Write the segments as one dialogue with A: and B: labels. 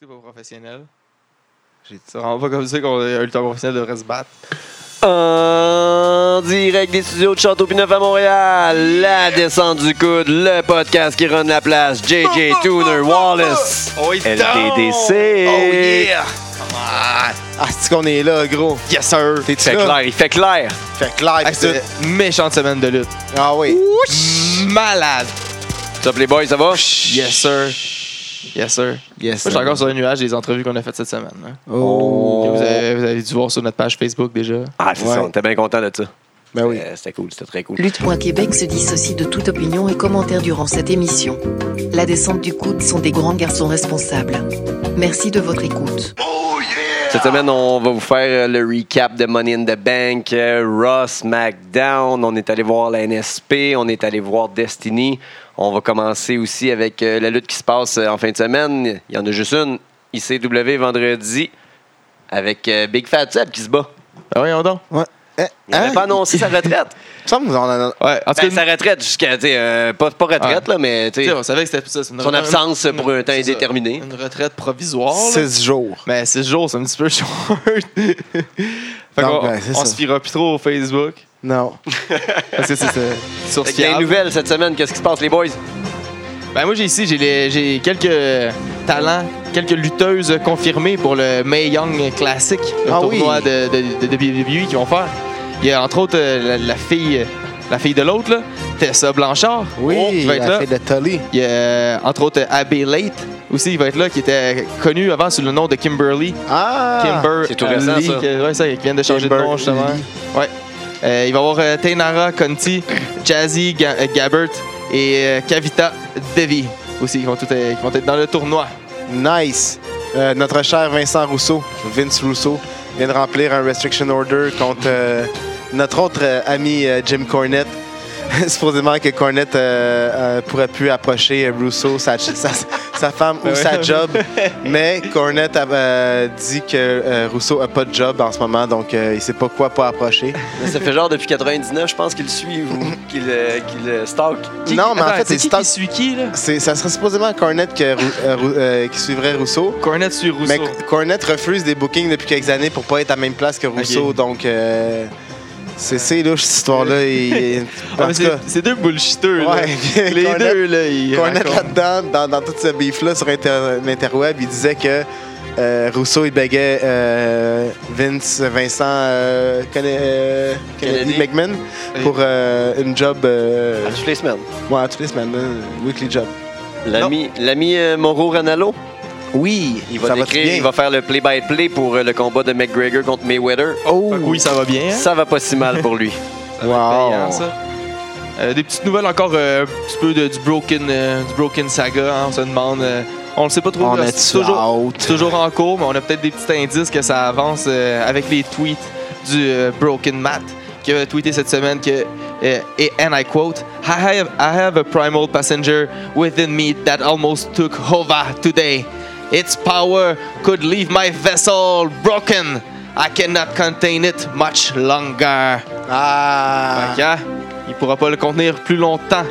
A: C'est pas professionnel. J'ai dit ça vraiment pas comme ça qu'un lutteur professionnel devrait se battre.
B: En direct des studios de Château Pinneuf à Montréal, la descente du coude, le podcast qui run la place, JJ Tuner Wallace,
A: Oh, il
B: LTDC.
A: Oh yeah! Come on!
C: Ah, c'est qu'on est là, gros.
A: Yes sir!
C: T'es-tu
B: Fait
C: là?
B: clair, il fait clair.
C: Fait clair.
A: Hey,
C: pis
A: c'est une méchante semaine de lutte.
C: tout. Ah oui.
A: Malade!
B: What's up les boys, ça va?
A: Yes sir! Yes sir!
C: Yes.
A: Moi, je suis encore sur le nuage des entrevues qu'on a faites cette semaine. hein.
C: Oh.
A: Vous, avez, vous avez dû voir sur notre page Facebook déjà.
B: Ah, c'est
C: Ouais.
B: ça, on était bien content de ça.
C: Ben oui.
B: Euh, c'était cool, c'était très cool.
D: Lutte.Québec se dissocie de toute opinion et commentaire durant cette émission. La descente du coude sont des grands garçons responsables. Merci de votre écoute.
B: Cette semaine, on va vous faire euh, le recap de Money in the Bank, euh, Raw, SmackDown. On est allé voir la NSP, on est allé voir Destiny. On va commencer aussi avec euh, la lutte qui se passe euh, en fin de semaine. Il y en a juste une, ICW vendredi, avec euh, Big Fat Seb qui se bat.
A: Ah, voyons donc.
C: Ouais. Eh,
B: Il n'avait
C: hein?
B: pas annoncé sa retraite.
C: Il me semble qu'on en a-
A: Ouais, en tout cas,
B: Ben, sa retraite jusqu'à, tu sais, euh, pas, pas retraite, là, mais tu
A: tu sais,
B: sais,
A: on savait que c'était ça. c'est une-
B: son absence
A: une-
B: pour un temps
A: c'est ça,
B: indéterminé.
A: Une retraite provisoire. là.
C: Six jours.
A: Mais 6 jours, c'est un petit peu short. fait
C: Donc,
A: qu'on-
C: ouais, c'est
A: on
C: ça.
A: se fiera plus trop au Facebook.
C: Non.
A: Parce que c'est c'est sur
B: Fait qu'il y a une
A: fiable.
B: nouvelle cette semaine. Qu'est-ce qui se passe, les boys?
A: Ben moi j'ai ici, j'ai les- j'ai quelques talents, quelques lutteuses confirmées pour le Mae Young Classic, le
C: Ah
A: tournoi
C: oui.
A: de, de, de WWE qu'ils vont faire. Il y a entre autres euh, la, la fille la fille de l'autre, là, Tessa Blanchard,
C: Oui,
A: qui va Oh, être
C: la
A: là.
C: fête de Tully.
A: Il y a euh, entre autres Abbey Late aussi, il va être là, qui était connu avant sous le nom de Kimberly.
C: Ah!
A: Kimber
B: c'est tout récent,
A: Lee,
B: ça.
A: que- ouais, ça, qui vient de changer de
C: Kimber
A: nom justement.
C: Lee.
A: Ouais. Euh, il va y avoir euh, Tainara Conti, Jazzy Ga- euh, Gabbert et euh, Kavita Devi aussi qui vont, tout, euh, qui vont être dans le tournoi.
C: Nice. Euh, notre cher Vincent Rousseau, Vince Rousseau, vient de remplir un restriction order contre euh, notre autre euh, ami euh, Jim Cornette. Supposément que Cornette euh, euh, pourrait plus approcher euh, Rousseau, sa, sa- sa femme ou
A: Ben
C: sa
A: oui.
C: job. Mais Cornette a euh, dit que euh, Rousseau a pas de job en ce moment, donc euh, il sait pas quoi pas approcher.
B: Mais Ça fait genre depuis 99, je pense qu'il suit ou qu'il euh, qu'il, euh, stalk.
A: Qui-
C: non, mais en
A: attends,
C: fait,
A: c'est
C: c'est
A: qui
C: Stan-
A: qui suit qui là
C: C'est- ça serait supposément Cornette que Rou- euh, Rou- euh, qui suivrait Rousseau.
A: Cornette suit Rousseau.
C: Mais Cornette refuse des bookings depuis quelques années pour pas être à la même place que Rousseau,
A: Ok.
C: donc euh, c'est c'est louche cette histoire-là. il- il-
A: Ah,
C: en
A: mais
C: tout
A: c'est-
C: cas,
A: c'est deux bullshiteux. là.
C: Ouais, puis
A: Les
C: Cornette-
A: deux là, ils
C: Cornette
A: racontent.
C: là-dedans, dans, dans tout ce beef-là sur inter- l'interweb, il disait que euh, Rousseau il baguait euh, Vince, Vincent euh, Conne- euh, Kennedy,
B: Kennedy.
C: McMahon
A: Oui.
C: pour euh, une job euh,
B: À toutes les semaines.
C: ouais, toutes les semaines, hein, weekly job.
B: L'ami l'ami, euh, Mauro Ranallo,
C: Oui,
B: il va,
C: ça
B: décrire,
C: va
B: il va faire le play-by-play pour euh, le combat de McGregor contre Mayweather.
C: Oh,
A: Fait que oui, ça va bien. hein?
B: Ça va pas si mal pour lui.
A: Ça va être
C: Wow.
A: payant, hein, ça. Euh, des petites nouvelles encore, euh, un petit peu de, du, broken, euh, du Broken Saga. hein, on se demande. euh, on le sait pas trop.
C: on
A: là,
C: est
A: c'est toujours,
C: out.
A: c'est toujours en cours, mais on a peut-être des petits indices que ça avance euh, avec les tweets du euh, Broken Matt qui a tweeté cette semaine que. euh, et, and I quote, I have, I have a primal passenger within me that almost took Hova today. Its power could leave my vessel broken. I cannot contain it much longer.
C: Ah,
A: Fait que, hein, il pourra pas le contenir plus longtemps.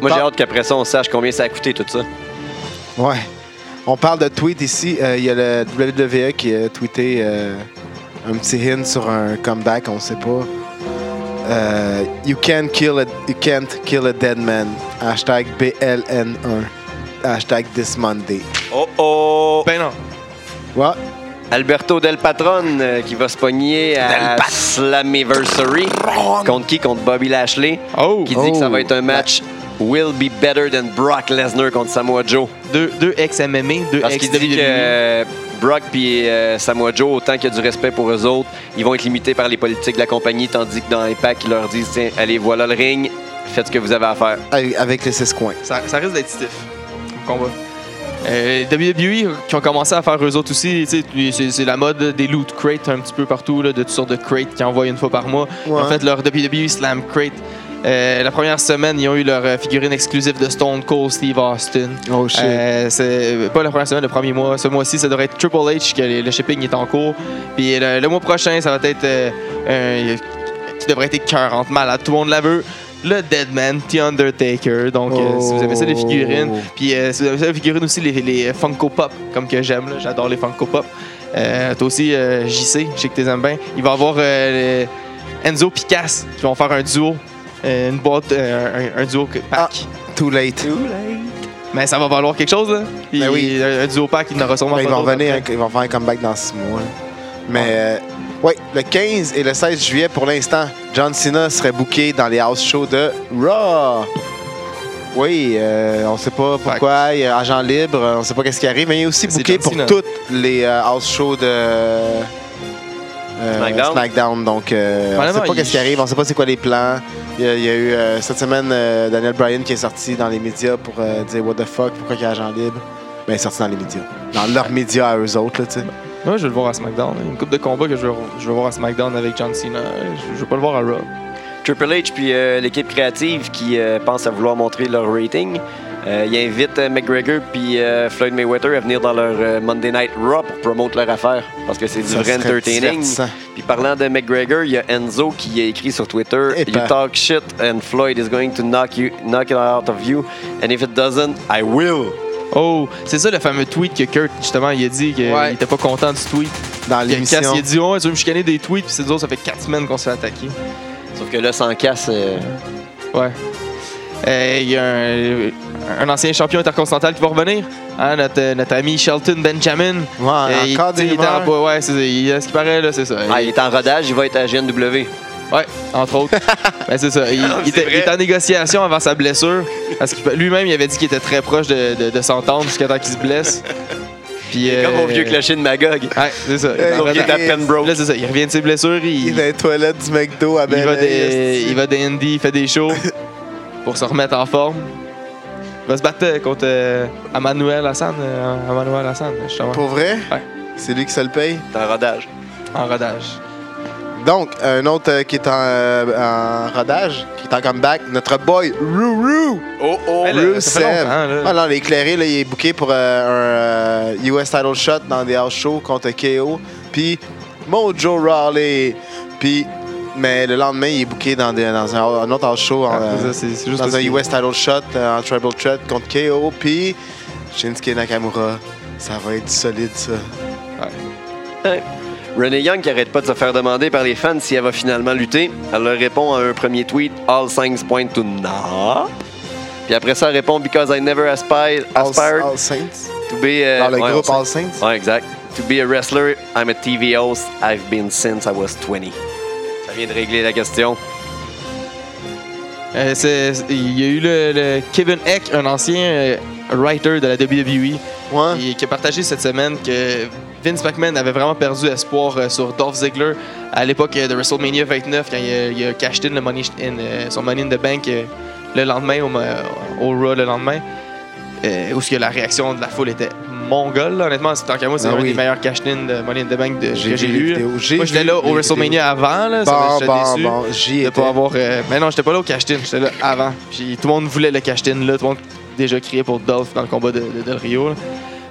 B: Moi, j'ai
C: parle-
B: hâte qu'après ça, on sache combien ça a coûté tout ça.
C: Ouais. On parle de tweet ici. Euh, Il y a le WWE qui a tweeté euh, un petit hint sur un comeback, on sait pas. Euh, you, can't kill a, you can't kill a dead man. Hashtag BLN1. Hashtag this Monday.
B: Oh oh!
A: Ben non.
C: Ouais.
B: Alberto Del Patron euh, qui va se pogner à Slammiversary. Contre qui? Contre Bobby Lashley.
A: Oh!
B: Qui dit que ça
C: Oh. Ben.
B: va être un match will be better than Brock Lesnar contre Samoa Joe.
A: Deux, deux ex-MMA, deux
B: Parce qu'il dit que
A: ex-WWE.
B: euh, Brock puis euh, Samoa Joe, autant qu'il y a du respect pour eux autres, ils vont être limités par les politiques de la compagnie, tandis que dans Impact, ils leur disent Tiens, allez, voilà le ring, faites ce que vous avez à faire.
C: Avec avec les six coins.
A: Ça, ça risque d'être stiff comme combat. Euh, WWE qui ont commencé à faire eux autres aussi, tu sais, puis c'est c'est la mode des loot crates un petit peu partout, là, de toutes sortes de crates qu'ils envoient une fois par mois.
C: Ouais.
A: En fait, leur WWE Slam Crate, euh, la première semaine, ils ont eu leur euh, figurine exclusive de Stone Cold Steve Austin.
C: Oh shit.
A: Euh, c'est pas la première semaine, le premier mois. Ce mois-ci, ça devrait être Triple H que le, le shipping est en cours. Puis le, le mois prochain, ça va être euh, un- qui devrait être cœur entre malade. Tout le monde la veut. le Deadman, The Undertaker. Donc, euh, si vous aimez ça, les figurines,
C: Oh.
A: puis euh, si vous avez ça, les figurines aussi, les, les Funko Pop, comme que j'aime, là. j'adore les Funko Pop. Euh, toi aussi, euh, JC, je sais que tu aimes bien. Il va y avoir euh, les Enzo Picasso qui vont faire un duo, euh, une boîte, euh, un, un duo que-
C: Ah.
A: pack.
C: Too late.
A: Mais ça va valoir quelque chose, là. Puis
C: Ben oui.
A: un, un duo pack, il n'aura sûrement
C: Ben, ils
A: pas
C: vont
A: d'autres
C: revenir,
A: après.
C: hein, ils vont faire un comeback dans six mois. là. Mais oui, le 15 et le 16 juillet pour l'instant, John Cena serait booké dans les house shows de Raw. Oui, euh, on sait pas pourquoi, il est agent libre, on sait pas qu'est-ce qui arrive, mais il est aussi
A: C'est
C: booké
A: John
C: pour
A: Cena.
C: toutes les euh, house shows de euh,
B: SmackDown.
C: SmackDown. Donc euh, on
A: Probablement,
C: sait pas qu'est-ce qui
A: il-
C: arrive, on sait pas c'est quoi les plans. Il y a, il y a eu euh, cette semaine euh, Daniel Bryan qui est sorti dans les médias pour euh, dire What the fuck, pourquoi il est agent libre. Ben, il est sorti dans les médias. Dans leurs médias à eux autres, là, tu sais.
A: Moi, je vais le voir à SmackDown. hein. Une coupe de combat que je vais, je vais voir à SmackDown avec John Cena. Je, je vais pas le voir à Raw.
B: Triple H puis euh, l'équipe créative qui euh, pense à vouloir montrer leur rating. Euh, ils invitent euh, McGregor puis euh, Floyd Mayweather à venir dans leur euh, Monday Night Raw pour promouvoir leur affaire parce que c'est du
C: Ça
B: vrai
C: serait
B: entertaining.
C: divertissant.
B: Puis parlant de McGregor, il y a Enzo qui a écrit sur Twitter
C: Eh ben.
B: You talk shit and Floyd is going to knock you knock it out of you and if it doesn't, I will.
A: Oh, c'est ça le fameux tweet que Kurt, justement, il a dit qu'il
C: Ouais.
A: était pas content du tweet.
C: Dans
A: Puis Cass,
C: l'émission.
A: il a dit Oh, tu veux me chicaner des tweets, puis c'est dur, ça fait 4 semaines qu'on se fait attaquer.
B: Sauf que là sans casse euh,
A: Ouais. Euh, Il y a un, un ancien champion intercontinental qui va revenir. Hein, notre, notre ami Shelton Benjamin.
C: Ouais,
A: Euh, il-
C: encore
A: tu sais,
C: des
A: il était en-
C: rumeurs.
A: Ouais, c'est ça. Il- à ce qui paraît, là, c'est ça.
B: ah, il est en rodage, il va être à GNW.
A: Ouais, entre autres. ben, c'est ça. Il, il était,
B: vrai.
A: il était en négociation avant sa blessure. Parce que lui-même, il avait dit qu'il était très proche de, de- de s'entendre jusqu'à temps qu'il se blesse. Puis,
C: Eh.
B: Comme
A: euh,
B: au vieux clocher de Magog.
A: Ouais, c'est ça.
C: Euh,
A: Il en
B: Sauf qu'il est
A: revient-
B: à peine broke.
A: Là, c'est ça. Il revient de ses blessures. Il,
C: Il est dans les toilettes du McDo à
A: il va,
C: Bel Air,
A: des, il va des indies, il fait des shows pour se remettre en forme. Il va se battre euh, contre euh, Emmanuel Hassan. euh, Emmanuel Hassan, justement.
C: Pour vrai?
A: Ouais.
C: C'est lui qui se le paye.
B: Il est en rodage.
A: En rodage.
C: Donc, un autre euh, qui est en, euh, en rodage, qui est en comeback, notre boy Ruru.
B: Oh oh.
A: Mais là,
C: Rusev.
A: ça fait longtemps, là.
C: Ah non, l'éclairé, là, il est booké pour euh, un euh, US title shot dans des house shows contre KO. Puis Mojo Rawley. Puis, mais le lendemain, il est booké dans, des- dans un, un autre house show. en,
A: Ah,
C: euh,
A: c'est ça, c'est- c'est juste
C: dans
A: parce
C: un
A: que-
C: US title shot euh, en tribal threat contre KO. Puis Shinsuke Nakamura. Ça va être solide, ça.
B: Renee Young qui arrête pas de se faire demander par les fans si elle va finalement lutter. Elle leur répond à un premier tweet All signs point to nah. Puis après ça, elle répond Because I never aspired,
C: All,
B: aspired
C: All Saints.
B: to be
A: Euh,
B: a.
C: Dans le
B: ouais,
C: groupe
B: All
C: All Saints.
B: Saints. Ouais, exact. To be a wrestler, I'm a TV host. I've been since I was 20. Ça vient de régler la question.
A: Euh, c'est- il y a eu le, le Kevin Eck, un ancien euh, writer de la E. WWE,
C: Ouais.
A: qui, qui a partagé cette semaine que Vince McMahon avait vraiment perdu espoir euh, sur Dolph Ziggler à l'époque euh, de WrestleMania 29 quand il, a- il a cashed in, le money in, euh, son Money in the Bank euh, le lendemain, au, ma- au Raw le lendemain, euh, où ce que la réaction de la foule était mongole. là. Honnêtement, c'est tant qu'à moi, c'est
C: Ah
A: un
C: oui.
A: des meilleurs cash in de Money in the Bank de- que j'ai
C: vu les
A: lu.
C: vidéos. J'ai
A: Moi, j'étais
C: vu
A: là
C: les
A: au WrestleMania avant, là,
C: vidéos.
A: ça m'a-
C: Bon,
A: j'étais
C: bon,
A: déçu
C: bon. J'y
A: de
C: étais.
A: pas avoir. euh, mais non, j'étais pas là au cash-in, j'étais là avant. Puis tout le monde voulait le cash-in là, tout le monde déjà criait pour Dolph dans le combat de, de Del Rio. là.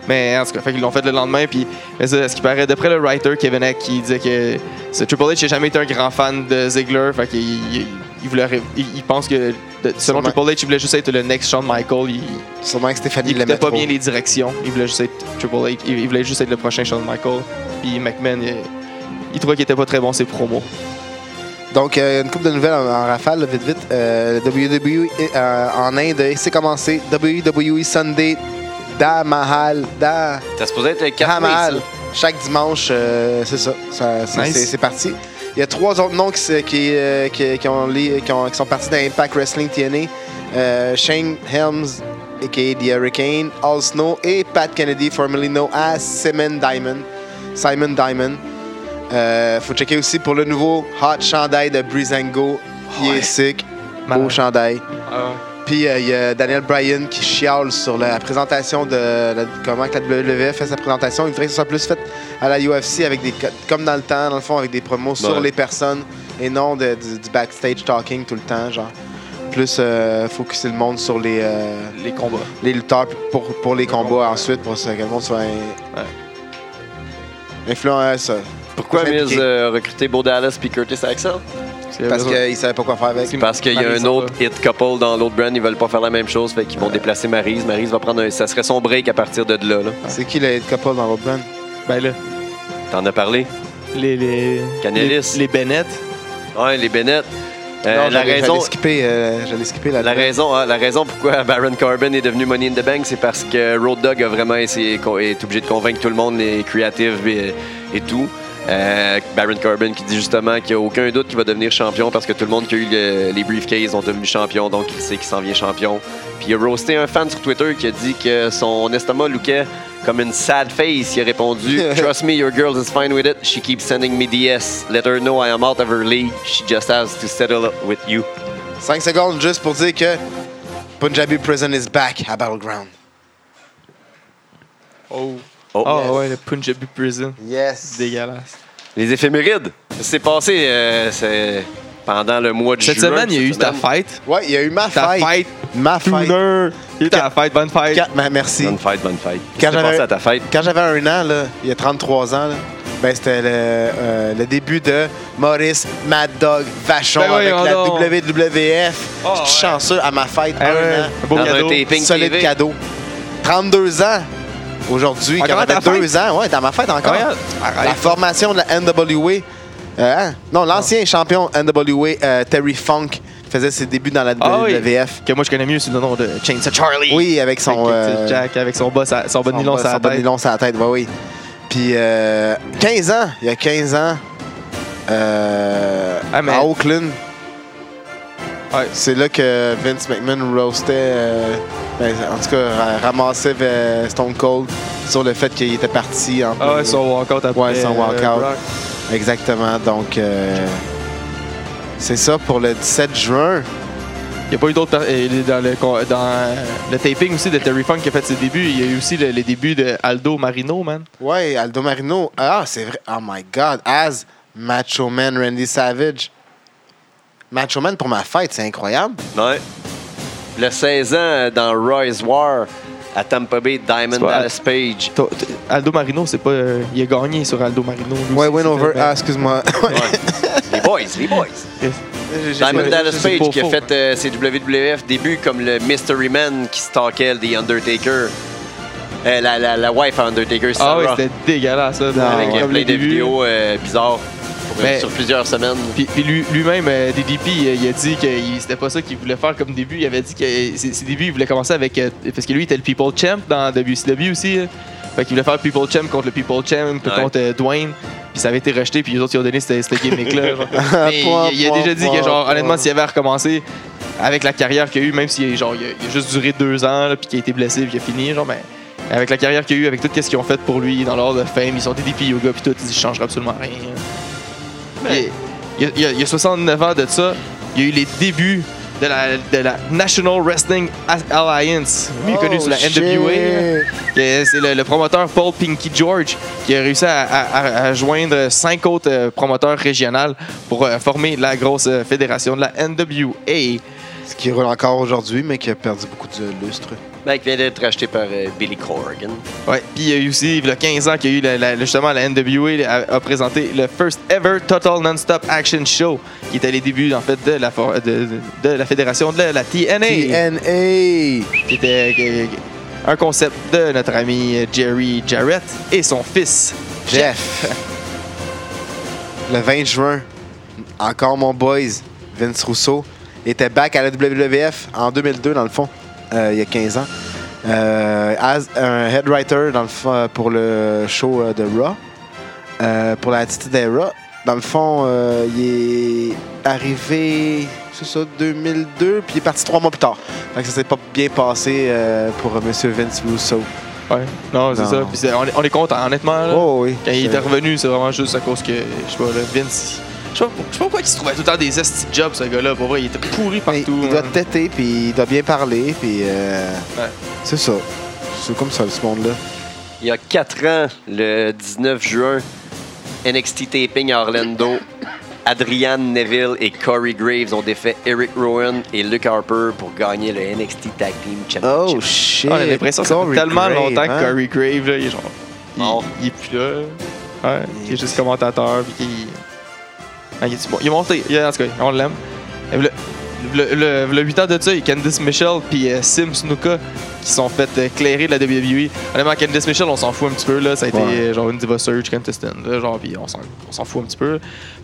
A: Mais en tout cas, fait qu'ils l'ont fait le lendemain. Puis, mais ça, ce qui paraît, d'après le writer Kevin Eck, qui disait que ce Triple H n'a jamais été un grand fan de Ziggler. Fait qu'il il, il voulait ré- il- il pense que de- selon
C: Sûrement.
A: Triple H, il voulait juste être le next Shawn Michael. Il,
C: Sûrement que Stéphanie
A: il
C: le
A: écoutait
C: met
A: pas
C: trop.
A: bien les directions. Il voulait juste être Triple H. Il, il voulait juste être le prochain Shawn Michael. Puis McMahon, il, il trouvait qu'il était pas très bon ses promos.
C: Donc, euh, une coupe de nouvelles en, en rafale, là, vite, vite. Euh, WWE euh, en Inde, c'est commencé. WWE Sunday, Da Mahal, Da
B: Ça se posait être le 4 mai,
C: Mahal.
B: ça.
C: Chaque dimanche, euh, c'est ça. Ça- c'est,
A: Nice.
C: c'est- c'est parti. Il y a trois autres noms qui, se- qui, euh, qui- qui ont, li- qui ont- qui sont partis d'Impact Wrestling TNA. Euh, Shane Helms, a.k.a. The Hurricane, All Snow et Pat Kennedy, formerly known as Simon Diamond. Simon Diamond. Euh, faut checker aussi pour le nouveau Hot Chandail de Breezango. Il
A: Ouais.
C: est sick. Beau
A: Malade.
C: chandail. Puis euh, il y a Daniel Bryan qui chiale sur la présentation de la- comment que la WWE fait sa présentation. Il voudrait que ce soit plus fait à la UFC avec des co- comme dans le temps, dans le fond, avec des promos sur
B: Ouais.
C: les personnes et non de- du, du backstage talking tout le temps, genre. Plus euh, focuser le monde sur les, euh,
A: les combats.
C: les lutteurs puis pour, pour les combats
A: combats, ouais.
C: ensuite pour que le monde soit euh, un... influent à ça.
B: Pourquoi
C: Compliqué.
B: euh, Miz euh, a recruté Bo Dallas puis Curtis Axel
A: qu'il y a
C: Parce
A: besoin.
C: qu'ils savaient pas quoi faire avec.
A: Parce
B: Parce qu'il y a
A: Maryse
B: un
A: s'en
B: autre hit couple dans l'autre brand, ils veulent pas faire la même chose, fait qu'ils vont déplacer Maryse. Maryse va prendre un. Ça serait son break à partir de là. là.
C: C'est qui le head couple dans l'autre brand?
A: Ben là,
B: T'en as parlé?
A: les. les
B: Canelis.
A: Les, les Bennett.
B: Ouais, les Bennett. Euh,
C: non,
B: la
C: j'allais-
B: raison.
C: J'allais skipper, euh, j'allais skipper la,
B: La raison, ah, la raison pourquoi Baron Corbin est devenu Money in the Bank, c'est parce que Road Dogg a vraiment essayé, co- est obligé de convaincre tout le monde, les creatives et, et tout. Euh, Baron Corbin qui dit justement qu'il n'y a aucun doute qu'il va devenir champion parce que tout le monde qui a eu le- les briefcases ont devenu champion, donc il sait qu'il s'en vient champion. Puis il a roasté un fan sur Twitter qui a dit que son estomac lookait comme une sad face. Il a répondu Trust me, your girl is fine with it. She keeps sending me DS. Let her know I am out of her league. She just has to settle up with you.
C: 5 secondes juste pour dire que Punjabi Prison is back à Battleground.
A: Oh.
B: Oh.
A: Ah
C: Yes.
A: ouais, le Punjabi Prison.
C: Yes.
A: Dégueulasse.
B: Les éphémérides. C'est passé euh, c'est pendant le mois de
A: Cette
B: juin.
A: semaine, il y a eu ta fête.
C: Ouais, il y a eu ma
A: Ta
C: fête.
A: fête.
C: Ma fête.
A: Tuner. Il y a eu ta fête. Bonne fête.
C: Quatre- ma- merci.
B: Bonne fête, bonne fête.
C: Quand
B: Qu'est-ce qui s'est
C: j'avais-
B: passé à ta fête?
C: Quand j'avais un an, là, il y a 33 ans, là, ben c'était le, euh, le début de Maurice Mad Dog Vachon
A: Ben
C: avec
A: voyons
C: la
A: donc.
C: WWF.
A: Oh,
C: Je
A: ouais.
C: suis chanceux à ma fête,
A: Eh
C: un
A: ouais,
C: an.
A: beau
B: Dans un
A: cadeau.
B: thé. Pink
C: solide
B: TV.
C: cadeau. 32 ans aujourd'hui,
A: Encore
C: quand
A: à ta
C: j'avais
A: fête?
C: 2 ans. Ouais, dans ma fête encore.
A: Incroyable.
C: La
A: Arrête. Ah.
C: formation de la NWA. euh, hein? Non, l'ancien champion NWA, euh, Terry Funk, faisait ses débuts dans la
A: Ah oui.
C: WWF.
A: Que moi, je connais mieux sous le nom de Chainsaw Charlie.
C: Oui, avec
A: Son,
C: son... euh,
A: Jack avec son bas, sa- son bon
C: Son
A: nylon
C: bas-
A: sur la
C: son bon
A: tête.
C: nylon sur la tête, bah oui, oui. Puis euh, 15 ans, il y a 15 ans, euh,
A: Ah, mais-
C: à Oakland,
A: Ouais.
C: c'est là que Vince McMahon roastait, euh, ben, en tout cas ra- ramassait euh, Stone Cold sur le fait qu'il était parti. en
A: Ah ouais, son walkout après.
C: Ouais, son
A: euh,
C: walkout.
A: Brock.
C: Exactement, donc euh, c'est ça pour le 17 juin.
A: Il n'y a pas eu d'autres. per- euh, il est Dans le, con- dans euh, le taping aussi de Terry Funk qui a fait ses débuts, il y a eu aussi le- les débuts de Aldo Marino, man.
C: Ouais, Aldo Marino, ah c'est vrai, oh my god, as Macho Man Randy Savage. Macho Man pour ma fête, c'est incroyable.
B: Ouais. Le 16 ans euh, dans Roy's War à Tampa Bay, Diamond
A: C'est pas-
B: Dallas Page.
A: T'as- t- Aldo Marino, c'est pas. euh, il a gagné sur Aldo Marino. lui
C: Ouais,
A: aussi,
C: win
A: c'était
C: over.
A: bien.
C: Ah, excuse-moi.
B: Ouais. les boys, les boys.
C: J'ai- j'ai-
B: Diamond
A: c'est-
B: Dallas
A: c'est
B: Page
A: pas
B: qui a
A: faux.
B: fait euh, ses WWF débuts comme le Mystery Man qui stalkait The Undertaker. Euh, la, la, la wife à Undertaker,
A: Ah
B: Sarah,
A: ouais, c'était dégueulasse, ça.
C: Ah,
B: avec
A: comme
B: euh,
A: les
B: plein de
A: débuts.
B: vidéos euh, bizarres pour-
A: Mais-
B: sur plusieurs semaines.
A: Puis, puis lui- lui-même, euh, DDP, il, il a dit que il- c'était pas ça qu'il voulait faire comme début. Il avait dit que euh, ses, ses débuts, il voulait commencer avec. euh, parce que lui, il était le People Champ dans WCW aussi. euh. Fait qu'il voulait faire People Champ contre le People Champ,
B: Ouais.
A: contre euh, Dwayne. Puis ça avait été rejeté, puis les autres, ils ont donné cette, cette gimmick-là. genre. Mais il,
C: Point,
A: il a
C: point,
A: déjà dit
C: point,
A: que, genre,
C: point.
A: honnêtement, s'il avait recommencé avec la carrière qu'il a eu, même si genre, il, a, il a juste duré deux ans, là, puis qu'il a été blessé, puis qu'il a fini, genre, mais. Avec la carrière qu'il a eu, avec tout ce qu'ils ont fait pour lui dans l'ordre de fame, ils sont DDP Yoga, puis tout, ils changera absolument rien.
B: Mais-
A: Il, y a- il y a, il y a 69 ans de ça, il y a eu les débuts de la, de la National Wrestling A- Alliance, mieux connue sous la
C: shit.
A: NWA. là. Que C'est le, le promoteur Paul Pinky George qui a réussi à, à- à- à joindre cinq autres euh, promoteurs régionaux pour euh, former la grosse euh, fédération de la NWA.
C: Ce qui roule encore aujourd'hui, mais qui a perdu beaucoup de lustre.
B: Mec Ben, vient d'être acheté par euh, Billy Corgan.
A: Ouais, puis il y a eu aussi, il y a 15 ans, qu'il y a eu la- la- justement la NWA a, a présenté le first ever Total Non-Stop Action Show, qui était les débuts en fait de la, for- de, de- de la fédération de la, la TNA,
C: TNA.
A: qui était euh, un concept de notre ami Jerry Jarrett et son fils
C: Jeff. Le 20 juin, encore mon boys, Vince Rousseau, était back à la WWF en 2002, dans le fond, euh, il y a 15 ans. Euh, as un head writer, dans le fond, euh, pour le show euh, de Raw, euh, pour la Attitude Era. Dans le fond, euh, il est arrivé, c'est ça, 2002, puis il est parti trois mois plus tard. Fait que ça s'est pas bien passé euh, pour euh, Monsieur Vince Rousseau.
A: Ouais, non, c'est
C: Non.
A: ça. Puis c'est- on, est- on est content, honnêtement. là.
C: Oh oui.
A: Quand il
C: c'est-
A: était revenu, c'est vraiment juste à cause que, je sais pas, là, Vince. Je sais pas, je sais pas pourquoi il se trouvait tout le temps des esti de jobs, ce gars-là. Pour vrai, il était pourri
C: Mais
A: partout.
C: Il doit
A: hein.
C: têter, puis il doit bien parler, puis. euh,
A: Ouais.
C: C'est ça. C'est comme ça, ce monde-là.
B: Il y a 4 ans, le 19 juin, NXT Taping à Orlando, Adrian Neville et Corey Graves ont défait Eric Rowan et Luke Harper pour gagner le NXT Tag Team Championship.
C: Oh shit.
A: Ah, on a l'impression que ça fait
C: Corey
A: tellement
C: Graves,
A: longtemps que
C: hein?
A: Corey Grave, là, il est genre. il-
B: Mort.
A: Il, est plus là. Ouais, il est juste commentateur, puis qu'il. Ah, il, est bon. il est monté. Il est- en tout cas, on l'aime. Et Le, le, le, 8 ans de ça, il y a Candice Michel puis euh, Sim Snuka qui sont fait euh, clairer de la WWE. Honnêtement, Candice Michel, on s'en fout un petit peu. Là. Ça a été
C: Ouais.
A: euh, genre une diva surge contestant. Là, genre, puis on s'en- on s'en fout un petit peu.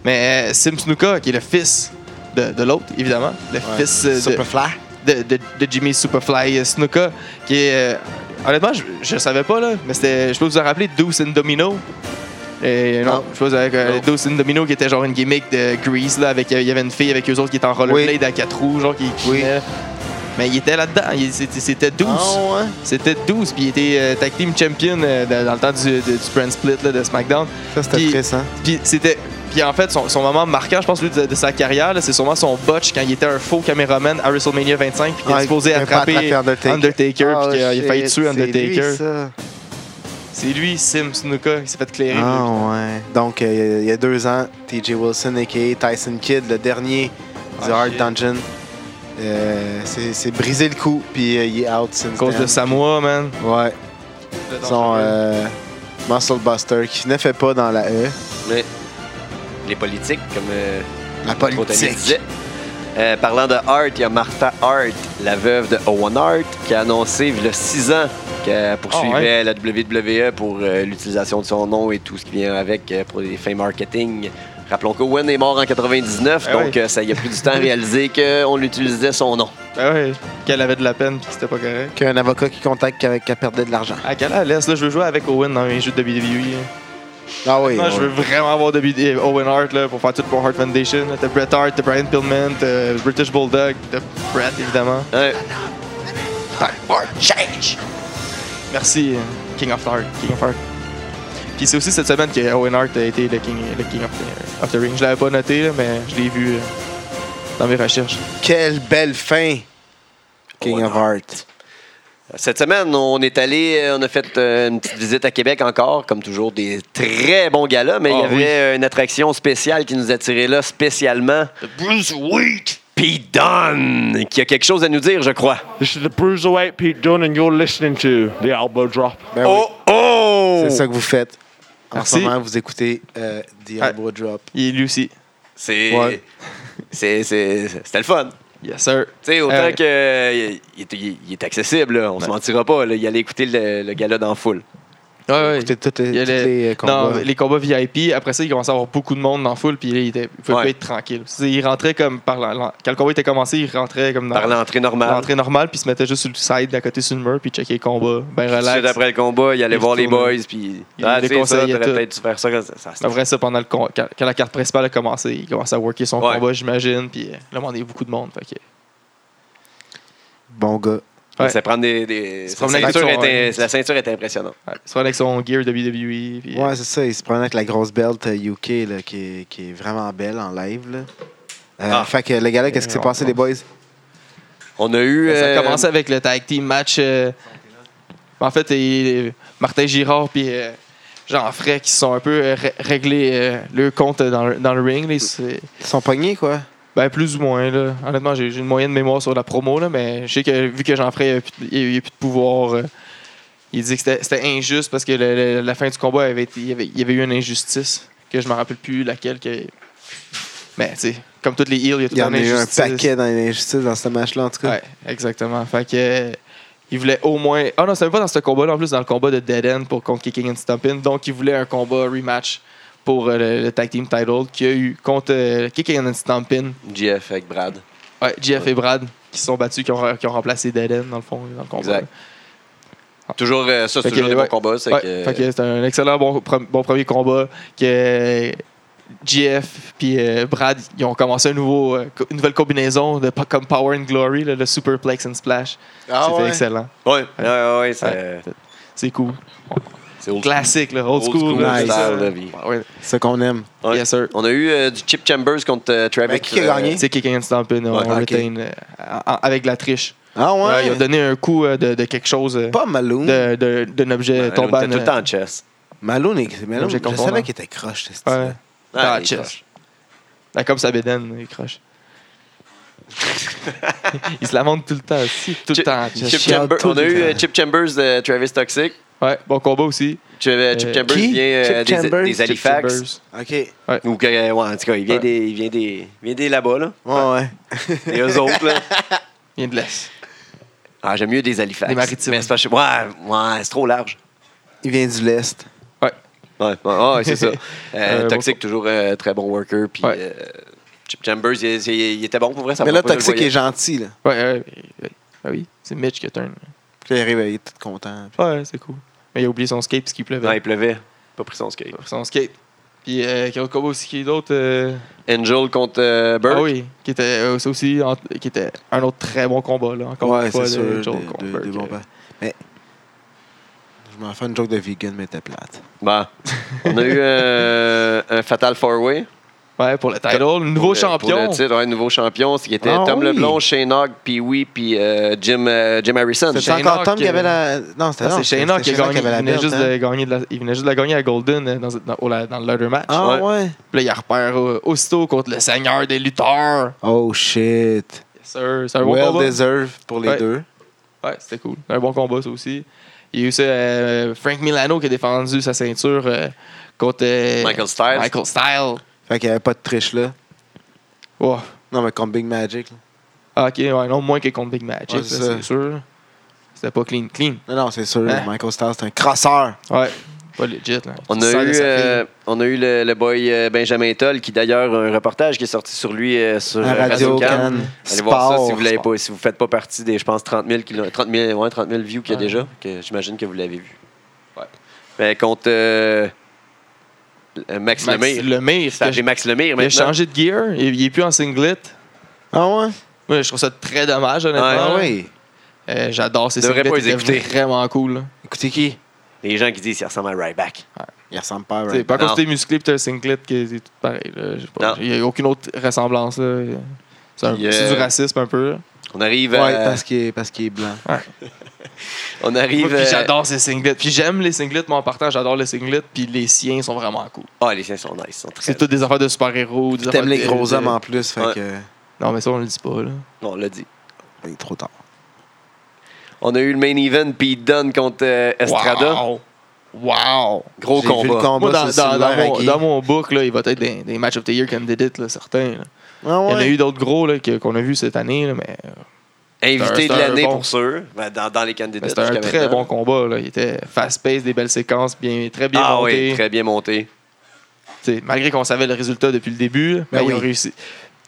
A: Mais euh, Sim Snuka, qui est le fils de, de l'autre, évidemment. Le fils euh, de,
C: Superfly.
A: de, de- de Jimmy Superfly euh, Snuka, qui est. euh, honnêtement, je, je savais pas, là, mais c'était. Je peux vous en rappeler, Deuce and Domino. Et, non,
C: Non.
A: je sais pas, avec, euh,
C: Non.
A: Deuce and Domino qui était genre une gimmick de Grease, là, avec. euh, Il y avait une fille avec eux autres qui était en rollerblade à quatre roues, genre qui. qui
C: Oui.
A: venait. Mais il était là-dedans, il- c'était- c'était 12.
C: Ah, ouais.
A: C'était 12, puis il était euh, tag team champion euh, dans, dans le temps du, du, du brand split là, de SmackDown.
C: Ça, c'était
A: Puis-
C: triste, hein?
A: Puis c'était. Puis en fait, son, son moment marquant, je pense, lui, de, de sa carrière, là, c'est sûrement son botch quand il était un faux caméraman à WrestleMania 25, puis qu'il est
C: Ah,
A: supposé
C: il a pas
A: attraper
C: attrapé Undertaker.
A: Undertaker,
C: Ah,
A: puis qu'il a- il a failli
C: shit,
A: tuer
C: c'est
A: Undertaker.
C: lui, ça.
A: C'est lui, Sim Snuka, il s'est fait clairer.
C: Ah ouais. Donc, euh, il y a deux ans, TJ Wilson, a.k.a. Tyson Kidd, le dernier du
A: Ah,
C: Hard
A: shit.
C: Dungeon, euh, c'est c'est brisé le cou, puis euh, il est out since
A: à cause
C: then.
A: de Samoa, man.
C: Ouais.
A: E.
C: Son euh, Muscle Buster qui ne fait pas dans la E.
B: Mais les politiques, comme euh,
C: La
B: Anthony
C: politique.
B: disait. Euh, parlant de Hart, il y a Martha Hart, la veuve de Owen Hart, qui a annoncé il y a 6 ans qu'elle poursuivait la WWE pour euh, l'utilisation de son nom et tout ce qui vient avec euh, pour les fins marketing. Rappelons qu'Owen est mort en 99,
A: Ah
B: donc
A: oui.
B: euh, ça y a plus du temps à réaliser qu'on l'utilisait son nom.
A: Ben ouais, qu'elle avait de la peine, puis que c'était pas correct.
C: Qu'un avocat qui contacte qu'elle qu'elle perdait de l'argent.
A: À quelle heure, laisse, là, je veux jouer avec Owen dans mes jeux de WWE. hein.
C: Ah oui.
A: Moi, je
C: ouais.
A: veux vraiment avoir WWE, Owen Hart là, pour faire tout pour Hart Foundation. là. T'as Bret Hart, t'as Brian Pillman, t'as British Bulldog, t'as Bret, évidemment.
B: Hein?
A: Merci, euh, King of Heart. King of Heart. Puis c'est aussi cette semaine que Owen Hart a été le King, le king of, the, of the Ring. Je l'avais pas noté, là, mais je l'ai vu euh, dans mes recherches.
C: Quelle belle fin, King
B: Owen
C: of Heart.
B: Cette semaine, on est allé, euh, on a fait euh, une petite visite à Québec encore, comme toujours, des très bons galas, mais il y
A: Ah,
B: avait
A: oui.
B: euh, une attraction spéciale qui nous attirait là spécialement. Bruce Wheat! Pete Dunne, qui a quelque chose à nous dire, je crois.
E: This is the Bruiserweight Pete Dunne, and you're listening to the Elbow Drop.
C: Ben oui,
B: Oh, oh!
C: C'est ça que vous faites. En
A: Merci.
C: ce moment, vous écoutez euh, The
A: Ah.
C: Elbow Drop.
A: Il est lui aussi.
B: C'est...
C: Ouais.
B: c'est- c'est- C'était le fun.
A: Yes, sir.
B: Tu sais, autant
A: Euh,
B: que euh, il, est- il est- il est accessible, là, on se mentira pas. Là, il allait écouter le, le gala dans la foule.
A: Ouais, ouais.
C: Écoutez toutes les,
A: Il y a
C: toutes
A: le-
C: les euh, combats.
A: Non, les combats VIP. Après ça, il commençait à avoir beaucoup de monde dans la foule, puis il, était, il pouvait
B: Ouais.
A: pas être tranquille. C'est- Il rentrait comme par la- la- Quand le combat était commencé, il rentrait comme dans
B: Par l'entrée normale.
A: l'entrée normale, puis il se mettait juste sur le side d'à côté sur le mur, puis il checkait le combat. Ben
B: Tout de suite
A: relax.
B: après le combat, il allait
A: Il
B: voir les
A: retourne.
B: boys, puis.
A: Il
B: Ah,
A: les
B: tu sais, ça,
A: conseillait
B: t'aurais
A: tout.
B: peut-être dû faire ça. quand ça- ça-
A: Après ça, pendant le con- quand, quand la carte principale a commencé, il commence à worker son
B: Ouais.
A: combat, j'imagine. Puis euh, là, on est beaucoup de monde. Fait que,
C: Bon gars.
A: Ouais.
B: Ça prend des. des-
A: Se
B: sa,
A: promener avec
B: ceinture
A: son-
B: était- la ceinture est impressionnante.
A: ouais, soit avec son gear WWE. Puis, euh,
C: Ouais, c'est ça. Il se promène avec la grosse belt euh, UK là, qui, est, qui est vraiment belle en live. Là. Euh,
B: Ah.
C: Fait que les gars, qu'est-ce qui s'est
A: on
C: passé, les boys?
B: On a eu.
A: ça a
B: euh,
A: commencé avec le tag team match. euh, en fait, il- Martin Girard puis euh, Jean Fray qui se sont un peu euh, ré- réglés euh, leur compte dans le, dans le ring. là. C'est-
C: Ils sont pognés, quoi.
A: Ben, plus ou moins. Là. Honnêtement, j'ai j'ai une moyenne mémoire sur la promo, là, mais je sais que vu que j'en ferais, il n'y a, plus de pouvoir. euh, il dit que c'était- c'était injuste parce que le- le- la fin du combat, avait été- il y avait, il y avait eu une injustice que je ne me rappelle plus laquelle. Que... Mais, tu sais, comme toutes les heals, il y a tout
C: Il y en
A: un
C: a eu un
A: injustice.
C: paquet dans les injustices dans ce match-là, en tout cas.
A: Ouais, exactement. Fait que. euh, Il voulait au moins. Ah non, c'était même pas dans ce combat-là, en plus, dans le combat de Dead End pour contre Kicking and Stomping. Donc, il voulait un combat rematch pour euh, le, le tag team title qu'il y a eu contre euh, Kicking and Stomping.
B: JF avec Brad.
A: Ouais, JF et Brad qui se sont battus, qui ont, qui ont remplacé Deden dans le fond, dans le combat.
B: Exact. Toujours, euh, ça, c'est
A: Fait que,
B: toujours des
A: ouais.
B: bons combats. c'est
A: Ouais,
B: que-
A: fait que c'est un excellent bon, pre- bon premier combat que JF puis euh, Brad ils ont commencé un nouveau, euh, co- une nouvelle combinaison de pa- comme Power and Glory, là, le Superplex and Splash.
C: Ah
A: C'était excellent.
B: Ah Ouais, ouais, ouais, ouais, ça-
A: Ouais. C'est cool.
B: c'est old-
A: Classique, là, old,
B: Old
A: school.
B: school
A: là,
C: style,
A: ça.
B: là, puis-
A: Ah Ouais,
C: C'est ce qu'on aime.
B: Ouais.
A: Yes, sir.
B: On a eu euh, du Chip Chambers contre euh, Travis.
C: Mais qui a gagné?
A: C'est Kicking and Stomping, on
C: Ouais, ok.
A: retain, euh, en- en- avec la triche.
C: Ah ouais?
A: Ouais, ils ont donné un coup euh, de, de quelque chose, euh,
C: Pas Maloon.
A: de- de- d'un objet
B: euh, on
A: tombant.
B: était tout
A: euh,
B: le temps en chess.
C: Maloon, est... Maloon,
A: J'ai
C: je
A: confondant.
C: savais qu'il était croche, ce
A: Ouais.
C: style.
A: Ah,
B: Ah, il est
A: chess.
B: proche.
A: Ben, comme sa bédaine, il croche. il se la montre tout le temps aussi, tout le
B: Chip-
A: temps.
B: Chip
A: Chess.
C: Chip
B: Chambers-
C: tout
B: on a
C: le
B: eu
C: temps.
B: euh, Chip Chambers de Travis Toxic.
A: Ouais, bon combat aussi.
B: Chip, Chip
A: Euh,
B: Chambers
C: qui?
B: vient euh,
C: Chip
B: des,
C: Chambers?
B: des
C: Chip
B: Halifax.
C: OK. Ouais,
B: Ou que, ouais, en tout cas, il vient
A: Ouais.
B: des, il vient des, il vient des là-bas, là.
C: ouais.
B: Et eux autres, là.
A: Il vient de l'Est.
B: Ah, j'aime mieux des Halifax.
A: Des Maritimes.
B: Mais c'est parce que- ouais, ouais, c'est trop large.
C: Il vient du Lest.
A: Ouais.
B: Ouais, ouais, ouais, c'est ça. Euh,
A: Euh,
B: Toxic, toujours euh, très bon worker. Puis
A: Ouais.
B: euh, Chip Chambers, il, il- il était bon pour vrai. Ça
C: Mais
B: m'a
C: là,
B: pas fait le
C: Toxic
B: voyage.
C: est gentil, là.
A: Ouais, ouais, ouais. Ah oui, c'est Mitch qui turn.
C: Puis il arrive, il est tout content.
A: Ouais, c'est cool. Mais il a oublié son skate parce qu'il pleuvait.
B: Non, il pleuvait. Pas pris son skate.
A: Il a pris son skate. Puis, euh, quel autre combat aussi qui est d'autre euh,
B: Angel contre euh, Burke.
A: Ah oui, qui était euh, ça aussi en- qui était un autre très bon combat, là, encore
C: ouais,
A: une fois.
C: c'est sûr.
A: de
C: Des,
A: Joel
C: des-
A: Goldberg,
C: des
A: euh.
C: bons pas. Mais je m'en fais une joke de vegan, mais t'es plate.
B: Bon. Bah. On a eu euh, un Fatal Four Way.
A: Ouais, pour le title, nouveau champion.
B: Pour le titre, ouais, nouveau champion. Ce qui était
C: Ah
B: Tom
C: oui.
B: Leblon, Shane Hogg, puis oui, puis euh, Jim, euh, Jim Harrison.
C: C'était
A: Shayna
C: encore Tom
A: qui-
C: qui avait la. Non, c'était
A: Ah,
C: non,
A: c'est
C: c'était-
A: Shayna
C: c'était
A: qui a
C: Shayna
A: gagné. Il venait,
C: belt,
A: juste
C: hein.
A: de gagner de la, il venait juste de la gagner à Golden euh, dans, dans- au- la- dans le ladder match.
C: Ah,
B: Ouais.
C: ouais.
A: Puis là, il repère euh, aussitôt contre le seigneur des lutteurs.
C: Oh shit.
A: Yes, sir. C'est un bon
C: Well
A: combat.
C: deserved pour les
A: Ouais.
C: deux.
A: Ouais, c'était cool. Un bon combat, ça aussi. Il y a eu ça, euh, Frank Milano qui a défendu sa ceinture euh, contre euh,
B: Michael Styles.
A: Michael Styles.
C: Fait qu'il n'y avait pas de triche là.
A: Oh.
C: Non, mais comme Big Magic. là.
A: Ah, Ok, ouais, non, moins que contre Big Match,
C: Ouais, c'est ça.
A: c'est sûr. C'était pas clean, clean.
C: Non, non, c'est sûr.
A: Hein?
C: Michael Starr, c'est un crosseur.
A: Ouais, pas legit. Là.
B: On
A: Tu
B: a,
A: sors de
B: eu,
A: sa fille.
B: euh, on a eu le, le boy euh, Benjamin Toll, qui d'ailleurs a un reportage qui est sorti sur lui euh, sur
C: À
B: euh,
C: Radio
B: Radio-Can.
C: Can.
B: Allez voir ça si vous
C: l'avez
B: ne pas, si vous faites pas partie des, je pense, 30 000, qui l'ont- 30 000, ouais, 30 000 views qu'il y a
A: Ouais.
B: déjà, que j'imagine que vous l'avez vu.
A: Ouais.
B: Ben, contre euh, euh, Max,
A: Max
B: Lemire.
A: Lemire.
B: Ça a appelé
A: qui
B: Max Lemire
A: a- Il a
B: maintenant.
A: changé de gear, il il est plus en singlet.
C: Ah ouais?
A: Moi, je trouve ça très dommage,
B: Ah,
A: honnêtement.
C: Ah
A: là.
C: oui.
A: Euh, J'adore ces
B: Devrais
A: singlets,
B: pas les
A: ils étaient
B: écouter.
A: vraiment cool. là.
C: Écoutez qui?
B: Les gens qui disent qu'il ressemble à Ryback.
C: Il ressemble pas à
A: C'est
C: Ryan.
A: pas
B: Non.
A: parce que t'es musclé pis t'as un singlet que c'est tout pareil. là. Je sais pas.
B: Non.
A: Il n'y a aucune autre ressemblance. là. C'est un-
B: Puis, euh,
A: c'est du racisme un peu. là.
B: On arrive à.
C: Ouais,
A: euh,
C: parce qu'il est, parce qu'il est blanc.
A: Ah,
B: On
A: Moi,
B: arrive.
A: puis
B: euh,
A: j'adore ces singlets. Puis j'aime les singlets, mais en partant, j'adore les singlets. Puis les siens sont vraiment cool.
B: Ah, les siens sont nice. ils sont très-
A: C'est toutes des affaires de super-héros. des
C: T'aimes
A: affaires
C: les
A: de-
C: gros
A: de-
B: hein?
C: hommes en plus, fait
B: Ouais.
C: que. euh,
A: Non, mais ça, on le dit pas. Là.
B: On l'a dit.
C: Il est trop tard.
B: On a eu le main event, Pete Dunne contre euh, Estrada.
A: Wow! Wow!
B: Gros
C: J'ai vu
B: combat.
C: le combat
A: Moi, dans,
C: sur le
A: dans, dans
C: cellulaire à
A: mon,
C: Guy.
A: dans mon book, là, il va être des, des match of the year comme Did It, là, certains. là.
C: Ah
A: Il y en a
C: ouais?
A: eu d'autres gros là, que- qu'on a vu cette année, là, mais
B: Invité
A: C'est un-
B: de
A: c'est un
B: l'année
A: bon.
B: pour sûr. Ben, dans, dans les
A: Mais
B: candidats.
A: C'était un
B: jusqu'à
A: très
B: maintenant.
A: bon combat. Là. Il était fast-paced, des belles séquences, bien, très bien
B: ah
A: monté.
B: oui, très bien monté.
A: T'sais, Malgré qu'on savait le résultat depuis le début, mais
C: Ben oui.
A: ils ont réussi.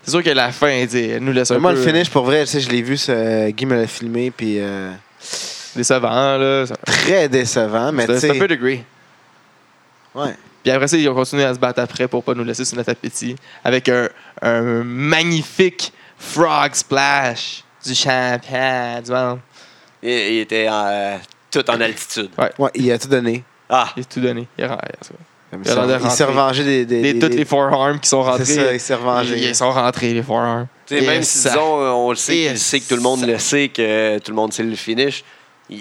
A: C'est sûr que la fin, t'sais, elle nous laisse un
C: Moi,
A: peu
C: le finish, pour vrai, tu sais, je l'ai vu, ce- Guy me l'a filmé, puis euh,
A: décevant. là. Ça-
C: très décevant, Ah, mais tu
A: C'est c'est un
C: sais.
A: peu degré.
C: Ouais.
A: Puis après ça, ils ont continué à se battre après pour pas nous laisser sur notre appétit avec un, un magnifique frog splash du champion du monde.
B: Il, il était euh, tout en altitude.
C: Ouais, il a tout donné.
B: Ah,
A: Il a tout donné. Il, a-
C: Comme
A: Il a l'air de
C: ça, Il s'est
A: rentrer.
C: revengé des. des,
A: les-
C: des-
A: toutes
C: des-
A: les forearms qui sont
C: C'est ça, il
A: rentrés.
C: s'est
A: ils,
C: revengé.
A: ils sont rentrés, les forearms.
B: tu sais,
A: Et
B: même si,
A: ça-
B: disons, euh, on le sait,
A: Et
B: il sait que tout le monde le sait, que tout le monde sait le finish, il,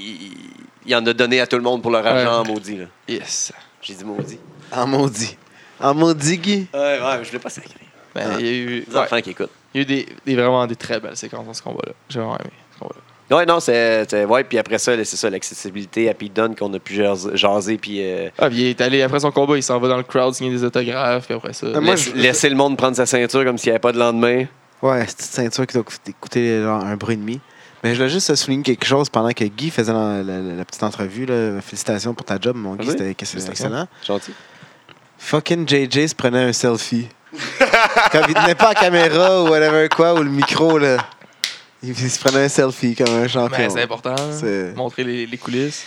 B: il en a donné à tout le monde pour leur argent, maudit. là.
A: Yes.
B: J'ai dit maudit.
C: En maudit. En maudit, Guy.
B: Ouais, ouais, je l'ai pas sacré.
A: Ben, il y a eu,
B: Les
A: ouais,
B: enfants qui écoutent.
A: il y a eu des, des- vraiment des très belles séquences dans ce combat-là. J'ai vraiment aimé ce combat-là.
B: Ouais, non, c'est. c'est- Ouais, puis après ça, là, c'est ça, l'accessibilité à Pete Dunne qu'on a pu jas- jaser, puis euh,
A: Ah, puis il est allé, après son combat, il s'en va dans le crowd signer des autographes, puis après ça.
C: Ah, moi,
B: laisse-
C: je-
B: laisser le monde prendre sa ceinture comme s'il n'y avait pas de lendemain.
C: Ouais, cette petite ceinture qui doit coûter- coûter genre, un bruit et demi. Mais je voulais juste souligner quelque chose pendant que Guy faisait la, la- la- la petite entrevue. Là. Félicitations pour ta job, mon Guy,
B: Vas-y.
C: c'était que c'est
A: Félicitations.
C: excellent.
B: Gentil.
C: Fucking JJ se prenait un selfie. Comme il tenait pas la caméra ou whatever quoi, ou le micro, là. Il, il se prenait un selfie comme un champion.
B: Ben,
A: Mais c'est important. hein,
C: C'est-
A: Montrer les, les coulisses.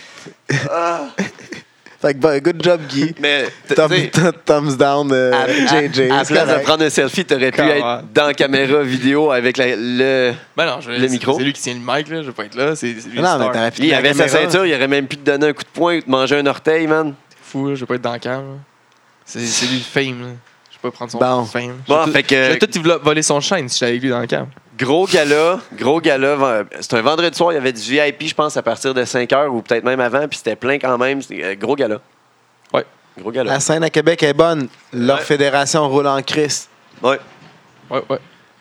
C: Fait que, bah, good job, Guy.
B: Mais t-
C: Thumb-
B: t'sais,
C: thumbs down, euh,
B: à, à,
C: JJ.
B: Ah, à
C: c'est
B: place de
C: correct.
B: prendre un selfie, t'aurais pu
A: Comment?
B: être dans caméra vidéo avec la- le.
A: Ben non, je,
B: Le
A: c'est-
B: micro.
A: C'est lui qui tient le mic, là. Je vais pas être là. C'est c'est lui
C: Non,
A: le
C: mais
A: star.
C: t'aurais
B: Il
C: pu tenir la
B: avait sa
C: caméra.
B: ceinture, il aurait même pu te donner un coup de poing ou te manger un orteil, man.
A: C'est fou, là, Je vais pas être dans le camp. là. C'est c'est lui le fame, là. Je vais pas prendre son
C: Bon.
A: fame.
B: Bon,
A: Je vais
B: fait
A: tout- je
B: que
A: vais tout vlo- voler son chaîne si j'étais avec lui dans le camp.
B: gros gala, gros gala. ven- C'est un vendredi soir, il y avait du VIP, je pense, à partir de 5 h ou peut-être même avant, puis c'était plein quand même. C'était, euh, Gros gala.
A: Ouais.
B: Gros
C: Ah,
B: gala.
C: La scène à Québec est bonne. Leur
B: Ouais.
C: fédération roule en crise.
B: Ouais.
A: Ouais, ouais.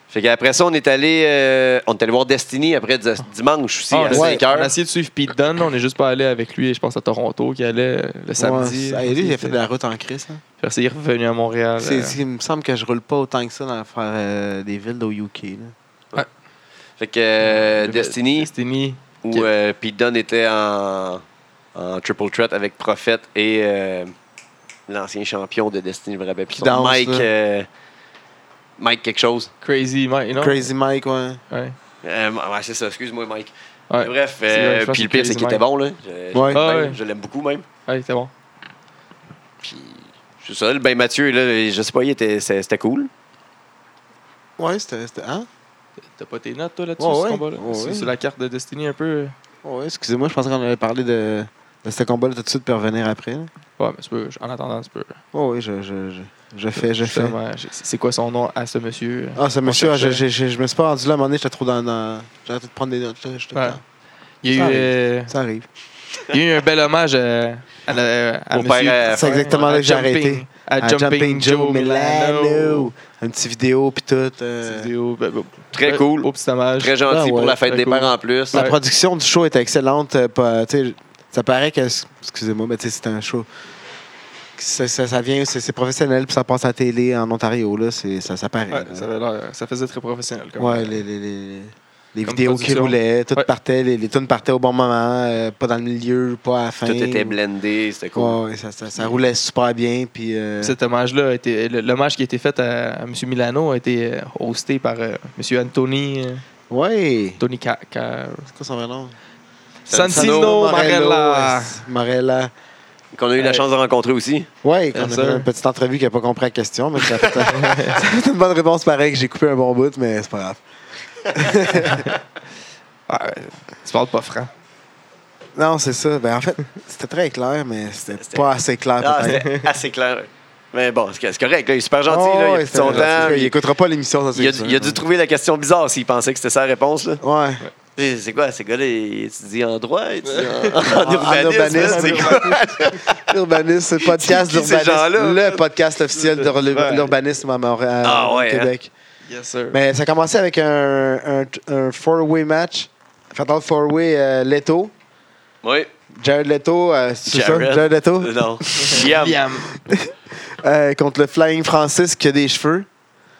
B: Fait qu'après ça, on est allé euh, on est allé voir Destiny après dis- dimanche aussi,
A: Ah,
B: à
A: on, a-
B: 5
A: on a
B: heures.
A: essayé de suivre Pete Dunne, on n'est juste pas allé avec lui, je pense à Toronto, qui allait euh, le samedi.
C: Ouais, lui, il a fait de la route en crise. là.
A: Fait que c'est- il est revenu à Montréal.
C: C'est-
A: euh.
C: c'est- Il me semble que je roule pas autant que ça dans faire euh, des villes au UK. là.
B: Fait que euh, Destiny,
A: Destiny.
B: où euh, Pete Dunne était en, en triple threat avec Prophet et euh, l'ancien champion de Destiny, je me rappelle plus
C: Qui
B: son nom.
C: danse,
B: Mike,
C: là.
B: euh, Mike quelque chose.
A: Crazy Mike, non?
C: Crazy Mike, ouais.
A: Ouais.
B: Euh, ouais, c'est ça, excuse-moi Mike.
A: Ouais.
B: Bref,
A: C'est
B: euh,
A: vrai, je pense
B: puis le
A: que
B: pire, c'est
A: Crazy
B: qu'il était
A: Mike.
B: bon, là. Je, je
C: Ouais.
B: l'aime
A: Ah
B: bien,
A: ouais.
B: je l'aime beaucoup, même.
A: Ouais, c'était bon.
B: Puis, c'est ça, le ben Mathieu, là, je sais pas, il était, c'est- c'était cool.
C: Ouais, c'était. c'était- Hein?
A: T'as pas tes notes, toi, là-dessus,
C: Ouais,
A: sur ce
C: ouais.
A: combat-là?
C: Ouais,
A: C'est
C: ouais.
A: sur la carte de Destiny, un peu.
C: Ouais, excusez-moi, je pensais qu'on avait parlé de, de ce combat-là tout de suite puis revenir après. là.
A: Ouais, mais tu peux, en attendant, tu peux.
C: Ouais, ouais, je, je, je, je fais, je fais.
A: Justement, je- C'est quoi son nom à ce monsieur?
C: Ah, ça
A: On
C: monsieur, ah, je,
A: cherchait.
C: je, je, je me suis pas rendu là, à un moment donné, j'étais trop dans. dans... J'ai arrêté de prendre des notes, là, j'étais
A: Ouais.
C: dedans.
A: Il y
C: ça
A: a eu,
C: arrive.
A: euh,
C: Ça arrive.
A: il y a eu un bel hommage euh, à, la- à
B: Au
A: monsieur-
B: père, euh,
C: C'est exactement
A: à
C: là que j'ai
A: Jumping-
C: arrêté.
A: À,
C: À
A: Jumping, Joe Milano.
C: Une petite vidéo, puis tout.
A: Petite
C: euh,
A: vidéo, ben, ben,
B: Très
A: ben,
B: cool.
A: Beau petit hommage.
B: Très gentil
C: Ah ouais,
B: pour la fête
A: très
B: des
A: cool.
B: parents en plus.
C: La
A: Ouais.
C: production du show était excellente. euh, pas- tu sais, ça paraît que. Excusez-moi, mais tu sais, c'est un show. Ça, ça, ça vient, c'est c'est professionnel, puis ça passe à la télé en Ontario, là, c'est- ça, ça paraît.
A: Ouais,
C: là.
A: ça, avait l'air- ça faisait très professionnel. Comme euh,
C: Ouais, les, les, les, les
A: Comme
C: vidéos qui
A: production.
C: roulaient, tout
A: Ouais.
C: partait, les, les tunes partaient au bon moment, euh, pas dans le milieu, pas à la fin.
B: Tout était blendé, c'était cool.
C: Ouais, ouais, ça, ça, ça roulait super bien, puis. euh,
A: Cet hommage-là, a été- le- l'hommage qui a été fait à, à M. Milano a été euh, hosté par euh, M. Anthony, euh,
C: ouais!
A: Tony Ca- Ca-
C: C'est quoi son vrai nom?
A: Santino Marella.
C: Marella.
B: Qu'on a eu la
A: Ouais.
B: chance de rencontrer aussi.
C: Ouais, qu'on
A: Bien
C: a
A: sûr.
C: fait une petite entrevue qui n'a pas compris la question, mais ça a fait, ça a fait une bonne réponse pareil que j'ai coupé un bon bout, mais c'est pas grave.
A: Ah, euh, tu parles pas franc.
C: Non, c'est ça. Ben, en fait, c'était très clair, mais c'était pas assez clair.
B: Ah,
C: peut-être.
B: c'était assez clair. Mais bon, c'est c'est correct, là, il est super gentil,
A: Ah
B: là,
C: Oh,
B: il a
C: ouais,
B: pris
C: c'était
B: son
C: gentil.
B: temps.
C: Il
B: puis
C: écoutera pas l'émission, ça, c'est
B: Il a,
C: sûr.
B: il a dû trouver la question bizarre s'il pensait que c'était sa réponse. Là.
C: Ouais.
B: Eh, C'est quoi, ce gars-là, il étudie en droit, il étudie en,
C: En-
B: en
C: en
B: urbanisme, là,
C: urbanisme,
B: c'est
C: en
B: quoi?
C: Urbaniste, le podcast
B: C'est qui, ces
C: d'urbanisme.
B: gens-là?
C: Le podcast officiel de
A: Ouais.
C: l'ur- l'urbanisme à Montréal,
B: Ah,
C: au
B: ouais, hein?
C: Québec.
A: Yes, sir.
C: Mais ça a commencé avec un, un, un four-way match. Fatal four-way euh, Leto.
B: Oui,
C: Jared Leto, euh, c'est ça?
B: Jared.
C: Jared Leto.
B: Euh, non. Liam.
A: Liam.
C: Euh, contre le Flying Francis qui a des cheveux.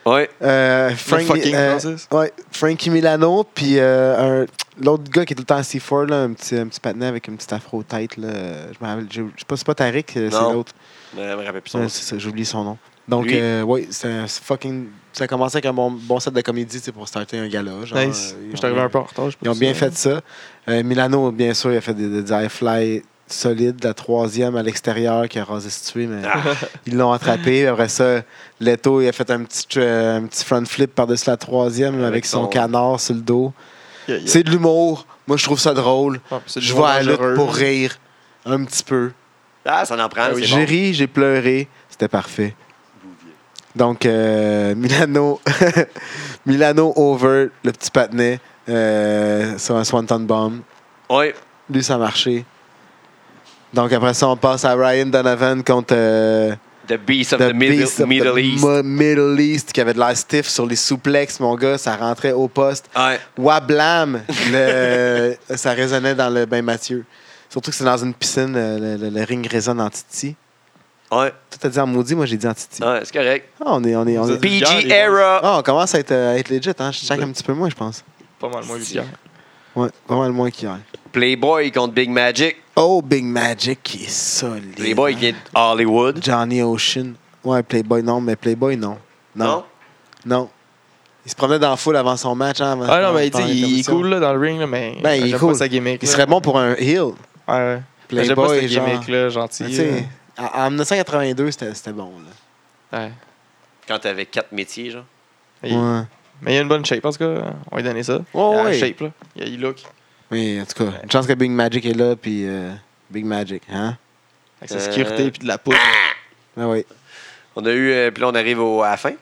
B: Oui,
C: Euh, Frank-
A: fucking
C: euh,
A: Francis.
C: ouais, Frankie Milano, puis euh, un- l'autre gars qui est tout le temps à C4, là, un petit, un petit patinet avec une petite afro-tête. là, euh, Je me rappelle- je- je sais pas, c'est pas Tariq, euh, c'est
B: Non.
C: l'autre.
B: Euh, je me rappelle plus son
C: Ouais,
B: nom.
C: c'est ça, J'oublie son nom. Donc,
B: Lui.
C: euh, ouais, c'est un c'est fucking. Ça a commencé avec un bon, bon set de comédie tu sais, pour starter un gala. Genre,
A: Nice.
C: euh, ils
A: Je
C: ont
A: suis arrivé
C: bien-
A: un peu en retard. je
C: Ils ont
A: pense.
C: bien fait ça. Euh, Milano, bien sûr, il a fait des, des, des high fly solides. La troisième à l'extérieur qui a rasé ce tué, mais
B: Ah.
C: ils l'ont attrapé. Après ça, Leto, il a fait un petit, euh, un petit front flip par-dessus la troisième avec,
B: Avec
C: son...
B: son-
C: canard sur le dos.
A: Yeah, yeah.
C: C'est de l'humour. Moi, je trouve ça drôle.
A: Ah, puis c'est
C: Je
A: du monde
C: vois à la lutte
A: dangereux.
C: pour rire un petit peu.
B: Ah, ça en prend, c'est
C: J'ai
B: bon.
C: ri, j'ai pleuré. C'était parfait. Donc, euh, Milano, Milano over le petit patinet euh, sur un Swanton Bomb.
B: Oui,
C: Lui, ça a marché. Donc, après ça, on passe à Ryan Donovan contre euh,
B: The Beast of the, Middle,
C: Beast of
B: Middle
C: the
B: East.
C: Mo- Middle East qui avait de l'air stiff sur les souplexes, mon gars. Ça rentrait au poste.
B: Ouais.
C: Wablam! Le- ça résonnait dans le bain Mathieu. Surtout que c'est dans une piscine, euh, le, le- le ring résonne en titi.
B: Ouais,
C: Tout a dit en maudit, moi j'ai dit en titi.
B: ouais, c'est correct.
C: Ah, on est, on est, on
A: Vous
C: est-
A: êtes- vulgaire, les
B: PG
A: gars.
B: Era.
C: Ah, on commence à être, euh, à être legit, hein. Je check un petit peu moins, je pense.
A: Pas mal moins vulgaire.
C: Ouais, pas mal moins qu'hier.
B: Playboy contre Big Magic.
C: Oh, Big Magic qui est solide.
B: Playboy
C: hein.
B: qui est de Hollywood.
C: Johnny Ocean. Ouais, Playboy, non, mais Playboy, non. Non.
B: Non?
C: Non. Il se promenait dans la foule avant son match. Hein, avant-
A: Ah non, mais tu
C: pendant
A: sais,
C: les
A: il est
C: commissions.
A: cool là, dans le ring, là, mais
C: Ben, il est
A: j'aime
C: cool.
A: pas sa gimmick.
C: Il
A: là.
C: serait bon pour un heel.
A: Ouais, ouais. Mais J'aime pas sa
C: Playboy, genre. Ah, Ben,
A: gimmick, là,
C: Tu
A: gentil.
C: sais, en en 1982, c'était c'était bon. Là.
A: euh, ouais.
B: Quand t'avais quatre métiers, genre.
A: Il-
C: Ouais.
A: Mais il a une bonne shape, en tout cas. On va lui donner ça.
C: Ouais,
A: il a la
C: ouais.
A: Ah, shape, là. Il, a- il look.
C: Mais en tout cas, une chance que Big Magic est là, puis euh, Big Magic, hein?
A: Avec sa
B: Euh.
A: sécurité et de la poudre.
C: Ben oui.
B: On a eu. euh, puis là, on arrive au, à la fin.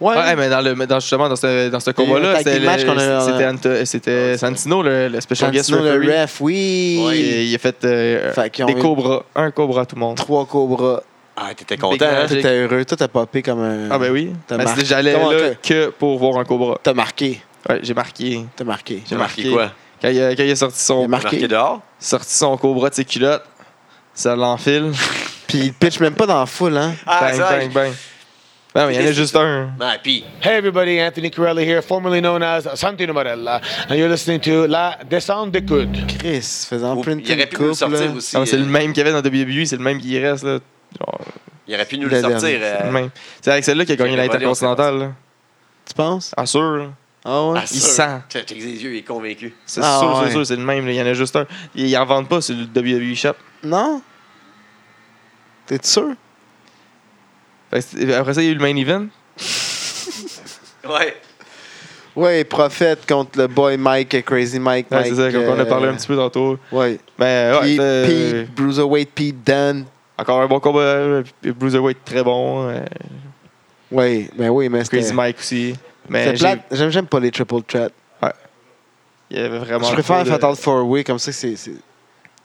A: Ouais, mais dans le, mais dans, justement, dans ce, dans ce
C: le
A: combat-là,
C: tag team
A: c'était le-
C: match qu'on a-
A: c'était Anta- c'était Santino, le, le special guest
C: Santino,
A: referee.
C: le ref, oui!
A: Il, il a fait, euh,
C: Fait qu'ils ont
A: des
C: eu-
A: cobras, un cobra à tout le monde.
C: Trois cobras.
B: Ah, t'étais content, hein?
A: Magic.
C: T'étais heureux. Toi, t'as popé comme un.
A: Ah, ben oui.
C: T'as
A: Ben,
C: marqué.
A: c'est- J'allais
C: Comment
A: là que pour voir un cobra.
C: T'as marqué.
A: Ouais, j'ai marqué.
C: T'as marqué.
A: J'ai
B: T'as
A: marqué.
B: marqué quoi?
A: Quand il, a, quand il a sorti
C: T'as
A: son,
C: marqué.
B: Marqué dehors?
A: sorti son cobra de ses culottes, ça l'enfile.
C: Puis il pitch même pas dans la foule, hein.
A: bang, bang, bang. Ben, mais il y en a juste un.
B: Ah, puis,
F: Hey everybody, Anthony Corelli here, formerly known as Santino Marella, and you're listening to La Descente de Coude.
C: Chris, faisant
B: il
C: plein de
B: aurait pu nous le sortir aussi.
A: Ah, mais c'est le
B: euh,
A: même qu'il y avait dans WWE, c'est le même qui reste. Là. Genre,
B: Il aurait pu nous
C: Le
B: le sortir.
C: dernier,
A: c'est
B: euh,
A: le même. C'est avec celle-là qu'il a gagné
B: J'avais volé,
A: l'intercontinental. là.
C: Tu penses?
A: Ah, sûr. là.
C: Ah ouais?
B: ah,
A: il
B: sûr.
A: sent.
B: Check check ses yeux, il est convaincu.
A: C'est
C: Ah,
A: sûr,
C: ouais.
A: c'est sûr, c'est le même. là. Il y en a juste un. Ils ils en vendent pas sur le WWE Shop.
C: Non? T'es sûr?
A: Fait que c'est- Après ça, il y a eu le main event.
B: Ouais.
C: Ouais, Prophète contre le boy Mike, et Crazy Mike.
A: Ouais,
C: Mike,
A: c'est ça, comme on a parlé
C: euh,
A: un petit peu tantôt.
C: Ouais.
A: Mais ouais, euh,
C: Pete,
A: c'est-
C: Pete, Bruiserweight, Pete Dunne.
A: encore un bon combat. euh, Bruiserweight, très bon. euh,
C: Ouais, ben oui, mais c'était.
A: Crazy Mike aussi. Mais
C: C'était
A: j'ai-
C: plate. J'aime j'aime pas les triple threats.
A: il y avait vraiment.
C: Je préfère un
A: trop de-
C: Fatal Four Way, comme ça, c'est. c'est-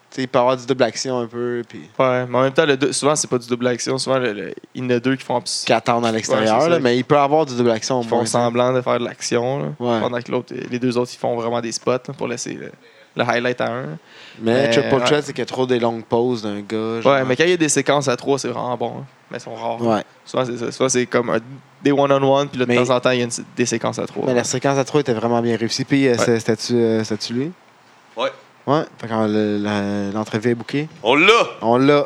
C: Tu sais, il peut avoir du double action un peu, puis.
A: Ouais, mais en même temps, le deux- souvent, c'est pas du double action. Souvent, le- le- il y en a deux qui font, abs-
C: qui attendent à
A: Ouais,
C: l'extérieur,
A: c'est
C: là,
A: ça.
C: mais il peut avoir du double action au
A: qui font
C: moins.
A: semblant de faire de l'action. là.
C: Ouais.
A: Pendant que l'autre, les deux autres, ils font vraiment des spots là, pour laisser le, le highlight à un.
C: Mais
A: Mais,
C: triple
A: ouais.
C: threat, c'est qu'il y a trop des longues pauses d'un gars. genre.
A: Ouais, mais quand il y a des séquences à trois, c'est vraiment bon. hein. Mais elles sont rares.
C: Ouais.
A: Souvent, c'est ça. Souvent, c'est comme un- des one-on-one, puis là, de
C: Mais-
A: temps en temps, il y a une- des séquences à trois.
C: Mais la séquence à trois était vraiment bien réussie. Puis, euh, c'est- c'était-tu euh, c'était-tu lui?
B: Ouais.
C: Ouais. Fait quand l'entrevue est bouquée,
B: On l'a!
C: on l'a.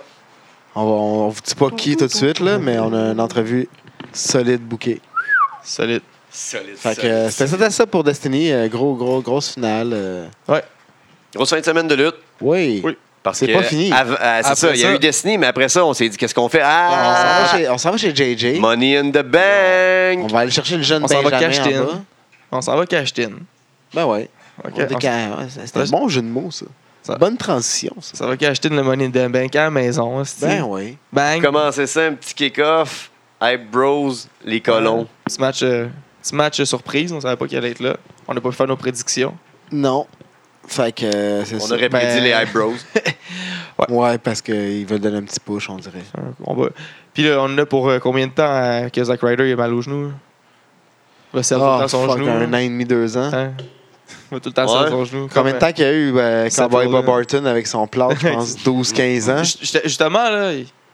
C: On, va- on vous dit pas qui tout de suite, là, mais on a une entrevue solide bouquée.
A: Solide.
B: Solide,
C: Fait que
B: solide.
C: euh, c'était c'était ça pour Destiny. euh, gros, gros, grosse finale. euh.
B: Grosse fin de semaine de lutte.
C: Oui.
A: Oui.
B: Parce
C: C'est
B: que
C: pas fini.
B: av- euh,
A: Après
B: c'est ça, il y
A: ça-
B: a eu Destiny, mais après ça, on s'est dit qu'est-ce qu'on fait?
C: On s'en va
B: Ah!
C: chez- On s'en va chez JJ.
B: Money in the
C: On
B: bank!
C: va aller chercher le jeune
A: On s'en va
C: Benjamin
A: cash
C: en
A: in.
C: bas.
A: On s'en va cash in.
C: Ben ouais.
A: OK?
C: On était
A: On s-
C: ca- ouais, C'était un
A: Ça-
C: bon jeu de mots, ça.
A: Ça-
C: Bonne transition, ça.
A: Ça va cash in le money de bank à la maison. hostie.
C: Ben oui.
A: Bang.
B: Commencez ça, un petit kick-off. Hype Bros, les colons.
A: Petit match, euh, petit match euh, surprise. On savait pas qu'il allait être là. On n'a pas pu faire nos prédictions.
C: Non. Fait que euh, c'est
B: On
C: ça.
B: aurait
A: ben-
B: prédit les Hype Bros.
C: Ouais, parce qu'ils veulent donner un petit push, on dirait.
A: Euh, On va... Puis là, on en a pour euh, combien de temps euh, que Zack Ryder il a mal au genou? là? Il va servir
C: Ah,
A: dans son
C: fuck,
A: genou.
C: un an
A: là.
C: et demi, deux ans.
A: Hein? Il va tout le temps
B: Ouais.
A: servir son genou.
C: Combien de temps qu'il y a eu euh,
A: Ça
C: Cowboy
A: tourne,
C: Bob
A: là.
C: Barton avec son plâtre, je pense, 12-15 ans?
A: Ju- ju- euh, Justement, là,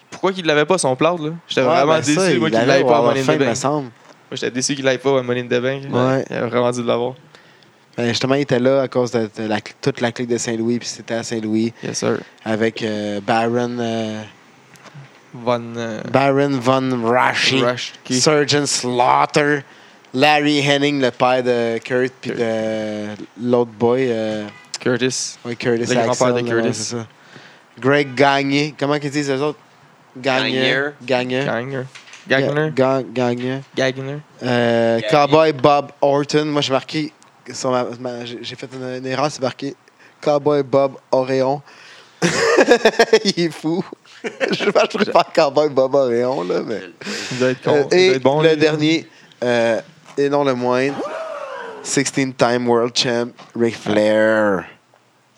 A: pourquoi qu'il l'avait pas son plâtre? là? J'étais
C: Ouais,
A: vraiment
C: ben
A: déçu,
C: ça,
A: moi,
C: il
A: qu'il
C: allait
A: l'avait pas à
C: avoir
A: Money in
C: faim,
A: the
C: me
A: Bank.
C: semble.
A: Moi, j'étais déçu qu'il n'aille pas à Money in the Bank.
C: Ouais.
A: Il avait vraiment dû l'avoir.
C: Ben, justement, il était là à cause de, de la- toute la clique de Saint-Louis, puis c'était à Saint-Louis
A: Yes, sir.
C: avec euh, Baron, euh,
A: Von euh,
C: Baron Von Rashi,
A: Rush. qui-
C: Surgeon Slaughter, Larry Henning, le père de Kurt, puis
A: Kurt. Euh.
C: de l'autre boy. euh,
A: Curtis.
C: Oui, Curtis
A: Le grand-père
C: Axel,
A: de
C: là,
A: Curtis.
C: ouais, c'est ça. Greg Gagné. Comment qu'ils disent les autres? Gagné. Gagné.
A: Gagner.
C: Gagné.
A: Gagner.
C: Gagné.
A: Gagner.
C: Euh,
B: Gagné.
C: Cowboy Bob Orton. Moi, j'ai marqué. sur ma- ma- j'ai j'ai fait une, une erreur, c'est marqué Cowboy Bob Oréon. Il est fou. je sais pas, je préfère Cowboy Bob Oréon, là, mais.
A: Il doit être
C: Euh,
A: con. il doit
C: et
A: être bon,
C: le
A: lui.
C: dernier, euh, et non le moindre, 16-time World Champ, Ric Flair.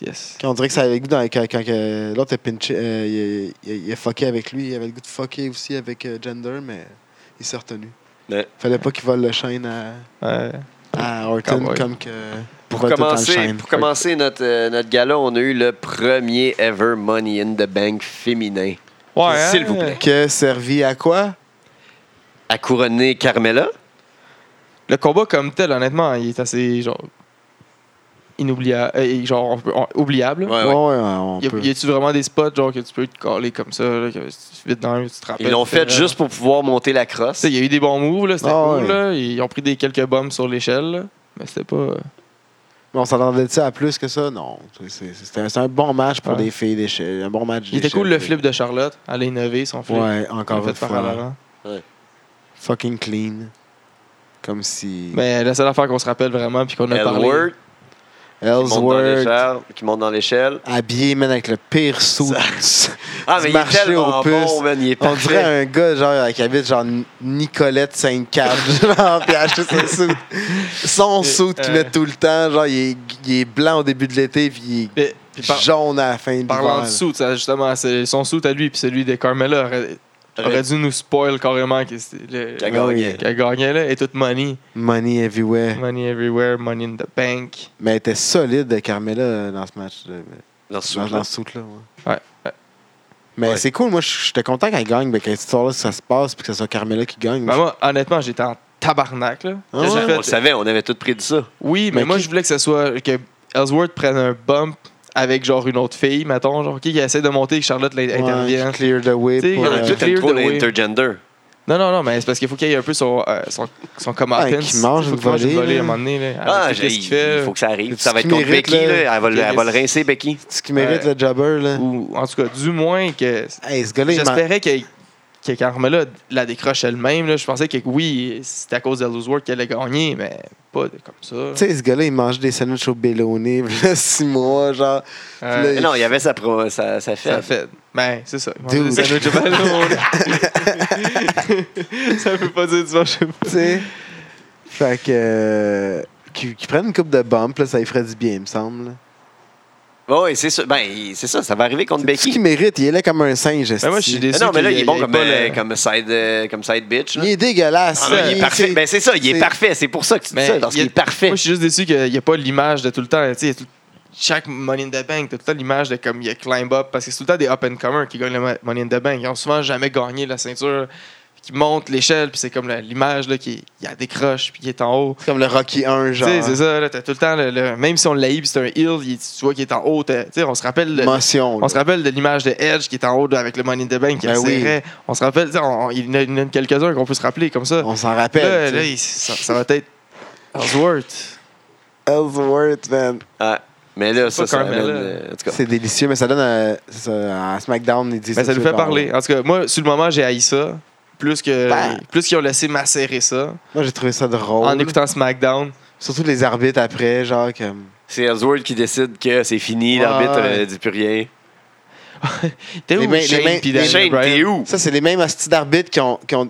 A: Yes.
C: Quand on dirait que ça avait le goût dans, quand, quand, euh, l'autre a pinché, euh, il, a- il a- il a fucké avec lui, il avait le goût de fucker aussi avec euh, Gender, mais il s'est retenu.
B: Ouais.
C: Fallait pas qu'il vole le chaîne à,
A: Ouais.
C: à Orton
A: Cowboy.
C: comme que.
B: Pour
C: vole tout le temps le
B: commencer,
C: chaîne.
B: pour commencer notre, euh, notre gala, on a eu le premier ever Money in the Bank féminin.
A: Ouais,
B: S'il
A: hein?
B: vous plaît.
C: Que servi à quoi
B: À couronner Carmela.
A: Le combat comme tel, honnêtement, il est assez genre inoubliable, euh, genre on peut- on- oubliable.
B: Ouais, ouais.
C: on
A: Y a-
C: peut.
A: Y a-tu vraiment des spots genre que tu peux te coller comme ça, là, que tu- vite dans un, tu te rappelles.
B: Ils l'ont
A: c'est
B: fait
A: vrai.
B: juste pour pouvoir monter la
A: Tu
B: crosse.
A: sais, Il y a eu des bons moves, là, c'était
C: Ah,
A: cool.
C: ouais.
A: Là. Ils ont pris des quelques bombes sur l'échelle, là, mais c'était pas. euh,
C: Mais on s'attendait ça à plus que ça Non. C'est- c'est- C'était un, un bon match pour
A: Ouais.
C: des filles d'échelle. Un bon match
A: Il était
C: d'échelle.
A: cool le flip de Charlotte, elle a innové son flip.
C: Ouais,
A: Elle l'a
C: encore
A: fait
C: une
A: par
C: fois.
A: en avant.
C: Fucking clean. Comme si.
A: Mais Ben, la seule affaire qu'on se rappelle vraiment puis qu'on a parlé.
B: Elworth, qui monte dans
C: Ellsworth,
B: l'échelle- qui monte dans l'échelle.
C: habillé, man, avec le pire saut.
B: Ah,
C: Du
B: mais il est
C: marché
B: tellement
C: aux puces.
B: bon, man. Il est
C: On
B: parfait.
C: dirait un gars genre qui habite genre N- Nicolette Sainte-Cab, genre, puis acheter son soute. Son
A: Et,
C: soute qu'il
A: euh,
C: met tout le temps, genre il est, il est blanc au début de l'été, puis il
A: Mais- puis
C: est
A: par-
C: jaune à la fin de
A: parlant de
C: l'hiver.
A: suit, ça, justement, c'est son suit à lui puis celui de Carmella. aurait- aurait dû nous spoil carrément que c'était le-
B: Qui a
C: Ah oui.
B: gagné.
A: qu'elle gagnait là, et toute money.
C: Money everywhere.
A: Money everywhere, money in the bank.
C: Mais elle était solide, Carmela, dans ce match. là.
B: Dans
C: Dans,
B: ce
C: dans ce là ouais.
A: Ouais, ouais.
C: Mais
B: Ouais.
C: c'est cool, moi, je- j'étais content qu'elle gagne, mais qu'elle histoire là ça se passe, puis que ce soit Carmela qui gagne.
A: Ben, moi, honnêtement, j'étais en tabarnak. Là.
C: Ah
A: J'ai
C: ouais?
A: fait-
B: On le savait, on avait tout prédit ça.
A: Oui, mais,
C: Mais
A: moi,
C: qui-
A: je voulais que ce soit. que Ellsworth prenne un bump avec genre une autre fille, mettons, genre, qui qui essaie de monter et que Charlotte l'in-
C: Ouais,
A: intervienne.
C: clear the way
A: T'sais,
C: pour,
A: il y en a
C: euh,
A: tout
B: Toi, t'aimes
A: Clear
B: trop
A: the way.
B: l'intergender.
A: Non, non, non, mais c'est parce qu'il faut qu'il y ait un peu son, euh, son, son comeuppance.
C: Ouais, Ah, qu'il mange
A: Il faut
C: une
A: qu'il mange
C: volée, là.
A: à un moment donné. Là.
B: Ah,
A: Arrêtez,
B: j'ai-
A: qu'est-ce qu'il fait
B: il faut que ça
C: Le
B: arrive. Ça va
C: petit
B: être contre
C: mérite,
B: Becky,
C: là.
B: là. Elle va le- elle va le rincer, Becky.
C: ce qui mérite
A: Ouais.
C: le jobber, là.
A: Ou en tout cas, du moins que.
C: Hey, ce gars-là, il m'a-
A: J'espérais que, que Carmela la décroche elle-même. là. Je pensais que oui, c'était à cause de World qu'elle a gagné, mais pas de- comme ça.
C: Tu sais, ce gars-là, il mange des sandwichs au Belloni, là, six mois, genre.
A: Euh,
C: Puis là,
B: Mais non, il y avait sa, pro, sa,
A: Ça
B: sa fête.
A: fait. Ben, c'est ça.
C: Dude.
A: Ça veut dire- ça veut pas dire dimanche.
C: Tu sais. Fait que. euh, qu'il qu'il prenne une coupe de bump, là, ça lui ferait du bien, il me semble. là.
B: Oui, c'est ça. Ben, il- c'est ça, ça va arriver contre
C: C'est tout ce
B: Becky.
C: qu'il mérite, il est là comme un singe.
A: Ben, moi, je suis
C: esti.
A: déçu.
B: Ah non, mais là,
A: qu'il
B: il est
A: y
B: bon
A: ait
B: comme,
A: pas
B: euh,
A: le-
B: comme, side, euh, comme side bitch. là.
C: Il est dégueulasse.
B: Ah non, il est
C: c'est-
B: parfait. Ben, c'est ça, il est,
C: c'est-
B: parfait. C'est pour ça que tu dis
A: Mais
B: ça, parce
A: il y a-
B: qu'il est parfait.
A: Moi, je suis juste déçu qu'il n'y a pas l'image de tout le temps. Tu sais, il y a tout- Chaque Money in the Bank, t'as tout le temps l'image de comme il y a Climb Up, parce que c'est tout le temps des up and comers qui gagnent le Mo- Money in the Bank. Ils ont souvent jamais gagné la ceinture, qui monte l'échelle, puis c'est comme la- l'image là, qui il la décroche, puis qui est en haut.
C: C'est comme le Rocky 1,
A: Tu
C: genre.
A: sais, c'est ça, là, t'as tout le temps, le, le- même si on l'haït, puis c'est un heel, il- tu vois qu'il est en haut. t'as- Tu sais, on se rappelle le-
C: Motion.
A: on se rappelle de l'image de Edge qui est en haut de- avec le Money in the Bank qui
C: Ben oui.
A: serrait. On se rappelle, tu sais, on- on- il y en a- il y en a quelques-uns qu'on peut se rappeler comme ça.
C: On s'en
A: Là,
C: rappelle.
A: là,
C: tu sais.
A: il- ça, ça va être Ellsworth.
C: Ellsworth, man.
B: Ah, mais là, ça,
A: pas
B: ça
A: Carmella.
B: amène, euh, en tout cas.
C: C'est délicieux, mais ça donne à, c'est ça, à SmackDown, ils disent
A: Mais Ben, ça
C: tout
A: nous
C: de
A: fait
C: suite,
A: parler. En tout cas, moi, sur le moment, j'ai haï ça. Plus que
C: Ben.
A: plus qu'ils ont laissé macérer ça
C: genre. Moi, j'ai trouvé ça drôle.
A: en écoutant SmackDown.
C: Surtout les arbitres après, genre, comme.
B: C'est Ellsworth qui décide que c'est fini,
C: Ouais.
B: l'arbitre ne dit plus rien.
A: T'es
C: Les
A: où,
C: mains- les mains-
A: Shane pis
C: les
A: Daniel
B: Shane,
A: Bryan?
B: t'es où?
C: Ça, c'est les mêmes astis d'arbitres qui ont, qui, ont,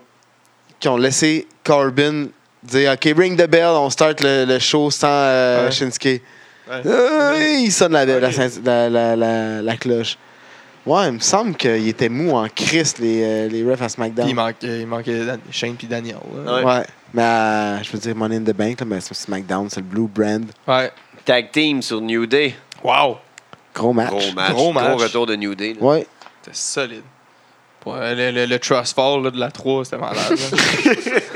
C: qui ont laissé Corbin dire OK, ring the bell, on start le, le show sans euh,
A: Ouais.
C: Shinsuke.
A: Ouais.
C: Euh, il sonne la, la, ceinture- la, la- la- la cloche. Ouais, il me semble qu'il était mou en crise, les, euh, les refs à
A: Pis
C: SmackDown.
A: il, manque, euh, il manquait Dan- Shane puis Daniel. là.
B: Ouais.
C: Ouais. Mais euh, je peux dire Money in the Bank, là, mais c'est SmackDown, c'est le Blue Brand.
A: Ouais.
B: Tag team sur New Day.
A: Wow!
C: Gros match.
B: Gros match.
A: Ah, Gros
B: Gros,
A: match.
B: retour de New Day. là.
C: Ouais.
A: C'était solide. Pour, euh, le, le, le trust fall là, de la 3, c'était malade. là.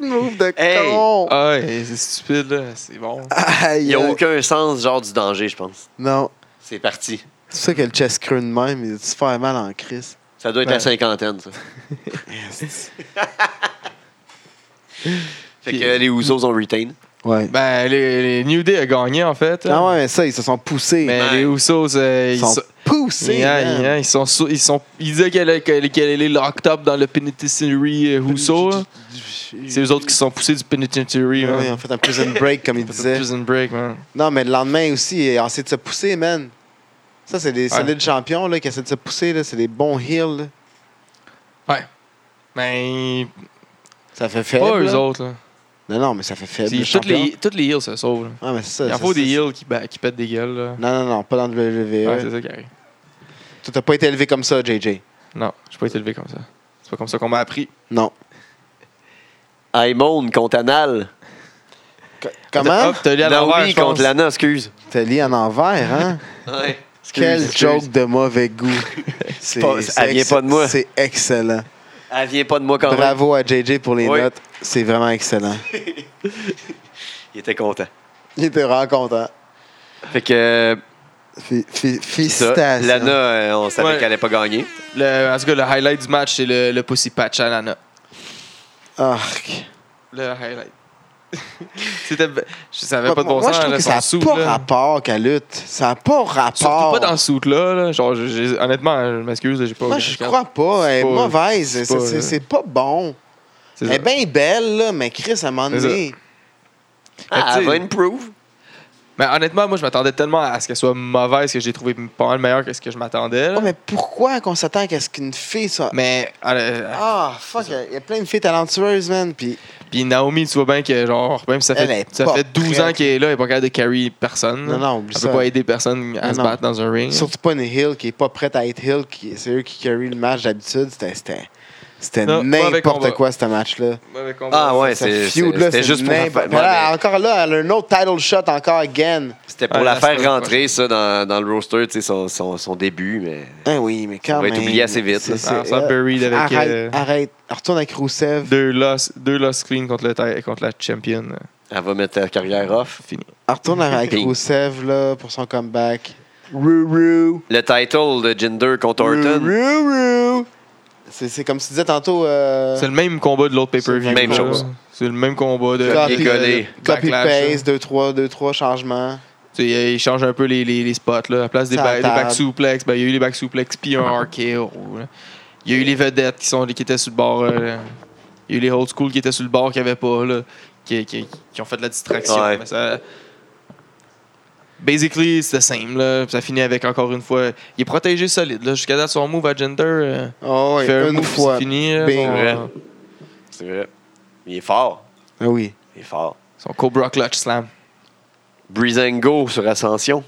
C: Move de
B: Hey.
C: con.
A: ah ouais, c'est stupide, là. C'est bon.
B: Il
C: Aïe,
B: n'y a
A: euh,
C: aïe.
B: aucun sens, genre, du danger, je pense.
C: Non.
B: C'est parti.
C: C'est pour ça que le chest creux de même, il se fait mal en crise.
B: Ça doit être
A: Ouais.
B: la cinquantaine, ça. Fait
A: Puis-
B: que les Usos ont retain.
C: Ouais.
A: Ben, les, les New Day a gagné, en fait.
C: Ah ouais, mais ça, ils se sont poussés.
A: Mais les Usos, euh,
C: ils
A: ils,
C: sont
A: sont,
C: poussés.
A: Yeah,
C: man.
A: yeah, ils sont. sou- Ils sont. Ils disaient qu'elle est- qu'elle est- qu'elle est locked up dans le penitentiary euh, Uso. là. C'est eux autres qui se sont poussés du penitentiary.
C: Ouais,
A: man.
C: ouais, ils ont fait un prison break, comme ils
A: Ils ont fait
C: disaient.
A: Prison break, man.
C: Non, mais le lendemain aussi, ils ont essayé de se pousser, man. Ça, c'est des
A: Ouais.
C: solides champions là, qui essaient de se pousser. là. C'est des bons heels. là.
A: Mais.
C: Ça fait faible.
A: Pas eux
C: là.
A: autres, là.
C: Non, non, mais ça fait faible.
A: C'est-
C: le
A: Toutes
C: champion.
A: les, toutes les heels se sauvent, là.
C: Ah, mais c'est ça.
A: Il en
C: c'est
A: faut
C: ça,
A: des
C: c'est-
A: heels qui, ba- qui pètent des gueules, là.
C: Non, non, non, pas dans le WWE.
A: Ouais, c'est ça qui arrive.
C: Tu t'as pas été élevé comme ça, JJ.
A: Non, j'ai pas été élevé comme ça. C'est pas comme ça qu'on m'a appris.
C: Non.
B: Aimon contre Anal.
C: Comment?
A: Hop, Ah, t'as lu à l'envers,
B: Naomi
A: je pense.
B: contre Lana, excuse.
C: T'as lié en envers, hein?
B: Ouais.
C: Quel joke de mauvais goût. C'est-
B: pas-
C: c'est
B: elle vient
C: ex-
B: pas de moi.
C: C'est excellent.
B: Elle vient pas de moi quand même.
C: Bravo à JJ pour les
B: Oui.
C: notes. C'est vraiment excellent.
B: Il était content.
C: Il était vraiment content.
B: Fait que euh,
C: Fé- fé-
B: ça,
C: Félicitations.
B: Lana, euh, on savait
A: Ouais.
B: qu'elle allait pas gagner.
A: Le, en tout cas, le highlight du match, c'est le, le pussy patch à Lana.
C: Ah. Arc.
A: Le highlight. C'était. Je savais pas de bon
C: Moi,
A: sens,
C: je trouve
A: là,
C: que
A: son
C: ça n'a
A: suit,
C: pas
A: là.
C: rapport qu'elle lutte. Ça n'a pas
A: Surtout
C: rapport.
A: pas dans le suit là, là. Genre, je- j'ai- honnêtement, je m'excuse, là, j'ai pas.
C: Moi, je crois pas. Elle est
A: hein, C'est pas-
C: mauvaise.
A: c'est
C: C'est-
A: pas- euh,
C: C'est c'est pas bon.
A: C'est
C: Elle
A: ça.
C: est bien belle, là, mais Chris, à un moment
A: C'est
C: donné...
B: Ah,
A: tu
B: elle
A: sais-
B: va improve.
A: Mais honnêtement, moi, je m'attendais tellement à ce qu'elle soit mauvaise que j'ai trouvé pas mal meilleur que ce que je m'attendais. là.
C: Oh, mais pourquoi qu'on s'attend à ce qu'une fille soit.
A: Mais, euh,
C: Ah, fuck, il y a plein de filles talentueuses, man. Puis
A: puis Naomi, tu vois bien que, genre, même si ça
C: Elle
A: fait,
C: est
A: ça
C: pas
A: fait 12 ans
C: prête.
A: qu'elle est là, elle n'est pas capable de carry personne.
C: Non, non, oublie
A: Elle peut
C: ça.
A: pas aider personne à
C: Non,
A: se
C: non.
A: battre dans un ring.
C: surtout pas une Hill qui est pas prête à être Hill. Qui... C'est eux qui carry le match d'habitude. C'était- C'était c'était
A: Non, mauvais combat.
C: n'importe quoi, ce match-là.
A: Mauvais combat.
B: Ah ouais,
C: Ce
B: c'est
C: feud-là,
B: c'était juste pour la faire-
C: n'importe- Voilà,
B: ouais, mais
C: Encore là, elle a un autre title shot, encore again.
B: C'était pour
A: Ouais,
B: la
A: la
B: faire
A: semaine
B: rentrer ça dans, dans le roster, tu sais son, son, son début, mais
C: Ah oui, mais quand
B: va
C: même.
B: être oublié assez vite, là.
A: Ah, ça, buried avec,
C: Arrête,
A: euh,
C: arrête. Retourne avec Rousseff.
A: Deux loss, deux loss screen contre, le, ta- contre la champion. euh,
B: elle va mettre la carrière off.
A: Fini.
C: Retourne avec
B: Ping.
C: Rousseff, là, pour son comeback. Ruru.
B: Le title de Jinder contre Orton,
C: Ruru. C'est c'est comme tu disais tantôt. euh,
A: C'est le même combat de l'autre pay-per-view.
C: C'est le
B: même
A: là.
B: chose.
A: C'est le même combat de.
C: Copy-
B: coller.
A: Backlash,
C: Copy-paste, 2-3, 2-3 changements.
A: Tu sais, il change un peu les, les, les spots. Là. À la place des,
C: Ça
A: ba- des
C: tape.
A: back suplex, ben, il y a eu les back suplex puis un RKO. là. Il y a eu les vedettes qui, sont, qui étaient sur le bord. euh, il y a eu les old school qui étaient sur le bord qui n'avaient pas. Là, qui, qui, qui ont fait de la distraction.
B: Ouais.
A: Mais ça- Basically, c'est le same. Là. Puis Ça finit avec encore une fois. Il est protégé solide. là. Jusqu'à date, son move à gender. euh,
C: Oh,
A: il
C: oui,
A: fait un
C: une
A: move,
C: fois.
A: c'est fini. là.
C: Bing.
A: Son,
B: Vrai.
A: euh,
B: c'est vrai. Il est fort,
C: Ah oui.
B: il est fort.
A: son Cobra Clutch Slam.
B: Breezango sur Ascension.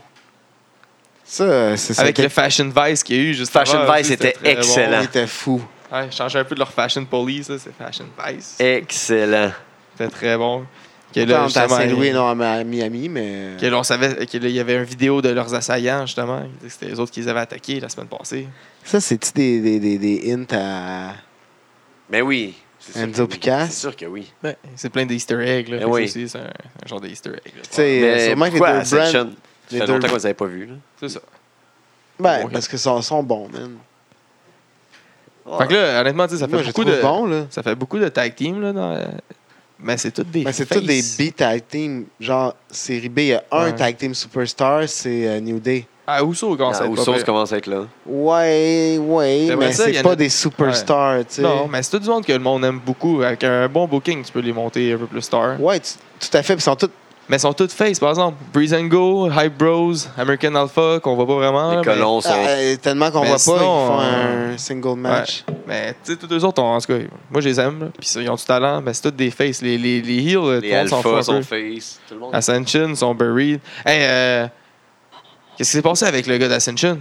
C: Ça, c'est ça.
A: Avec
C: qui-
A: le Fashion Vice qu'il y a eu juste
B: Fashion
A: avant,
B: Vice
A: aussi,
B: était
A: très bon.
B: excellent.
C: Il était fou.
A: Ouais, changer un peu de leur Fashion Police, là, c'est Fashion Vice.
B: Excellent.
A: C'était très bon. Que
C: Tant
A: là,
C: à Saint-Louis,
A: justement,
C: non à Miami, mais.
A: que là, on savait qu'il y avait une vidéo de leurs assaillants, justement. Ils disaient que C'était les autres qui les avaient attaqués la semaine passée.
C: Ça, c'est-tu des, des, des, des hints à.
B: Mais oui. c'est sûr
C: Enzo
B: que oui.
C: Picasso.
B: C'est sûr que oui.
A: Ouais, c'est plein d'Easter eggs. Là,
B: Eh
C: Ben
A: Fait que
B: oui.
A: ça aussi, c'est un, un genre d'Easter egg. là.
C: Tu sais,
B: Mais
C: euh, sûrement que les
B: pourquoi
C: deux brands.
B: Ascension? Ça fait
C: les deux
B: longtemps
C: brands-
B: qu'on ne les avait pas vus. Là.
A: C'est ça.
C: Ben,
A: Ouais.
C: parce que sont, sont bons, man.
A: Fait que là, honnêtement, tu sais, ça fait
C: Moi, je les
A: beaucoup
C: trouve
A: de.
C: bons, là.
A: Ça fait beaucoup de tag team. Là, dans, euh, Mais c'est toutes des.
C: Ben, c'est tous des
A: faces.
C: B tag team. Genre, série B, il y a un
A: Ouais.
C: tag team superstar, c'est euh, New Day.
A: Ah, Ousso commence à
B: Ah,
A: être
B: Usos
A: pas pire.
B: commence à être là.
C: Ouais, ouais,
A: J'aimerais
C: mais
A: ça, il y en
C: c'est
A: a-
C: pas des superstars, tu sais.
A: Non, mais c'est tout du monde que le monde aime beaucoup. Avec un bon booking, tu peux les monter un peu plus tard.
C: Ouais, tu- tout à fait. Puis ils sont tous.
A: Mais ils sont toutes face, par exemple. Breeze and Go, Hype Bros, American Alpha, qu'on voit pas vraiment.
B: Les
A: là, mais-
B: colons sont.
C: Ah, euh, tellement qu'on
A: Mais
C: voit pas,
A: sinon,
C: ils font
A: euh,
C: un single match.
A: Mais tu sais, tous les autres, en tout cas, moi je les aime, là. puis ça, ils ont du talent, mais c'est toutes des faces. Les, les, les heels, euh, tout
B: les
A: le monde s'en fout
B: alphas
A: un
B: sont Ah,
A: peu.
B: face. Tout le monde.
A: Ascension, sont buried. Hey, euh, qu'est-ce qui s'est passé avec le gars d'Ascension?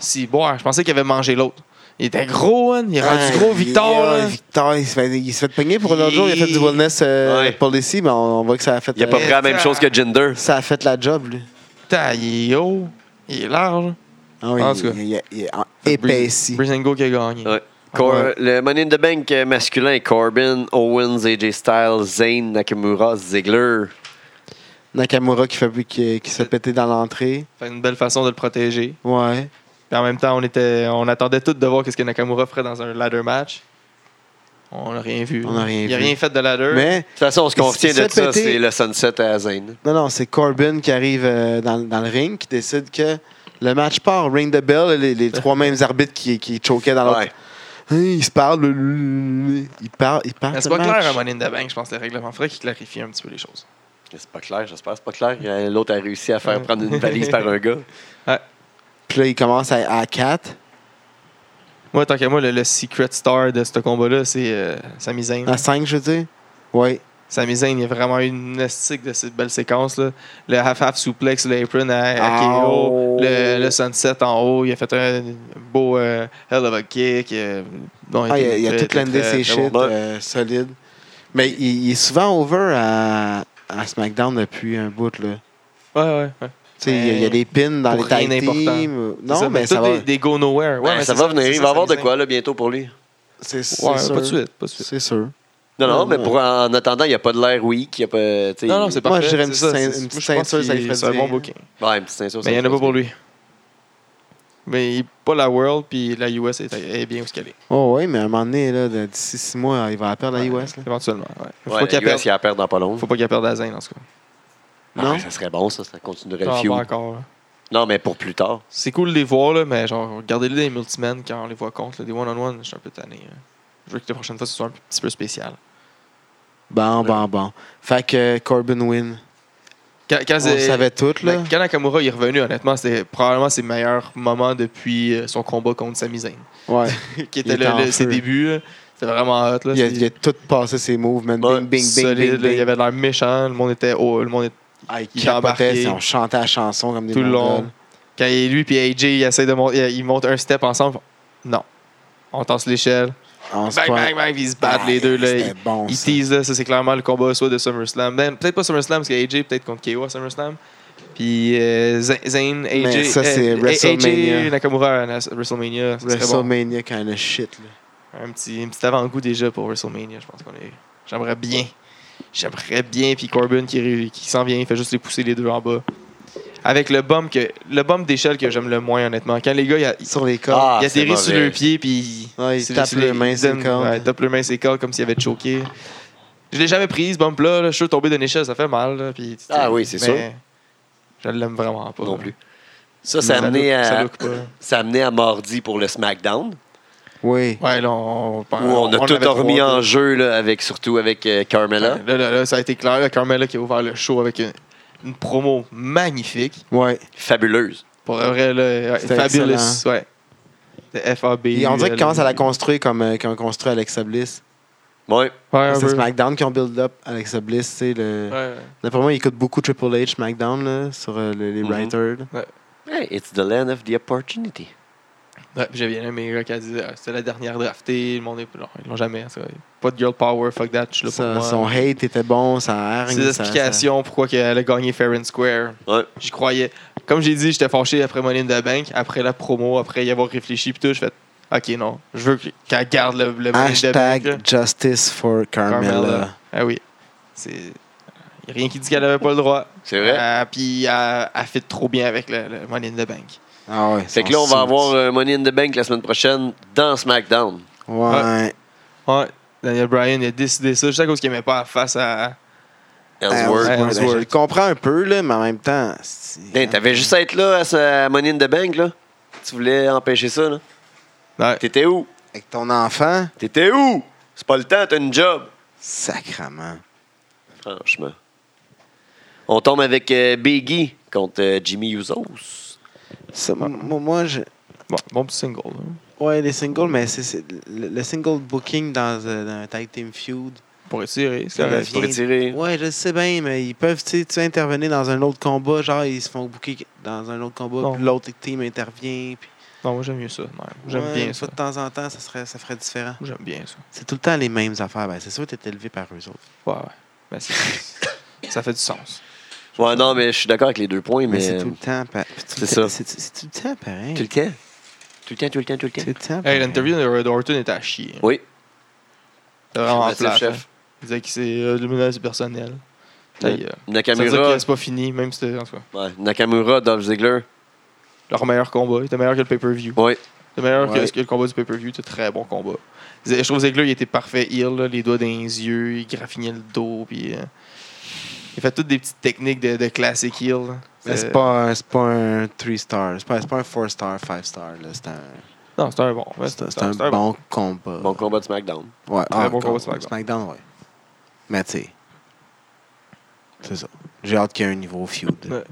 A: Si, boire, je pensais qu'il avait mangé l'autre. Il était gros, hein? il est rendu
C: Ah,
A: gros, Victor.
C: yeah,
A: là.
C: Victor, il se fait, il se fait pogner pour l'autre
A: Il-
C: jour. Il a fait du wellness euh,
B: Ouais.
C: policy, mais on, on voit que ça a fait.
B: Il a pas
C: euh,
B: pris la même chose que Jinder.
C: Ça a fait la job, lui.
A: Putain, il est haut, il est large.
C: Ah oui,
A: En tout cas.
C: il, il, il, il est en- épaissi.
A: Brisengo qui a gagné.
B: Ouais. Cor-
C: Ouais.
B: Le Money in the Bank euh, masculin est Corbin, Owens, AJ Styles, Zayn, Nakamura, Ziggler.
C: Nakamura qui, fait, qui, qui s'est pété dans l'entrée.
A: Fait une belle façon de le protéger.
C: Ouais.
A: Puis en même temps, on, était, on attendait tous de voir ce que Nakamura ferait dans un ladder match. On n'a rien vu.
C: On n'a rien
A: il a
C: vu.
A: rien fait de ladder.
C: Mais,
B: De toute façon, ce qu'on
C: Il s- il
B: retient de
C: s'est
B: ça,
C: pété.
B: c'est le sunset à Zayn.
C: non, non, c'est Corbin qui arrive euh, dans, dans le ring, qui décide que le match part. Ring the bell, les, les trois mêmes arbitres qui, qui choquaient dans l'autre.
B: Ouais.
C: Hein, ils se parlent. le- le- le- Ils parlent. Ils parlent.
A: Mais c'est
C: le
A: pas clair hein, à
C: match.
A: Money in the Bank, je pense, le règlement. Faudrait qu'il clarifie un petit peu les choses.
B: C'est pas clair, j'espère que c'est pas clair. Euh, L'autre a réussi à faire
A: Ouais.
B: prendre une valise par un gars.
C: Puis là, il commence à, à 4.
A: Moi, tant qu'à moi, le, le secret star de ce combat-là, c'est euh, Sami Zayn.
C: À 5, je veux dire. Ouais.
A: Sami Zayn, il a vraiment eu une estique de cette belle séquence. Là. Le half-half souplex, l'apron à, à KO,
C: Oh.
A: le, le sunset en haut, il a fait un beau euh, hell of a kick. euh, non,
C: Ah, il a,
A: était
C: il a
A: très,
C: tout landé
A: très,
C: ses
A: très bon.
C: shit
B: bon.
C: euh, solide. Mais il, il est souvent over à, à SmackDown depuis un bout. Là.
A: Ouais, ouais, ouais.
C: Tu sais, Il, y a, il y a des pins dans
A: Pour
C: les tag
A: rien d'important.
C: teams. euh,
A: C'est
C: Non,
A: ça,
C: mais
A: tout
C: ça va.
A: Des, des go nowhere. Ouais,
B: Ouais,
A: mais
B: Ben, ça
A: c'est
B: va venir,
A: c'est
B: il
A: ça,
B: va avoir de
A: Sami
B: quoi là, bientôt pour lui.
C: C'est c'est
A: Zayn. Ouais,
C: sûr.
A: pas de suite, pas de suite.
C: C'est sûr.
B: Non, non,
C: Ouais,
B: mais
C: ouais.
B: pour en attendant, il n'y a pas de l'air weak. Il y a pas, tu sais,
A: Non, non, c'est
C: Moi,
A: parfait.
C: je dirais une
A: c'est ça,
C: petite ceint-
A: c'est-
C: une
A: moi,
C: petite
A: je pense
C: ceinture,
A: qu'il-
C: ça lui ferait
A: C'est un
C: du
A: bon
C: bien.
A: booking.
B: Ouais, une petite ceinture, ça
A: Mais Ben, il n'y en a
B: fait
A: pas pour
B: plaisir.
A: lui. Mais il- pas la World, puis la US est, est bien où ce qu'elle est.
C: Oh, oui, mais à un moment donné, là, de- d'ici six mois, il va la perdre à
A: Ouais,
C: US. là.
A: Éventuellement, ouais. Faut
B: Ouais,
A: pas qu'elle
B: la US,
A: perde.
B: il y a à perdre dans pas long.
A: Faut pas qu'elle perde Azin, en tout cas.
B: Ah,
C: Non?
B: ouais, ça serait bon, ça, ça continuerait le
A: Ah, pas
B: feud.
A: encore. là.
B: Non, mais pour plus tard.
A: C'est cool de les voir, là, mais genre, regardez-les dans les multimen quand on les voit contre. là, des one-on-one, je suis un peu tanné. là. Je veux que la prochaine fois, ce soit un petit peu spécial.
C: Bon, bon, bon. Fait que euh, Corbin win.
A: Quand, quand
C: On le
A: c'est-
C: savait tout, là.
A: Ben, Quand Nakamura est revenu, honnêtement, c'était probablement ses meilleurs moments depuis euh, son combat contre Sami Zayn,
C: Ouais.
A: qui
C: Il
A: était
C: était
A: le-
C: en
A: le- ses
C: feu.
A: débuts. là. C'était vraiment hot. Là.
C: Il a,
A: C'est-
C: il a tout passé ses moves, man.
A: Ouais,
C: Bing, bing, bing,
A: solide,
C: bing,
A: là.
C: bing.
A: Il avait l'air méchant. Le monde était haut. Le monde était
C: Ah, il
A: il
C: capotait,
A: embarquait.
C: c'est- on chantait la chanson comme des
A: tout le
C: Mongols.
A: long. Quand il- lui et AJ, ils essayent de mon- ils ils montent un step ensemble. Non. On tasse l'échelle.
C: On se
A: Bang,
C: pointe.
A: bang, bang. Ils se battent
C: Ah,
A: les deux. Là.
C: c'était
A: Ils,
C: bon,
A: ils
C: ça.
A: teasent. Là. Ça, c'est clairement le combat soit de SummerSlam. Ben, peut-être pas SummerSlam, parce que AJ peut-être contre KO à SummerSlam. Puis euh, Zayn- Zayn, AJ,
C: Mais ça, c'est
A: euh,
C: WrestleMania.
A: AJ Nakamura à Nas- WrestleMania. ça serait bon.
C: WrestleMania kind of shit, là.
A: un petit, un petit avant-goût déjà pour WrestleMania. Je pense qu'on est. J'aimerais bien. J'aimerais bien. Puis Corbin qui, ré- qui s'en vient, il fait juste les pousser les deux en bas. Avec le bump, que, le bump d'échelle que j'aime le moins, honnêtement. Quand les gars, ils a- ils
C: Sur les cordes.
B: Ah,
A: ils atterrissent
B: c'est
A: sur
B: mauvais.
A: leurs pieds, puis
C: Ouais, ils
A: c'est-
C: tapent
A: c'est-
C: leurs mains sur le
A: donnent-
C: corps.
A: ouais, ils tapent leurs mains sur le corps comme s'ils avaient choqué. Je l'ai jamais prise, ce bump-là. là. Je suis sûr, tomber d'une échelle, ça fait mal. là, puis-
B: Ah oui, c'est
A: mais
B: sûr.
A: Je l'aime vraiment pas.
B: Non plus. Ça, ça a
A: Ça
B: amené
A: look- ça
B: à,
A: look pas.
B: ça a amené à mardi pour le SmackDown,
C: Oui.
A: Ouais, là, on,
B: où Ben, on a
A: on avait
B: tout remis
A: trois,
B: en jeu, là, avec, surtout avec euh, Carmella.
A: Ouais, Là, là, là, ça a été clair. là, Carmella qui a ouvert le show avec une, une promo magnifique.
C: Ouais.
B: Fabuleuse.
A: Pour vrai, là, ouais,
C: C'était
A: fabulous.
C: excellent.
A: Ouais. Le FAB.
C: Et on dirait
A: euh,
C: qu'ils commencent à la construire comme euh, qu'ils ont construit Alexa Bliss.
B: Ouais.
A: Ouais, un
C: C'est
A: peu.
C: SmackDown qui ont build up Alexa Bliss. c'est Le...
A: Ah, Ouais, ouais.
C: D'après moi, ils écoutent beaucoup Triple H SmackDown là, sur euh, le- les
B: Mhm.
C: writers. là.
B: Hey, it's the land of the opportunity.
A: Ouais, puis j'ai bien aimé là, qu'elle disait ah, c'était la dernière draftée. Le monde est. Non, ils l'ont jamais. ça. Pas de girl power, fuck that, je suis là pour
C: Ça-
A: moi. euh,
C: son hate était bon, sa hargne.
A: Ses
C: ça-
A: explications pourquoi qu'elle a gagné Fair and Square.
B: Ouais.
A: J'y croyais. Comme j'ai dit, j'étais fâché après Money in the Bank, après la promo, après y avoir réfléchi, puis tout. Je fais, ok, non, je veux que- qu'elle garde le, le
C: ça-
A: Money in the Bank. là.
C: Hashtag Justice for Carmella.
A: Carmella. Ah oui. C'est. Y a rien qui dit qu'elle avait pas le droit.
B: C'est vrai.
A: Euh, Puis elle, elle fit trop bien avec le, le Money in the Bank.
C: Ah ouais.
B: Fait que là, on va avoir euh, Money in the Bank la semaine prochaine dans SmackDown.
C: Ouais.
A: Ouais. Daniel Bryan il a décidé ça juste à cause qu'il aimait pas face à.
B: Ellsworth.
A: ouais.
C: Ben, je le comprends un peu, là, mais en même temps. c'est-
B: Hey, T'avais juste à être là à ce- à Money in the Bank, là. Tu voulais empêcher ça, là.
A: Ouais.
B: T'étais où?
C: Avec ton enfant,
B: T'étais où? C'est pas le temps, t'as une job.
C: sacrement.
B: Franchement. On tombe avec euh, Biggie contre euh, Jimmy Usos.
C: Ça, m- moi, moi, je.
A: Bon, bon petit single. là.
C: Ouais, les singles, mais c'est- c'est le, le single booking dans, euh, dans un tag team feud.
A: Pour étirer, c'est
C: Ça
A: correct.
C: revient.
B: Pour retirer.
C: Ouais, je sais bien, mais ils peuvent tu sais, tu sais, intervenir dans un autre combat. Genre, ils se font booker dans un autre combat,
A: Non.
C: puis l'autre team intervient. puis-
A: Non, moi j'aime mieux ça. de même. J'aime
C: Ouais,
A: bien
C: une
A: ça.
C: fois De temps en temps, ça, serait, ça ferait différent.
A: Moi, J'aime bien ça.
C: C'est tout le temps les mêmes affaires. Ben, c'est sûr que t'es élevé par eux autres.
A: Ouais, ouais. Ben, c'est- ça fait du sens.
B: Ouais, non, mais je suis d'accord avec les deux points,
C: Mais,
B: mais.
C: c'est
B: euh,
C: tout le temps pareil.
B: c'est ça.
C: C'est c'est tout le temps pareil.
B: tout le temps. Tout le temps, tout le temps, tout le temps.
C: Tout le temps
A: Hey,
C: pareil.
A: l'interview de Red Orton était à chier.
B: Oui.
A: C'était vraiment
B: Merci,
A: plat.
B: chef.
A: Il disait que c'est euh, du menace personnel. Ça veut dire
B: Nakamura,
A: que c'est pas fini, même si c'était en tout cas,
B: ouais, Nakamura, Dolph Ziggler.
A: leur meilleur combat. Il était meilleur que le pay-per-view.
B: Oui.
A: C'est meilleur
C: Ouais.
A: que, que le combat du pay-per-view. C'est un très bon combat. Je trouve que Ziggler, il était parfait. Il, là, les doigts dans les yeux, il graffinait le dos. Puis, euh, il fait toutes des petites techniques de, de classic heel. là. Euh,
C: Mais c'est pas, un- c'est pas un 3 star, c'est pas, c'est pas un 4 star, 5 star. là. C'est un,
A: Non, c'est un bon. ouais,
C: c'est un- c'est un bon, combat.
B: Bon combat de SmackDown.
C: Ouais,
A: Très bon combat
C: SmackDown.
A: SmackDown.
C: SmackDown, ouais. Mais tu sais, c'est ça. J'ai hâte qu'il y ait un niveau feud.
A: Ouais.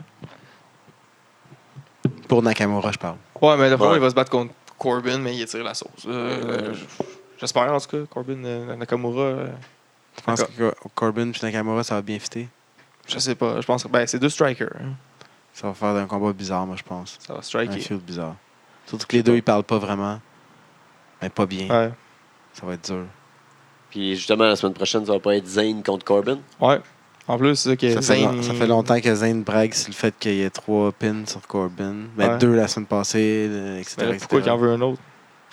C: Pour Nakamura, je parle.
A: Ouais, mais d'après moi,
B: Ouais.
A: il va se battre contre Corbin, mais il tire la sauce. Euh, J'espère, en tout cas, Corbin euh, Nakamura. euh,
C: Tu penses
A: D'accord.
C: que Cor- Corbin puis Nakamura, ça va bien fitter?
A: je sais pas. Je pense que ben, c'est deux strikers. hein.
C: Ça va faire un combat bizarre, moi, je pense.
A: Ça va
C: Un
A: striker.
C: feud bizarre. Surtout que les deux, ils parlent pas vraiment. Mais pas bien.
A: Ouais.
C: Ça va être dur.
B: Puis justement, la semaine prochaine, ça va pas être Zayn contre Corbin.
A: ouais. En plus, c'est que
C: Ça fait,
A: Zayn,
C: long- ça
A: il-
C: fait longtemps que Zayn brague sur le fait qu'il y ait trois pins sur Corbin. Ben,
A: Ouais.
C: Deux la semaine passée, euh, etc.
A: Mais là,
C: etc.
A: pourquoi qu'il en veut un autre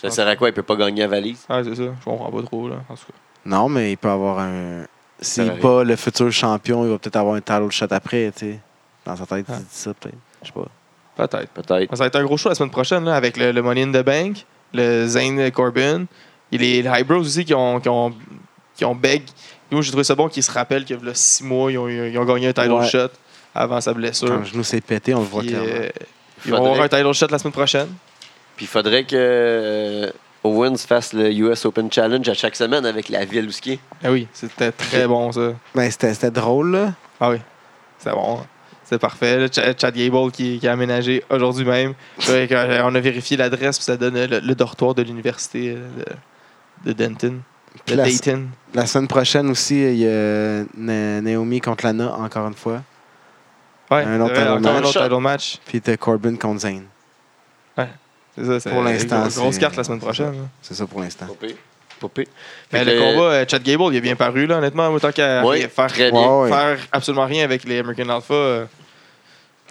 B: Ça sert à quoi? Il peut pas gagner à valise.
A: Ah, c'est ça. Je comprends pas trop, là. En tout cas.
C: Non, mais il peut avoir un. S'il
B: arrive.
C: bat le futur champion, il va peut-être avoir un title shot après, tu sais. Dans sa tête,
A: Ah.
C: il dit ça, peut-être. Je sais pas.
A: Peut-être.
B: Peut-être.
A: Ça va être un gros show la semaine prochaine là, avec le, le Money in the Bank, le Zane Corbin et les les High Bros aussi qui ont, qui ont, qui ont beg. Moi, j'ai trouvé ça bon qu'ils se rappellent que là, six mois, ils ont, eu- ils ont gagné un title
C: Ouais.
A: shot avant sa
C: Quand
A: blessure.
C: le genou s'est pété, on le voit
A: Puis,
C: clairement.
A: euh, ils vont avoir un title shot la semaine prochaine.
B: Puis il faudrait que euh, Owens fasse le US Open Challenge à chaque semaine avec la ville où ce qui est.
A: Ah oui, c'était très bon ça.
C: Ben, c'était c'était drôle, là.
A: Ah oui, c'était bon. hein. C'est parfait. là. Ch- Chad Gable qui, qui a aménagé aujourd'hui même. Ouais, quand, euh, on a vérifié l'adresse, puis ça donne euh, le, le dortoir de l'université euh, de, de Denton. De
C: Puis la-
A: Dayton.
C: La semaine prochaine aussi, il y a Na- Naomi contre Lana, encore une fois.
A: Ouais,
C: Un autre
A: c'est vrai,
C: title
A: encore un
C: match.
A: autre title match.
C: Puis t'as Corbin contre Zane.
A: C'est ça, c'est
C: Pour l'instant,
A: une Grosse
C: c'est-
A: carte la semaine prochaine. là.
C: C'est ça pour l'instant.
B: Popé. Popé.
A: Mais le combat, euh, Chad Gable, il est bien paru, là, honnêtement. Moi, tant qu'à
C: Ah,
B: Oui,
A: rien faire,
B: très
C: bien. Ouais, ouais.
A: faire absolument rien avec les American Alpha, euh,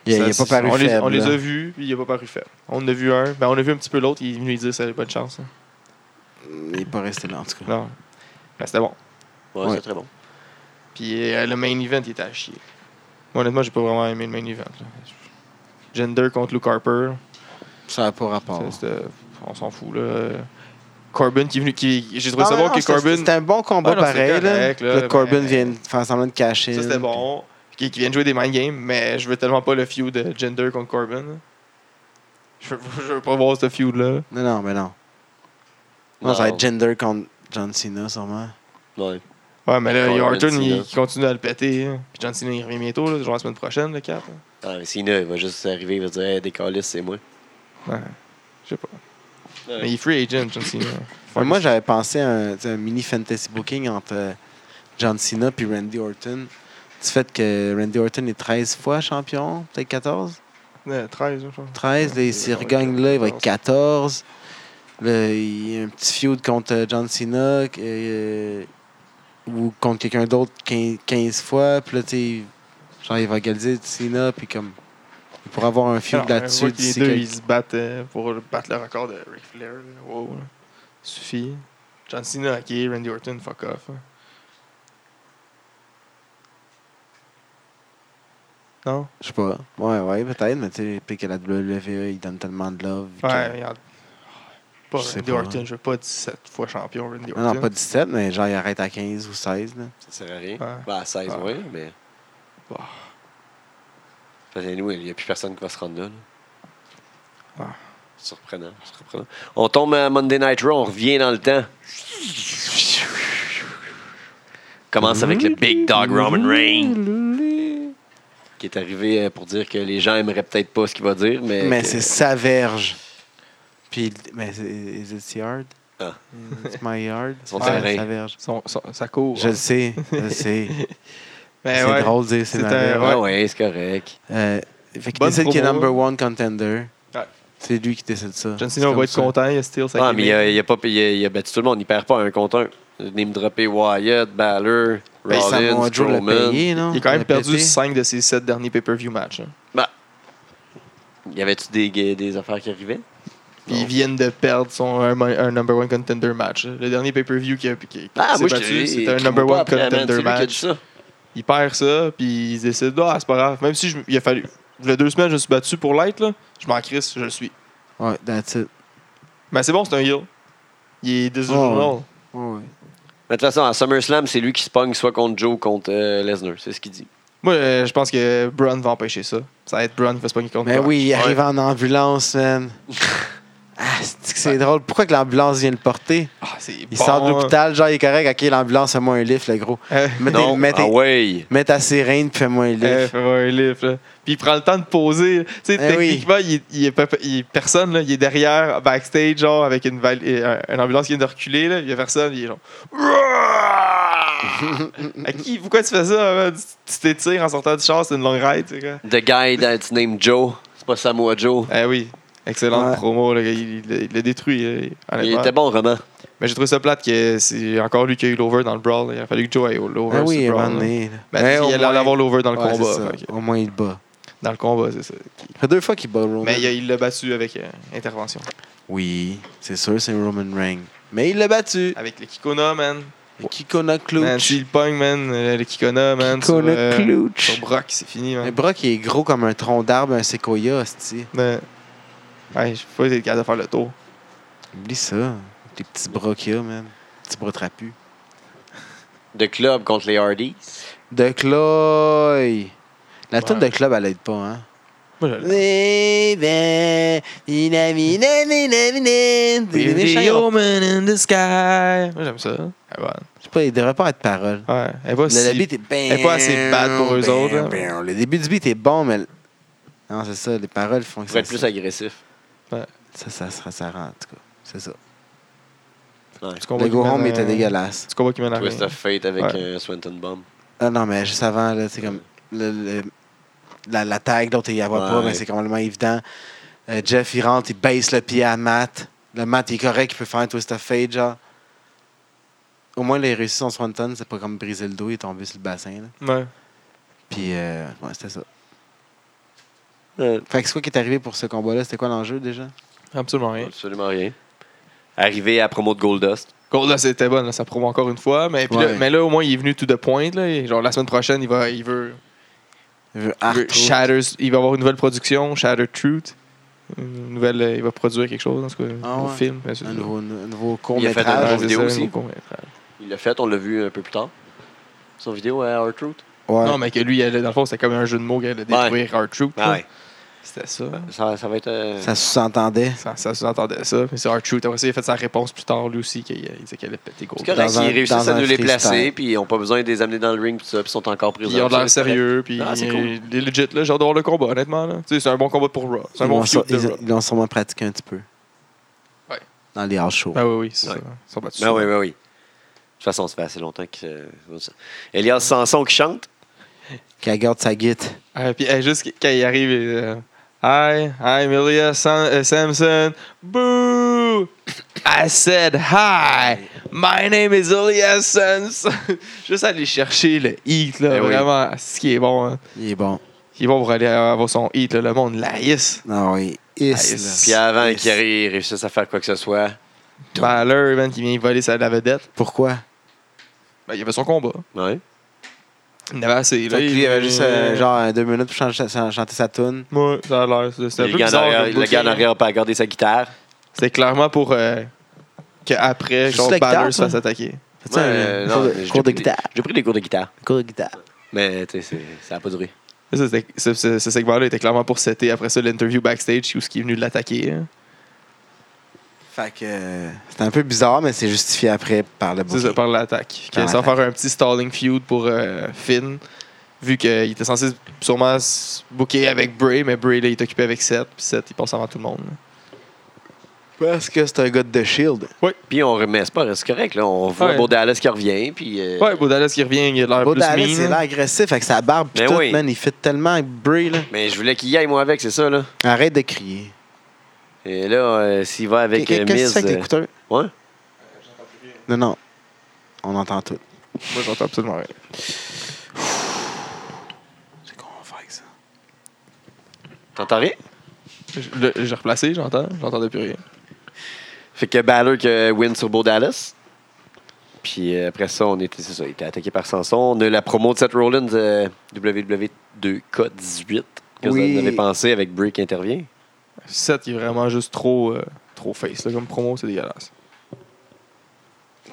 C: Il
A: ça,
C: n'est pas
A: c'est-
C: paru
A: on, les,
C: faible.
A: on les a
C: là.
A: vus, puis il n'a pas paru faible. On en a vu un, ben, on a vu un petit peu l'autre, il est venu lui dire ça n'avait pas de chance. hein.
C: Il n'est pas resté là, en tout cas.
A: Non. Ben, c'était bon.
B: Ouais,
C: Ouais.
B: c'est très bon.
A: Puis euh, le main event, il était à chier. Moi, honnêtement, j'ai pas vraiment aimé le main event. là. Gender contre Luke Harper.
C: Ça n'a pas rapport. Ah,
A: Ça, c'était- on s'en fout, là. Corbin qui est venu. Qui, j'ai trouvé
C: Ah,
A: ça bon
C: non,
A: que
C: c'était-
A: Corbin.
C: C'était un bon combat
A: Ouais, non, c'était
C: pareil. là.
A: correct, là,
C: Le Corbin
A: mais-
C: vient de faire semblant de cacher.
A: Ça, c'était bon. Qui, qui viennent jouer des mind games, mais je veux tellement pas le feud de Gender contre Corbin. là. Je veux, je veux pas voir ce feud-là.
C: Non, non, mais non. Non, ça va être Gender contre John Cena, sûrement.
B: Ouais.
A: Ouais, mais là, il y a
B: Corbin,
A: Orton,
B: Cena.
A: il il continue à le péter. hein. Puis John Cena, il revient bientôt, là, genre la semaine prochaine, le 4. hein.
B: Ah, mais Cena, il va juste arriver, il va dire hey, Décalisse, c'est moi.
A: Je sais pas. Mais il est free agent, John Cena.
C: Mais moi, j'avais pensé à un, tu sais, un mini fantasy booking entre euh, John Cena puis Randy Orton. Du fait que Randy Orton est 13 fois champion, peut-être 14.
A: Ouais, 13, je pense.
C: 13, là, s'il regagne là, il va être 14. Là, il y a un petit feud contre euh, John Cena euh, ou contre quelqu'un d'autre 15, 15 fois. Puis là, tu sais, genre, il va égaliser Cena, puis comme. Il pourra avoir un feud
A: Alors, on
C: là-dessus
A: voit que Les
C: d'ici
A: deux,
C: quelques-
A: ils se battent euh, pour battre le record de Ric Flair. là. Wow, là. Suffit. John Cena, ok. Randy Orton, fuck off. hein. Non?
C: Je sais pas. Ouais, ouais, peut-être, mais tu sais, puis que la WWE, il donne tellement de love. que-
A: Ouais, regarde. Pas
C: Je sais
A: Randy
C: pas,
A: Orton,
C: hein.
A: je veux pas 17 fois champion, Randy Orton.
C: Non, non, pas 17, mais genre, il arrête à 15 ou 16. Là.
B: Ça sert à rien.
A: Ouais.
B: Ben, à 16,
A: Ouais.
B: ouais, mais.
A: Bah.
B: Parce que nous, il n'y a plus personne qui va se rendre là. là.
A: Ah.
B: Surprenant, surprenant. On tombe à Monday Night Raw, on revient dans le temps. Commence avec le Big Dog Roman Reigns. Qui est arrivé euh, pour dire que les gens aimeraient peut-être pas ce qu'il va dire, mais.
C: Mais
B: que-
C: c'est sa verge. Puis, il- mais c'est- is it yard?
B: Ah.
C: It's my yard.
B: Son
C: Ouais,
B: terrain.
C: sa verge.
A: Son- son- ça court.
C: Je le sais, je le sais.
A: Mais
C: c'est
A: ouais.
C: drôle de dire c'est
A: C'est
C: ma
A: un-
C: verge.
B: Ah ouais, c'est correct.
C: Euh, fait qu'il
A: Bonne
C: décide qu'il est
A: promo.
C: number one contender.
A: Ouais.
C: C'est lui qui décide ça.
A: John
C: C'est
A: Cena, on
C: comme
A: va être
C: ça.
A: content. Il a steal sa
B: Ah, mais il
A: gimmick.
B: a, il a pas, il a, il a battu tout le monde, il perd pas un contre un. Name droppé Wyatt, Balor,
C: Ben,
B: Rollins,
C: Samoa Joe l'a
B: Strowman.
C: payé, non?
A: Il a quand même
C: l'a
A: perdu
C: pété.
A: 5 de ses 7 derniers pay-per-view matchs. hein.
B: Bah. Y avait-tu des, des affaires qui arrivaient?
A: Puis ils viennent de perdre son, un, mo- un number one contender match. Le dernier pay-per-view qui a qui, qui
B: Ah,
A: s'est
B: moi, je
A: battu,
B: t'ai
A: c'était un number one contender match.
B: Ça.
A: Il perd ça, puis ils décident, ah, c'est pas grave. Même si je- il a fallu. Il y a deux semaines, je me suis battu pour l'être, là. Je m'en crisse, je le suis.
C: Ouais, that's it.
A: Mais c'est bon, c'est un heel. Il est désillusionnel.
C: Oh, Ouais, ouais.
B: Mais de toute façon, à SummerSlam, c'est lui qui se pogne soit contre Joe, contre euh, Lesnar. C'est ce qu'il dit.
A: Moi, euh, je pense que Braun va empêcher ça. Ça va être Braun qui va se pogner contre
C: Mais
A: Brock.
C: Ben oui, il arrive en ambulance, man. ah, c'est que c'est drôle. Pourquoi que l'ambulance vient le porter?
A: Ah, c'est
C: Il
A: bon,
C: sort de
A: hein.
C: l'hôpital, genre, il est correct. OK, l'ambulance, fais-moi un lift, le gros.
A: Euh,
C: Mets, tes-
B: Non,
C: mets, tes-
B: ah ouais.
C: mets ta sirène, puis fais-moi un lift.
A: Euh, faire un lift, là. Puis il prend le temps de poser. Tu sais,
C: Eh oui.
A: techniquement, il, est- il est pas- il est personne, là. Il est derrière, backstage, genre, avec une, val- euh, un- une ambulance qui vient de reculer, là. Il y a personne, il est genre. à qui, pourquoi tu fais ça, man? Tu- Tu t'étires en sortant du char, c'est une longue ride, tu sais, quoi.
B: The guy that's named Joe. C'est pas Samoa Joe.
A: Eh oui. Excellente
C: Ouais.
A: promo, là. Il il- il l'a détruit, là,
B: Il
A: honnêtement.
B: était bon, Roman.
A: Mais j'ai trouvé ça plate que c'est encore lui qui a eu l'over dans le brawl. là. Il a fallu que Joe ait l'over.
C: ah
A: sur le
C: oui, à un
A: brawl,
C: moment
A: là.
C: donné, là.
A: Ben,
C: Ouais, au
A: il allait
C: moins-
A: avoir l'over dans le
C: Ouais,
A: combat.
C: c'est ça.
A: fait que-
C: Au moins, il le bat.
A: dans le combat, c'est ça.
C: Ça fait deux fois qu'il bat Roman.
A: Mais il a- il l'a battu avec euh, intervention.
C: Oui, c'est sûr, c'est Roman Reigns. Mais il l'a battu.
A: Avec le Kikona, man.
C: Kikona
A: Man,
C: Clutch.
A: si le pogne, man, euh, le Kikona, man.
C: Kikona
A: sur, euh,
C: Clutch. Eh
A: Sur Brock, c'est fini,
C: Mais
A: man.
C: Brock, il est gros comme un tronc d'arbre, un séquoia, hostie.
A: Mais- Ouais, je sais pas, il est capable de faire le tour.
C: Oublie ça. Tes petits bras qu'il y a, man. Petits bras trapus.
B: The club contre les Hardys.
C: De Cloy. La toune
A: Ouais.
C: de club, elle aide pas, hein?
A: Moi, je- We're the
C: Je
A: human in the sky. Moi, j'aime ça. Elle est bonne.
C: sais pas, il devrait pas être parole.
A: Ouais, Eh, elle est Ah, pas
C: Le,
A: si-
C: le beat est ben-
A: elle est pas assez bad pour eux
C: ben-
A: autres, hein. là.
C: ben. Le début du beat est bon, mais. le- Non, c'est ça, les paroles font que
B: Pour
C: ça.
B: être plus agressif.
C: Ça, ça, ça, ça rend, en tout cas. C'est ça.
A: Tu
C: Le
A: comprends
C: go
A: qu'il
C: home
A: mène,
C: était
A: euh,
C: dégueulasse.
A: Tu comprends qui mène à
B: Twist
A: rien.
B: of Fate avec euh,
A: Ouais.
B: un Swanton Bomb.
C: Ah non, mais juste avant, là, c'est comme. le- le- la, la tag, l'autre, il y voit pas,
B: Ouais.
C: mais c'est complètement évident. Euh, Jeff, il rentre, il baisse le pied à Matt. Le Matt, il est correct, il peut faire un twist of fate, genre. Au moins, les réussi son Swanton, c'est pas comme briser le dos, il est tombé sur le bassin, là.
A: Ouais.
C: Puis, euh, ouais, c'était ça. Fait que c'est quoi qui est arrivé pour ce combat-là? C'était quoi l'enjeu déjà?
A: Absolument rien.
B: Absolument rien. Arrivé à la promo de Goldust.
A: Gold, là, c'était bon, là, ça promo encore une fois. Mais, puis là-
C: Ouais.
A: mais là, au moins, il est venu tout de pointe. Là, et genre, la semaine prochaine, il, va, il veut.
C: Il
A: Il,
C: veut
A: veut
C: Arthur.
A: Shatters- il va avoir une nouvelle production, Shattered Truth. Une nouvelle, euh, il va produire quelque chose, en tout cas,
C: Ah
A: un nouveau
C: ouais.
A: film. bien sûr.
C: Un nouveau, un nouveau
B: Il a fait
A: Ouais,
B: un
C: court-métrage.
B: nouveau
A: c'est
B: vidéo
A: ça,
B: aussi.
A: un nouveau court-métrage.
B: Il l'a fait, on l'a vu un peu plus tard. Son vidéo à Hard Truth.
C: Ouais.
A: Non, mais que lui, elle- dans le fond, c'était comme un jeu de mots qu'il allait
B: Ouais.
A: détruire Hard Truth. là. C'était ça.
B: Ça, ça va être. euh,
C: Ça sous-entendait.
A: Ça, ça sous-entendait ça. Mais c'est Hard Truth. Après ça, il a fait sa réponse plus tard, lui aussi, qu'il il disait qu'elle allait péter Gold.
B: C'est correct.
C: Dans un-
B: Ils réussissent
C: dans
B: à
C: un
B: nous les placer,
C: freestyle.
B: puis ils n'ont pas besoin de les amener dans le ring, puis ça, puis ils sont encore
A: Puis
B: présents.
A: Ils ont de l'air
B: Ça, c'est correct.
A: sérieux, puis
B: Ah, c'est cool.
A: il est legit, là, genre de voir le combat, honnêtement. là. Tu sais, C'est un bon combat pour Raw. C'est un
C: Ils
A: bon
C: l'ont sur-
A: feud de
C: ils
A: Raw.
C: ont- ils l'ont sûrement pratiqué un petit peu.
A: Ouais.
C: Dans les house shows.
A: Ah oui, oui, c'est
B: Ouais.
A: ça. Ils sont battus.
B: Ben oui, ben oui. De toute façon, ça fait assez longtemps que. euh, Elias Sanson qui chante.
C: Qui garde sa guite.
A: Ah, puis eh, juste quand il arrive, euh, Hi, I'm Ilya San- euh, Samson. Boo! I said hi. My name is Ilya Samson. juste aller chercher le hit, là,
B: Eh oui.
A: vraiment. Ce qui est bon, hein.
C: Il est bon.
A: Il est bon pour aller avoir son hit, là, le monde laïs.
C: Ah oui. Is,
A: Ah, yes.
C: là.
B: Puis avant
C: Yes.
B: qu'ils arri- réussissent à faire quoi que ce soit,
A: Balor, man, qui vient voler sa la vedette.
C: Pourquoi?
A: Ben, il avait son combat.
B: ouais.
A: Il en avait assez. Là,
C: Fait que lui, il avait juste euh,
A: euh,
C: genre euh, deux minutes pour chan- chan- chanter, sa tune.
A: Ouais, ça a l'air. C'est c'est un
B: le
A: peu
B: gars en
A: bizarre.
B: arrière-
A: comme
B: le gars en
A: booking.
B: arrière pas garder sa guitare.
A: C'est clairement pour euh, qu'après,
C: Juste
A: genre,
C: la guitare,
A: Balor se
C: ça?
A: fasse attaquer.
C: Fais-tu un
B: Euh,
C: cours
B: non,
C: de-
B: mais j'ai
C: cours
B: pris
C: de
B: des-
C: guitare.
B: J'ai pris des cours de guitare,
C: Cours de guitare.
B: mais tu sais, c'est- ça n'a pas duré.
A: Ça, c'était- Ce ce- ce segment-là était clairement pour setter après ça l'interview backstage où ce qui est venu l'attaquer. hein.
C: Fait que euh, c'est un peu bizarre, mais c'est justifié après par le
A: C'est ça,
C: bouquet.
A: par l'attaque.
C: Par
A: Que Ça va
C: l'attaque.
A: faire un petit stalling feud pour euh, Finn, vu qu'il était censé sûrement se booker avec Bray, mais Bray, là, il est occupé avec Seth, puis Seth, il passe avant tout le monde. là.
C: Parce que c'est un gars de The Shield.
B: Puis on remet, c'est pas c'est correct, là. On voit
A: Ouais.
B: Bo Dallas qui revient, puis. euh,
A: Ouais, Bo Dallas qui revient, il a l'air
C: Bo
A: plus
C: Dallas,
A: mean,
C: il a l'air
A: hein.
C: agressif avec sa barbe pis
B: Ben
C: tout,
B: oui.
C: man. Il fit tellement avec Brie, là.
B: Mais je voulais qu'il y aille, moi, avec, c'est ça, là.
C: Arrête de crier.
B: Et là, euh, s'il va avec
C: Qu'est-
B: euh,
C: Qu'est-ce que tu
B: Miz.
C: fais avec
B: euh,
C: l'écouteur?
B: ouais.
C: Non, non. On entend tout.
A: Moi, j'entends absolument rien.
C: C'est qu'on va faire avec ça.
B: T'entends rien?
A: Je- le- J'ai replacé, j'entends, j'entendais plus rien.
B: Fait que Balor que win sur Bo Dallas. Puis euh, après ça, on était, c'est ça, il était attaqué par Sanson. On a eu la promo de Seth Rollins euh, WWE2K18. Qu'est-ce que
C: Oui.
B: vous en avez pensé avec Bray qui intervient?
A: Seth, il est vraiment juste trop, euh, trop face, là, comme promo, c'est dégueulasse.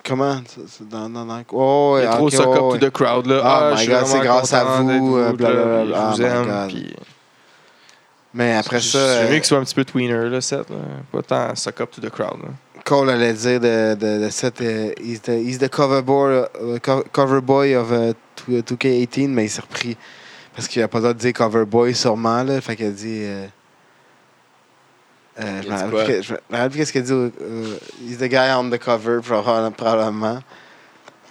C: Comment? Ça, c'est Dans, dans, dans... Oh,
A: Il
C: ouais,
A: est trop
C: ok,
A: suck up
C: ouais,
A: to the crowd. Là.
C: Oh
A: ah,
C: my
A: je suis
C: God,
A: vraiment
C: c'est grâce à
A: content
C: vous,
A: d'être
C: euh,
A: là, puis
C: blablabla. Ah,
A: Je vous
C: my
A: aime.
C: God.
A: puis-
C: Mais après
A: Je-
C: ça,
A: C'est mieux
C: euh,
A: qu'il soit un petit peu tweener, là, Seth. là. Pas tant suck up to the crowd. là.
C: Cole allait dire de, de, de Seth, euh, he's, the, he's the cover boy, euh, co- cover boy of euh, two- 2K18, mais il s'est repris. Parce qu'il a pas le droit de dire cover boy, sûrement, là. Fait qu'il a dit. Euh, euh, je
B: Il
C: me
B: a dit
C: rappelle
B: quoi?
C: plus que- je me rappelle plus qu'est-ce qu'il a dit. au- euh, he's the guy on the cover, proba- probablement.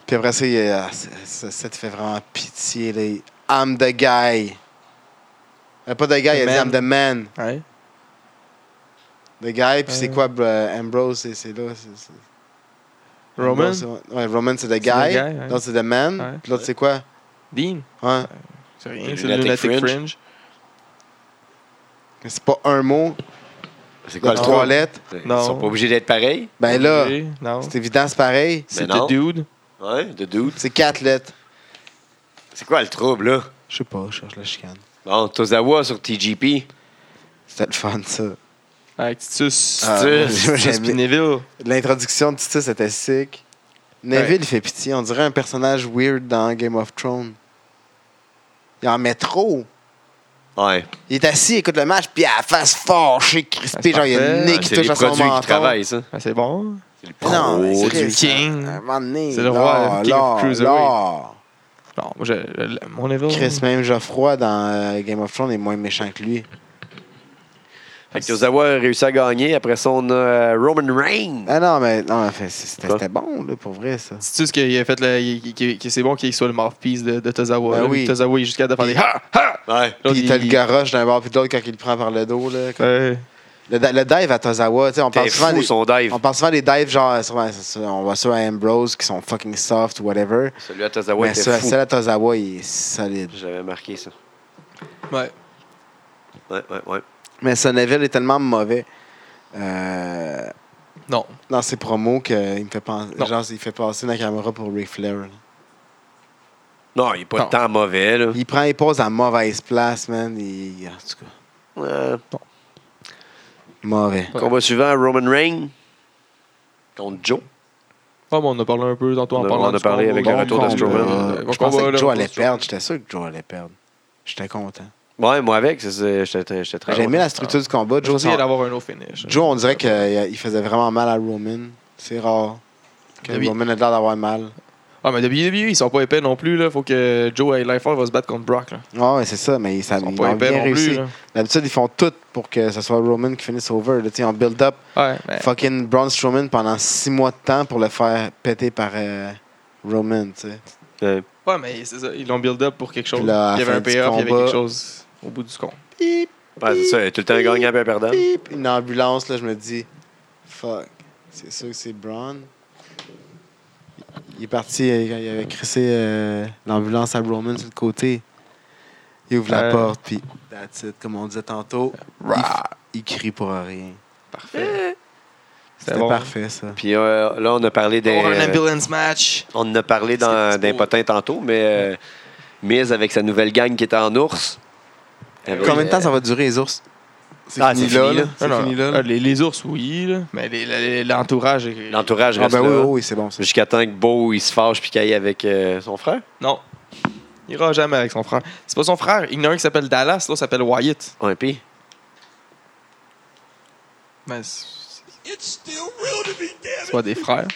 C: Puis après ça, il a, ah, ça- ça- ça te fait vraiment pitié. Là. Il- I'm the guy. Euh, pas the
A: The
C: guy, il a
A: man.
C: dit I'm the man.
A: Ouais.
C: The guy, puis c'est
A: Euh.
C: quoi euh, Ambrose? C'est- C'est là. c'est- c'est-
A: Roman,
C: Ambrose, c'est- Ouais, Roman, c'est the guy.
A: le guy, ouais.
C: L'autre, c'est the man.
A: Ouais.
C: Puis L'autre, c'est quoi?
A: Dean,
C: Ouais.
A: c'est rien.
B: Le
A: C'est le
B: Lunatic
A: Lunatic
B: Fringe.
A: Fringe.
C: Mais C'est pas un mot,
B: C'est quoi
C: pas
B: le
C: trois
B: trois
C: lettres.
A: Non.
B: Ils sont pas obligés d'être pareils.
C: Ben là,
A: Oui, non.
C: c'est évident, c'est pareil.
A: C'est
B: Ben non.
A: le dude.
B: Ouais, de doute.
C: C'est quatre lettres.
B: C'est quoi le trouble, là?
C: Je sais pas, je cherche la chicane.
B: Bon, Tozawa sur TGP.
C: C'était le fun, ça.
A: Avec Titus.
C: Ah,
A: Titus.
C: moi, j'aimais.
A: Titus puis Neville.
C: L'introduction de Titus était sick. Neville,
A: Ouais.
C: il fait pitié. On dirait un personnage weird dans Game of Thrones. Il en met trop.
B: Ouais.
C: Il est assis, il écoute le match, puis il a la face fâchée, crispée.
A: Ouais, Ah, c'est
C: genre, il y a le
A: parfait.
C: nez
A: Ouais,
C: qui
B: Ah, C'est les
C: touche à son
B: produits
C: menton.
B: qui travaillent, ça.
A: Ah, c'est bon.
C: Non, mais
A: du
C: c'est vrai, ça.
A: King.
C: À un moment donné,
A: C'est le roi,
C: là,
A: le King of
C: là,
A: Cruiserweight.
C: là.
A: Non, moi, je, le- mon level.
C: Chris, même Geoffroy dans euh, Game of Thrones est moins méchant que lui.
B: Fait que Tozawa a réussi à gagner. Après ça, on a euh, Roman Reigns.
C: Ah non, mais non, mais fait- c'était
B: Quoi?
C: c'était bon, là, pour vrai, ça.
A: Sais-tu ce qu'il a fait là, il- il- qu'il- qu'il- C'est bon qu'il soit le mouthpiece de, de Tozawa.
C: Ben
A: là.
C: oui.
A: Tozawa, il est juste capable de faire des ha! Ha!
B: Ouais.
A: L'autre,
C: Puis t'as le garoche d'un bord puis de l'autre quand il le prend par le dos, là. comme-
A: Ouais.
C: Le, di- le dive à Tozawa, tu sais, on
B: T'es
C: parle souvent
B: fou,
C: des...
B: son dive.
C: On parle souvent des dives genre, euh, sur- euh, sur- on va sur Ambrose qui sont fucking soft ou whatever.
B: Celui à
A: Ah
B: Tozawa
C: mais
B: était
C: ça-
B: fou.
C: celle à Tozawa, il est solide.
B: J'avais marqué ça.
A: ouais.
B: Ouais, ouais, ouais.
C: Mais Sonneville est tellement mauvais euh,
A: Non.
C: dans ses promos qu'il me fait penser.
A: Non.
C: Genre, il fait passer Nakamura pour Ric Flair. là.
B: Non, il est pas
A: Non.
B: tant mauvais, là.
C: Il prend les pauses à mauvaise place, man. Il- en tout cas,
B: Euh,
C: mauvais.
A: Ouais.
B: Combat suivant, Roman Reigns contre Joe.
A: Ah, bon, on a parlé un peu tantôt
B: On
A: en
B: a-
A: parlant
B: on a
A: du
B: parlé
A: combat,
B: avec
A: bon
B: le retour de
A: combat,
B: Strowman.
A: euh,
C: Je
A: bon combat,
C: pensais que
A: là,
C: Joe
A: retour
C: allait
A: de Strowman.
C: perdre. J'étais sûr que Joe allait perdre. J'étais content.
B: Ouais, moi avec, c'est- c'est- j'étais j'étais très
C: J'ai aimé
B: content.
C: la structure du combat.
A: Je
C: Joe,
A: pensais qu'il allait
C: son-
A: avoir un autre finish.
C: Joe, on dirait qu'il faisait vraiment mal à Roman. C'est rare que
A: Oui.
C: Roman ait l'air d'avoir mal.
A: Ah, mais WWE, ils sont pas épais non plus. Là. Faut que Joe ait l'air fort, il va se battre contre Brock. Là.
C: Ouais, ouais, c'est ça, mais ils, ça,
A: Ils sont
C: ils
A: pas
C: ont
A: épais
C: bien
A: non
C: réussi.
A: plus. Là.
C: D'habitude, ils font tout pour que ce soit Roman qui finisse over. Là, tu sais, on build up
A: Ouais, mais
C: fucking Braun Strowman pendant six mois de temps pour le faire péter par euh, Roman. tu sais.
B: Euh,
A: Ouais, mais c'est ça. Ils l'ont build up pour quelque chose.
C: Puis là, à
A: il y avait
C: la
A: un
C: fin du
A: payoff, il y avait
C: combat-
A: quelque chose au bout du compte.
B: ouais, c'est ça, il est tout le temps gagnant et perdant.
C: Beep, une ambulance, là, je me dis, fuck, c'est sûr que c'est Braun. Il est parti, euh, quand il avait crissé euh, l'ambulance à Roman sur le côté. Il ouvre la
A: Ouais.
C: porte, puis that's it, comme on disait tantôt, il, f- il crie pour rien.
A: Parfait.
C: C'était
A: bon.
C: parfait, ça.
B: Puis euh, là, on a parlé des. euh,
A: Pour un ambulance match.
B: On en a parlé
A: C'est-
B: dans-
A: c'est
B: d'un
A: beau.
B: potin tantôt, mais euh, Miz avec sa nouvelle gang qui est en ours. Avec-
C: Combien de temps ça va durer, les ours? C'est
B: Ah,
C: fini,
B: c'est
C: là,
B: fini,
C: là?
B: là.
C: C'est
A: Non, non,
C: fini, là,
A: ah,
C: là?
A: les, les ours, oui. là. Mais les- les- l'entourage. est-
B: L'entourage
C: Ah
B: reste
C: ben oui,
B: là.
C: oui, oui, c'est bon, ça.
B: Jusqu'à temps que Beau il se fâche puis qu'il aille avec euh, son frère.
A: Non. Il ira jamais avec son frère. C'est pas son frère. Il y en a un qui s'appelle Dallas, l'autre s'appelle Wyatt.
B: Ouais, puis.
A: Mais c'est c'est pas des frères.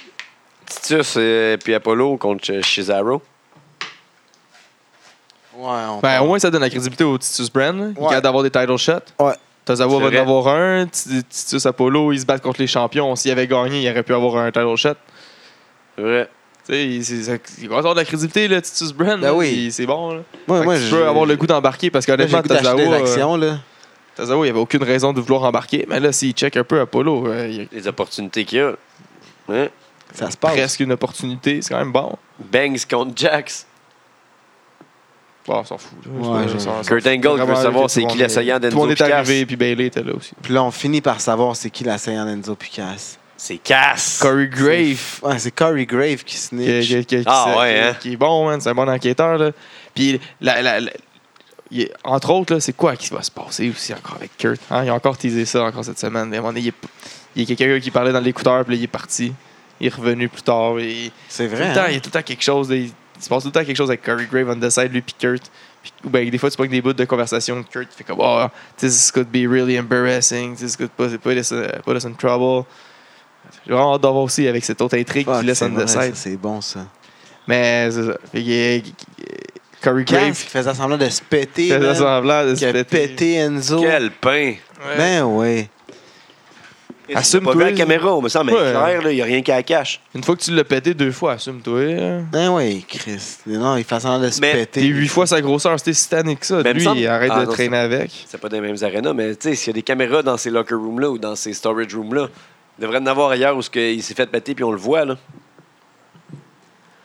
B: Titus et puis Apollo contre Ch- Cesaro.
C: Ouais, on
A: Ben, au moins, ça donne la crédibilité au Titus Brand. là. Il
C: Ouais.
A: garde d'avoir des title shots.
C: Ouais.
A: Tozawa
B: C'est
A: va
B: vrai.
A: en avoir un. Ti- Titus Apollo, ils se battent contre les champions. S'il avait gagné, il aurait pu avoir un title shot.
B: C'est vrai.
A: Tu sais, il- c'est- ça- il va avoir de la crédibilité, là, Titus Brand.
C: Ben
A: là.
C: oui.
A: Il- C'est bon. Là.
C: Moi,
A: Fait
C: moi,
A: que tu
C: je-
A: peux avoir le goût d'embarquer parce
C: Là, j'ai
A: qu'honnêtement,
C: le goût d'acheter
A: Tozawa,
C: des
A: euh,
C: actions, là.
A: Tozawa, il avait aucune raison de vouloir embarquer. Mais là, s'il check un peu Apollo, euh, il y a
B: Les opportunités qu'il y a. Hein?
C: Ça se passe.
A: presque une opportunité. C'est quand même bon.
B: Bangs contre Jax.
A: Bon, on s'en fout. là.
C: Ouais,
A: Je-
C: je-
A: ça- ça-
B: Kurt Angle veut
A: vraiment
B: savoir
A: que
B: c'est
A: tout
B: qui
A: le monde
B: l'assaillant
A: Tout le
B: d'Enzo
A: monde est
B: Picasso.
A: arrivé, puis Bailey était là aussi.
C: Puis là, on finit par savoir c'est qui l'assaillant d'Enzo Picasso.
B: C'est Cass.
A: Corey Grave.
C: Ouais, c'est Corey Grave qui
A: qui,
C: snitch.
A: qui- qui- qui-
B: Ah
A: qui-
B: ouais,
A: qui-
B: hein?
A: qui est bon, man, c'est un bon enquêteur. Là. Puis, la- la- la- il est- entre autres, là, c'est quoi qui va se passer aussi encore avec Kurt? Hein? Il a encore teasé ça encore cette semaine. Mais à un moment donné, il, est- il y a quelqu'un qui parlait dans l'écouteur, puis là, il est parti. Il est revenu plus tard. et-
C: C'est
A: tout
C: vrai.
A: le temps,
C: hein?
A: il y a tout le temps quelque chose. là, il, il se passe tout le temps quelque chose avec Corey Grave on the side, lui, puis Kurt. Puis, ou ben, des fois, tu pognes des bouts de conversation de Kurt. tu fais comme, oh, this could be really embarrassing. This could put, put, us, uh, put us in trouble. J'ai vraiment hâte d'en voir aussi avec cette autre intrigue
C: Fuck,
A: qui laisse
C: c'est
A: on
C: vrai,
A: the
C: ça,
A: side.
C: C'est bon, ça.
A: Mais c'est ça. Fait euh, qu'il est- qu'il- Corey
C: Grave
A: Graves
C: qui faisait semblant de se péter.
A: qui faisait
C: man,
A: semblant de
C: Qui
A: se
C: a
A: péter.
C: pété Enzo.
B: Quel pain.
A: Ouais.
C: Ben ouais.
A: Assume-toi.
B: Pas vu la caméra, on me semble. mais
A: Ouais.
B: clair, là, il n'y a rien qu'à la cache.
A: Une fois que tu l'as pété deux fois, assume-toi. là.
C: Ben ouais, Chris. Non, il fait semblant de se
B: Mais
C: péter.
A: T'es huit fois sa grosseur, c'était titanique ça.
B: Ben, il me
A: Lui,
B: semble-
A: arrête
B: Ah,
A: de
B: non,
A: traîner avec.
B: C'est pas dans les mêmes arénas, mais tu sais, s'il y a des caméras dans ces locker rooms-là ou dans ces storage rooms-là, il devrait en avoir ailleurs où ce que il s'est fait péter puis on le voit. Là.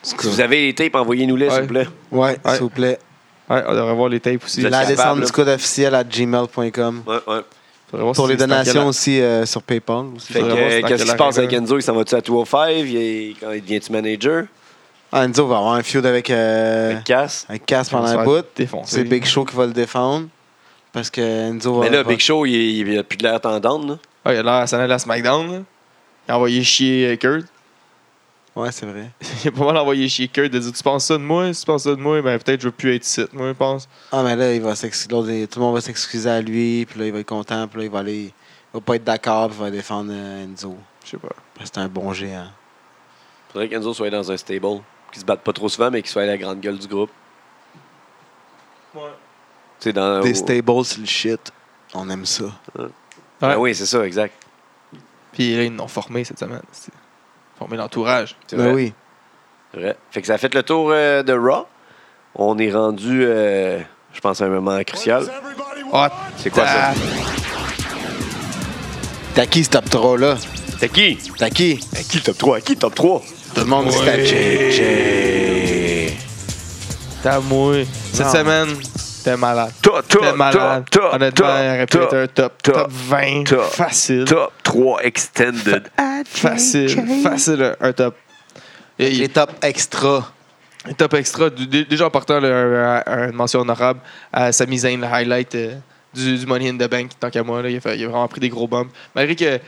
B: Si vous avez les tapes, envoyez-nous-les,
A: Ouais.
B: s'il vous plaît.
C: Ouais,
A: Ouais.
C: s'il vous plaît.
A: Ouais, on devrait voir les tapes aussi.
B: Vous êtes
C: La
B: capable,
C: descente
B: là.
C: du code officiel à gmail.com.
B: Ouais, ouais.
A: Faudrait voir
C: Pour
A: si
C: les
A: c'est dans quel-
C: donations aussi euh, sur PayPal. aussi.
B: Fait que,
A: Faudrait voir c'est
B: euh,
A: dans
B: qu'est-ce qui
A: quelle
B: se passe
A: arène.
B: avec Enzo? Il s'en va-tu à 205? Il est- Quand il devient-tu manager?
C: Ah, Enzo va avoir un feud avec, euh,
B: Avec Cass?
C: avec Cass pendant
A: On se
C: un
A: fait
C: bout.
A: défoncer.
C: C'est Big Show qui va le défendre. Parce que Enzo
B: Mais
C: va.
B: là,
C: va-
B: Big Show, il n'y a plus de l'air tendante. là.
A: Ah, il a l'air à SmackDown. là. Il a envoyé chier euh, Kurt.
G: Ouais, c'est vrai.
A: Il a pas mal envoyé chier Kurt de dire Tu penses ça de moi Si tu penses ça de moi, ben peut-être je veux plus être ici, moi, je pense.
G: Ah, mais là, il va s'excuser. l'autre, il- Tout le monde va s'excuser à lui, puis là, il va être content, puis là, il va aller. Il va pas être d'accord, puis il va défendre euh, Enzo.
A: Je sais pas.
G: Parce que C'est un bon géant.
B: Faudrait qu'Enzo soit dans un stable, qu'il se batte pas trop souvent, mais qu'il soit la grande gueule du groupe.
A: Ouais.
B: Tu sais,
A: Oh.
B: dans.
G: Des
B: au-
G: stables, c'est le shit. On aime ça.
B: Ben
A: Ouais.
B: oui, c'est ça, exact.
A: Puis là, ils l'ont formé cette semaine. c'est- Formé l'entourage.
B: C'est
G: Ben
B: vrai.
G: oui.
B: C'est vrai. Fait que ça a fait le tour euh, de Raw. On est rendu, euh, je pense, à un moment crucial.
A: Ah,
B: C'est quoi
A: ah,
B: ça?
G: T'as qui ce top 3 là?
B: C'est qui?
G: T'as qui?
B: Qui le top 3? Qui le top 3?
G: Tout le monde dit t'as Jay.
A: t'as moué. Cette
G: Non.
A: semaine, t'es malade.
B: Top, top,
A: T'es malade.
B: top, top,
A: Honnêtement,
B: top,
A: il aurait pu
B: top,
A: être un top,
B: top,
A: top, 20.
B: top,
A: facile.
B: Top 3 Extended.
A: facile. Facile, un- un top. Et il-
G: Les top extra.
A: Un Top extra. Du- dé- Déjà en partant, là, un- un- une mention honorable à Sami Zayn, le highlight euh, du, du Money in the Bank, tant qu'à moi. là. il, a fait- il a vraiment pris des gros bumps. Malgré que.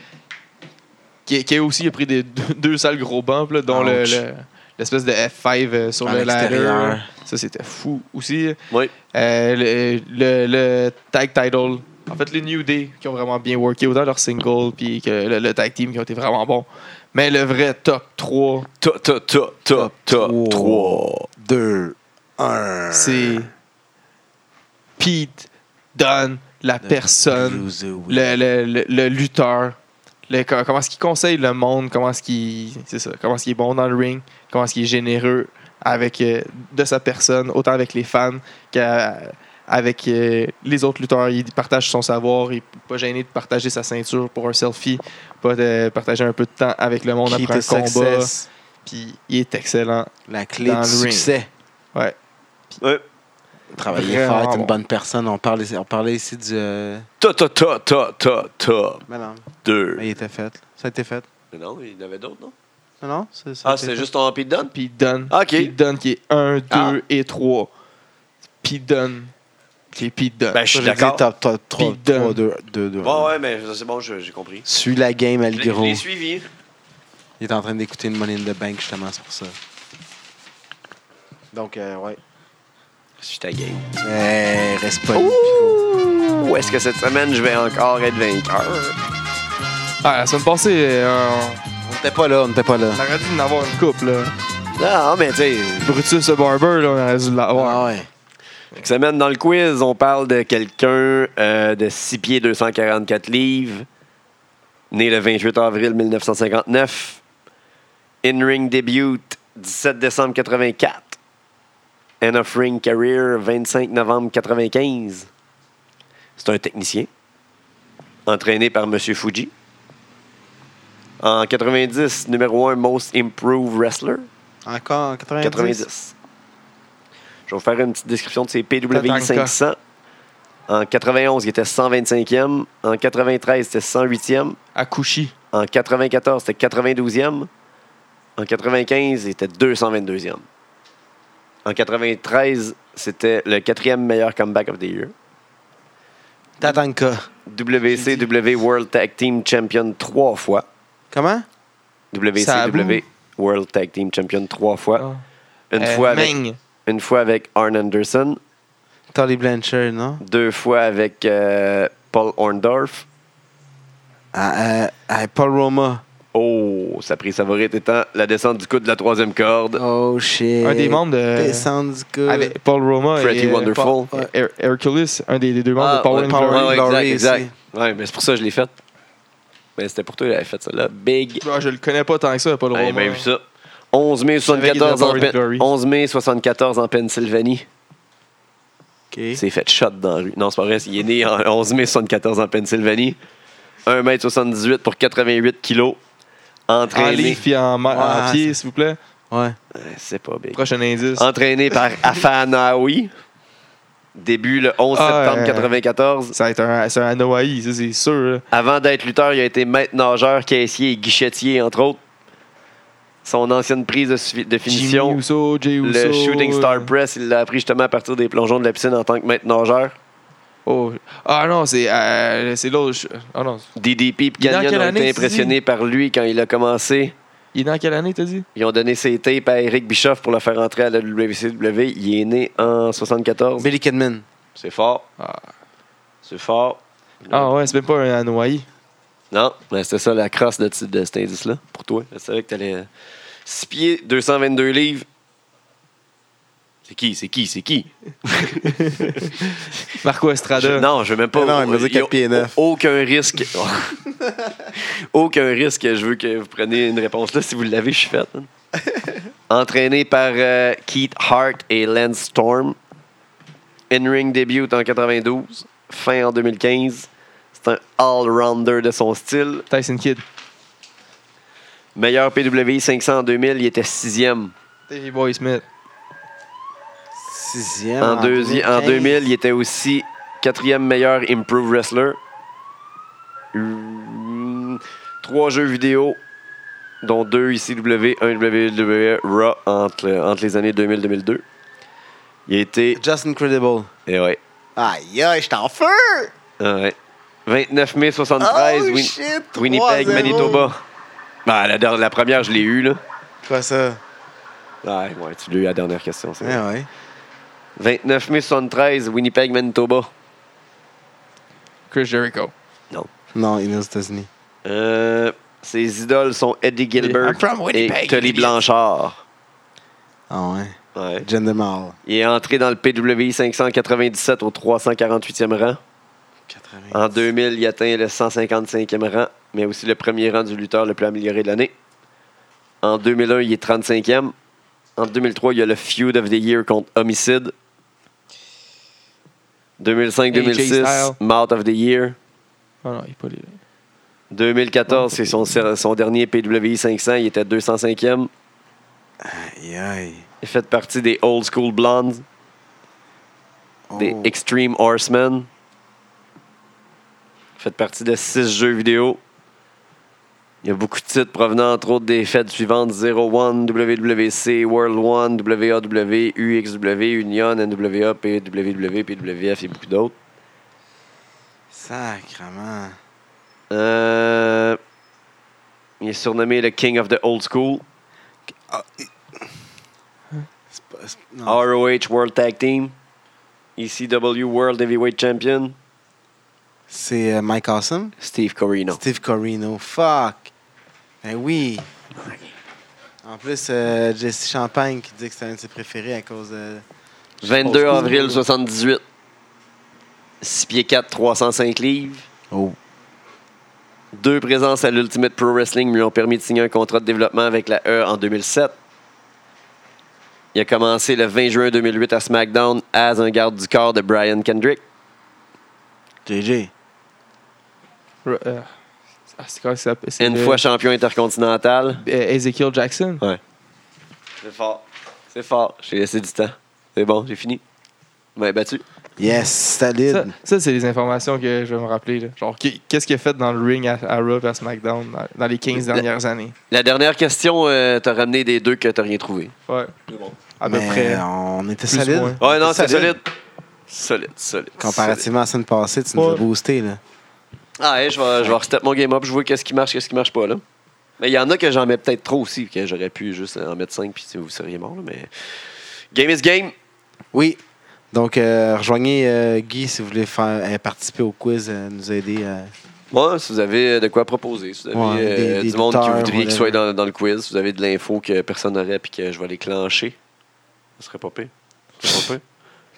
A: Qui, qui a aussi il a pris des, deux, deux sales gros bumps, là, dont le-
G: Ouch.
A: le- l'espèce de F5 euh, sur
G: À
A: le ladder.
G: l'extérieur.
A: là. Ça, c'était fou aussi.
B: Oui.
A: Euh, le, le- le tag title. En fait, les New Day qui ont vraiment bien worké, autant leur single puis que le, le tag team qui ont été vraiment bons. Mais le vrai top 3,
B: Top, top, top, top, top 3.
G: 2, 1.
A: c'est
C: Euh.
A: Pete Dunne, la personne, le, le- le- le lutteur. Le- co- comment est-ce qu'il conseille le monde, comment est-ce qu'il c'est ça, comment est-ce qu'il est bon dans le ring, comment est-ce qu'il est généreux avec euh, de sa personne, autant avec les fans qu'avec les autres lutteurs. Il partage son savoir, il n'est pas gêné de partager sa ceinture pour un selfie, pas de partager un peu de temps avec le monde
G: Key
A: après
G: to
A: un combat.
G: success.
A: Puis il est excellent.
G: La clé
A: Dans
G: du
A: le ring.
G: succès.
A: Ouais.
G: Travailler
A: Vraiment
G: fort, être une
A: bon.
G: bonne personne. On parlait, on parlait ici du. euh,
B: Top, top, top, top, top, top
G: Mais non,
B: 2.
G: mais il était fait. Ça a été fait.
B: Mais non, il y en avait d'autres, non?
G: Non, non, c'est ça. a
B: Ah,
G: été
B: c'est
G: fait.
B: juste ton Pete Dunne?
A: Pete Dunne.
B: Ah, Ok.
A: Pete Dunne qui est 1, 2
B: Ah.
A: et 3. Pete Dunne. Qui est Pete Dunne.
B: Ben, je
G: Ça,
B: suis
G: j'ai dit
B: d'accord.
G: top, top 3,
A: Pete Dunne.
G: 3, 2, 2, 2.
B: Ouais, ouais, mais c'est bon, je- j'ai compris.
G: Suis la game,
B: Je l'ai-
G: Algiro.
B: je l'ai suivi.
G: Il est en train d'écouter une Money in the Bank, justement, c'est pour ça. Donc, euh, ouais.
B: Je t'agaye.
G: Eh, reste pas
B: Ouh! Est-ce que cette semaine, je vais encore être vainqueur?
A: Ah, la semaine passée, euh,
G: On n'était pas là, on n'était pas là.
A: on aurait dû en avoir une couple. Là.
B: Non, mais tu sais,
A: Brutus le Barber, là, on aurait dû l'avoir.
G: Ah ouais.
B: cette semaine, dans le quiz, on parle de quelqu'un euh, de 6 pieds 244 livres, né le 28 avril 1959, in-ring debut 17 décembre 84, and off-ring career 25 novembre 95. C'est un technicien, entraîné par M. Fuji. En 90, numéro 1 Most Improved Wrestler.
G: Encore en 90.
B: 90. Je vais vous faire une petite description de ces
A: Tatanka.
B: PWI 500. En 91, il était 125e. En 93, c'était 108e.
A: Akushi.
B: En 94, c'était 92e. En 95, il était 222e. En 93, c'était le quatrième meilleur comeback of the year.
G: Tatanka.
B: WCW World Tag Team Champion trois fois.
G: Comment?
B: WCW World Tag Team Champion trois fois. Une,
A: Euh,
B: fois avec,
A: Meng.
B: une fois avec Arn Anderson,
G: Tolly Blanchard, non?
B: deux fois avec euh, Paul Orndorff.
G: Ah, euh, ah, Paul Roma.
B: Oh, sa prise favorite étant la descente du coude de la troisième corde.
C: Ah,
G: Oh shit.
A: Un des membres de- Ah,
G: Descendre du coup.
A: Avec Euh, Paul Roma
B: Pretty
A: et euh,
B: Wonderful.
A: Paul- Her- Hercules, un des, des deux membres
B: Ah,
A: de Power
B: ouais,
A: and
G: Power
A: Glory.
B: ouais, ouais,
G: Glory
B: exact,
G: aussi.
B: exact. Ouais, mais c'est pour ça que je l'ai faite. Mais c'était pour toi qu'il avait fait ça là. Big.
A: Ah, je le connais pas tant que ça, Paul
B: J'ai
A: Roma.
B: bien vu ben, ça. 11 mai,
A: savais qu'il
B: 74 en,
A: était
B: Pen-
A: Glory.
B: 11 mai 74 en Pennsylvanie. Il
G: Ok.
B: s'est fait shot dans la rue. Non, c'est pas vrai. Il est né en 11 mai 74 en Pennsylvanie. 1m78 pour 88 kilos.
A: En
B: Entraîné.
A: livre puis en, ma- en
G: Ouais,
A: pied, s'il vous plaît.
G: Ouais.
B: Ouais, C'est pas big.
A: Prochain indice.
B: Entraîné par Afanaoui. Début le 11
A: Ah,
B: septembre
A: euh,
B: 94.
A: Ça va être un, c'est un Anoa'i, ça, c'est sûr. là.
B: Avant d'être lutteur, il a été maître nageur, caissier et guichetier, entre autres. Son ancienne prise de, suivi- de finition,
A: Jimmy Uso, Jay Uso. euh,
B: le Shooting Star Press, il l'a appris justement à partir des plongeons de la piscine en tant que maître nageur.
A: Oh. Ah non, c'est euh, c'est l'autre. Ah non.
B: DDP et
A: Il est dans
B: Canyon
A: quelle
B: ont
A: année,
B: été impressionnés par lui quand il a commencé
A: Il est dans quelle année, t'as dit?
B: Ils ont donné ses tapes à Eric Bischoff pour le faire entrer à la WCW. Il est né en 74.
G: Billy Kidman.
B: C'est fort.
A: Ah.
B: C'est fort.
A: Ah ouais, c'est même pas un Anoa'i.
B: Non, mais c'était ça la crosse de, de cet indice-là, pour toi. Je savais que t'allais. 6 pieds, 222 livres. C'est qui, c'est qui, c'est qui?
A: Marco
B: Je-
A: Estrada.
B: non, je veux même pas.
G: Ah, Non, il me dit
B: y a
G: quatre pieds neuf.
B: au- Aucun risque. aucun risque. Je veux que vous preniez une réponse là. Si vous l'avez, je suis faite. Entraîné par euh, Keith Hart et Lance Storm. In-ring début en 92. Fin en 2015. C'est un all-rounder de son style.
A: Tyson Kidd.
B: Meilleur PWI 500 en 2000. Il était sixième.
A: Davey Boy Smith.
G: Sixième.
B: En, deuxi- en 2000, il était aussi quatrième meilleur Improve Wrestler. Hum, Trois jeux vidéo, dont deux ICW, un WWE Raw entre, entre les années 2000-2002. Il a été.
G: Just Incredible.
B: Eh ouais.
G: Aïe, aïe, je t'en feu!
B: ah ouais. 29 mai 73,
G: Oh,
B: Win-
G: shit,
B: Winnipeg,
G: 3-0.
B: Manitoba. Ah, la, der- la première, je l'ai eue, là.
G: Quoi ça?
B: Ah, ouais, tu l'as eu la dernière question. c'est
G: Eh
B: vrai.
G: ouais.
B: 29 mai 73, Winnipeg, Manitoba.
A: Chris Jericho.
G: Non, il est aux États-Unis.
B: Euh, ses idoles sont Eddie Gilbert
A: I'm from Winnipeg,
B: et Tully
A: idiot.
B: Blanchard.
G: Ah ouais.
B: Ouais.
G: Gender Mall.
B: Il est entré dans le PWI 597 au 348e rang. En 2000, il atteint le 155e rang, mais aussi le premier rang du lutteur le plus amélioré de l'année. En 2001, il est 35e. En 2003, il y a le Feud of the Year contre Homicide.
A: AJ
B: 2005-2006,
A: Styles.
B: Mouth of the Year.
A: Ah non, il est pas les.
B: 2014, c'est son, son dernier PWI 500, il était 205e.
G: Aïe, aïe.
B: Il fait partie des Old School Blondes, des
G: Oh.
B: Extreme Horsemen. Il fait partie de six jeux vidéo. Il y a beaucoup de titres provenant entre autres des fêtes suivantes 01, WWC, World One, WAW, UXW, Union, NWA, PWW, PWF et beaucoup d'autres.
G: Sacrement.
B: Euh, il est surnommé le King of the Old School.
G: C'est pas- c'est- non.
B: Ah. ROH World Tag Team, ECW World Heavyweight Champion,
G: C'est euh, Mike Awesome?
B: Steve Corino.
G: Steve Corino. Fuck. Ben oui. En plus, euh, Jesse Champagne qui dit que c'est un de ses préférés à cause de.
B: 22 avril 78. 6 pieds 4, 305 livres.
G: Oh.
B: Deux présences à l'Ultimate Pro Wrestling lui ont permis de signer un contrat de développement avec la E en 2007. Il a commencé le 20 juin 2008 à SmackDown as un garde du corps de Brian Kendrick.
G: JJ.
A: Ro- euh, ah, c'est quoi que ça s'appelle? C'est
B: Une
A: le-
B: fois champion intercontinental.
A: euh, Ezekiel Jackson.
B: C'est fort. C'est fort. J'ai laissé du temps. C'est bon, j'ai fini. Mais battu.
G: Yes,
A: Ça,
G: Staline.
A: ça, c'est des informations que je vais me rappeler. là. Genre, qu'est- qu'est-ce qu'il a fait dans le ring à, à Raw et à SmackDown dans, dans les 15
B: La-
A: dernières années?
B: La dernière question, euh, t'as ramené des deux que t'as rien trouvé.
A: Ouais. À peu
G: Mais
A: près.
G: on était
A: Plus
G: solide.
A: ou moins.
B: Ouais, non, c'est solide. Solide, solide.
G: Comparativement à la semaine passée, tu nous as
A: Ouais.
G: boosté, là.
B: solide. Ah, ouais, je vais, je vais restep mon game up, je vois qu'est-ce qui marche, qu'est-ce qui marche pas, là. Mais il y en a que j'en mets peut-être trop aussi, que j'aurais pu juste en mettre 5 puis tu sais, vous seriez mort, là, mais. Game is game.
G: Oui. Donc, euh, rejoignez euh, Guy si vous voulez faire, euh, participer au quiz, euh, nous aider. euh.
B: Moi, si vous avez de quoi proposer, si vous avez
G: Ouais,
B: euh,
G: des- des
B: du monde qui
G: lutteurs,
B: voudrait qu'il
G: whatever.
B: soit dans, dans le quiz, si vous avez de l'info que personne n'aurait puis que je vais les clencher, ce serait pas pire. Ce serait pas pire.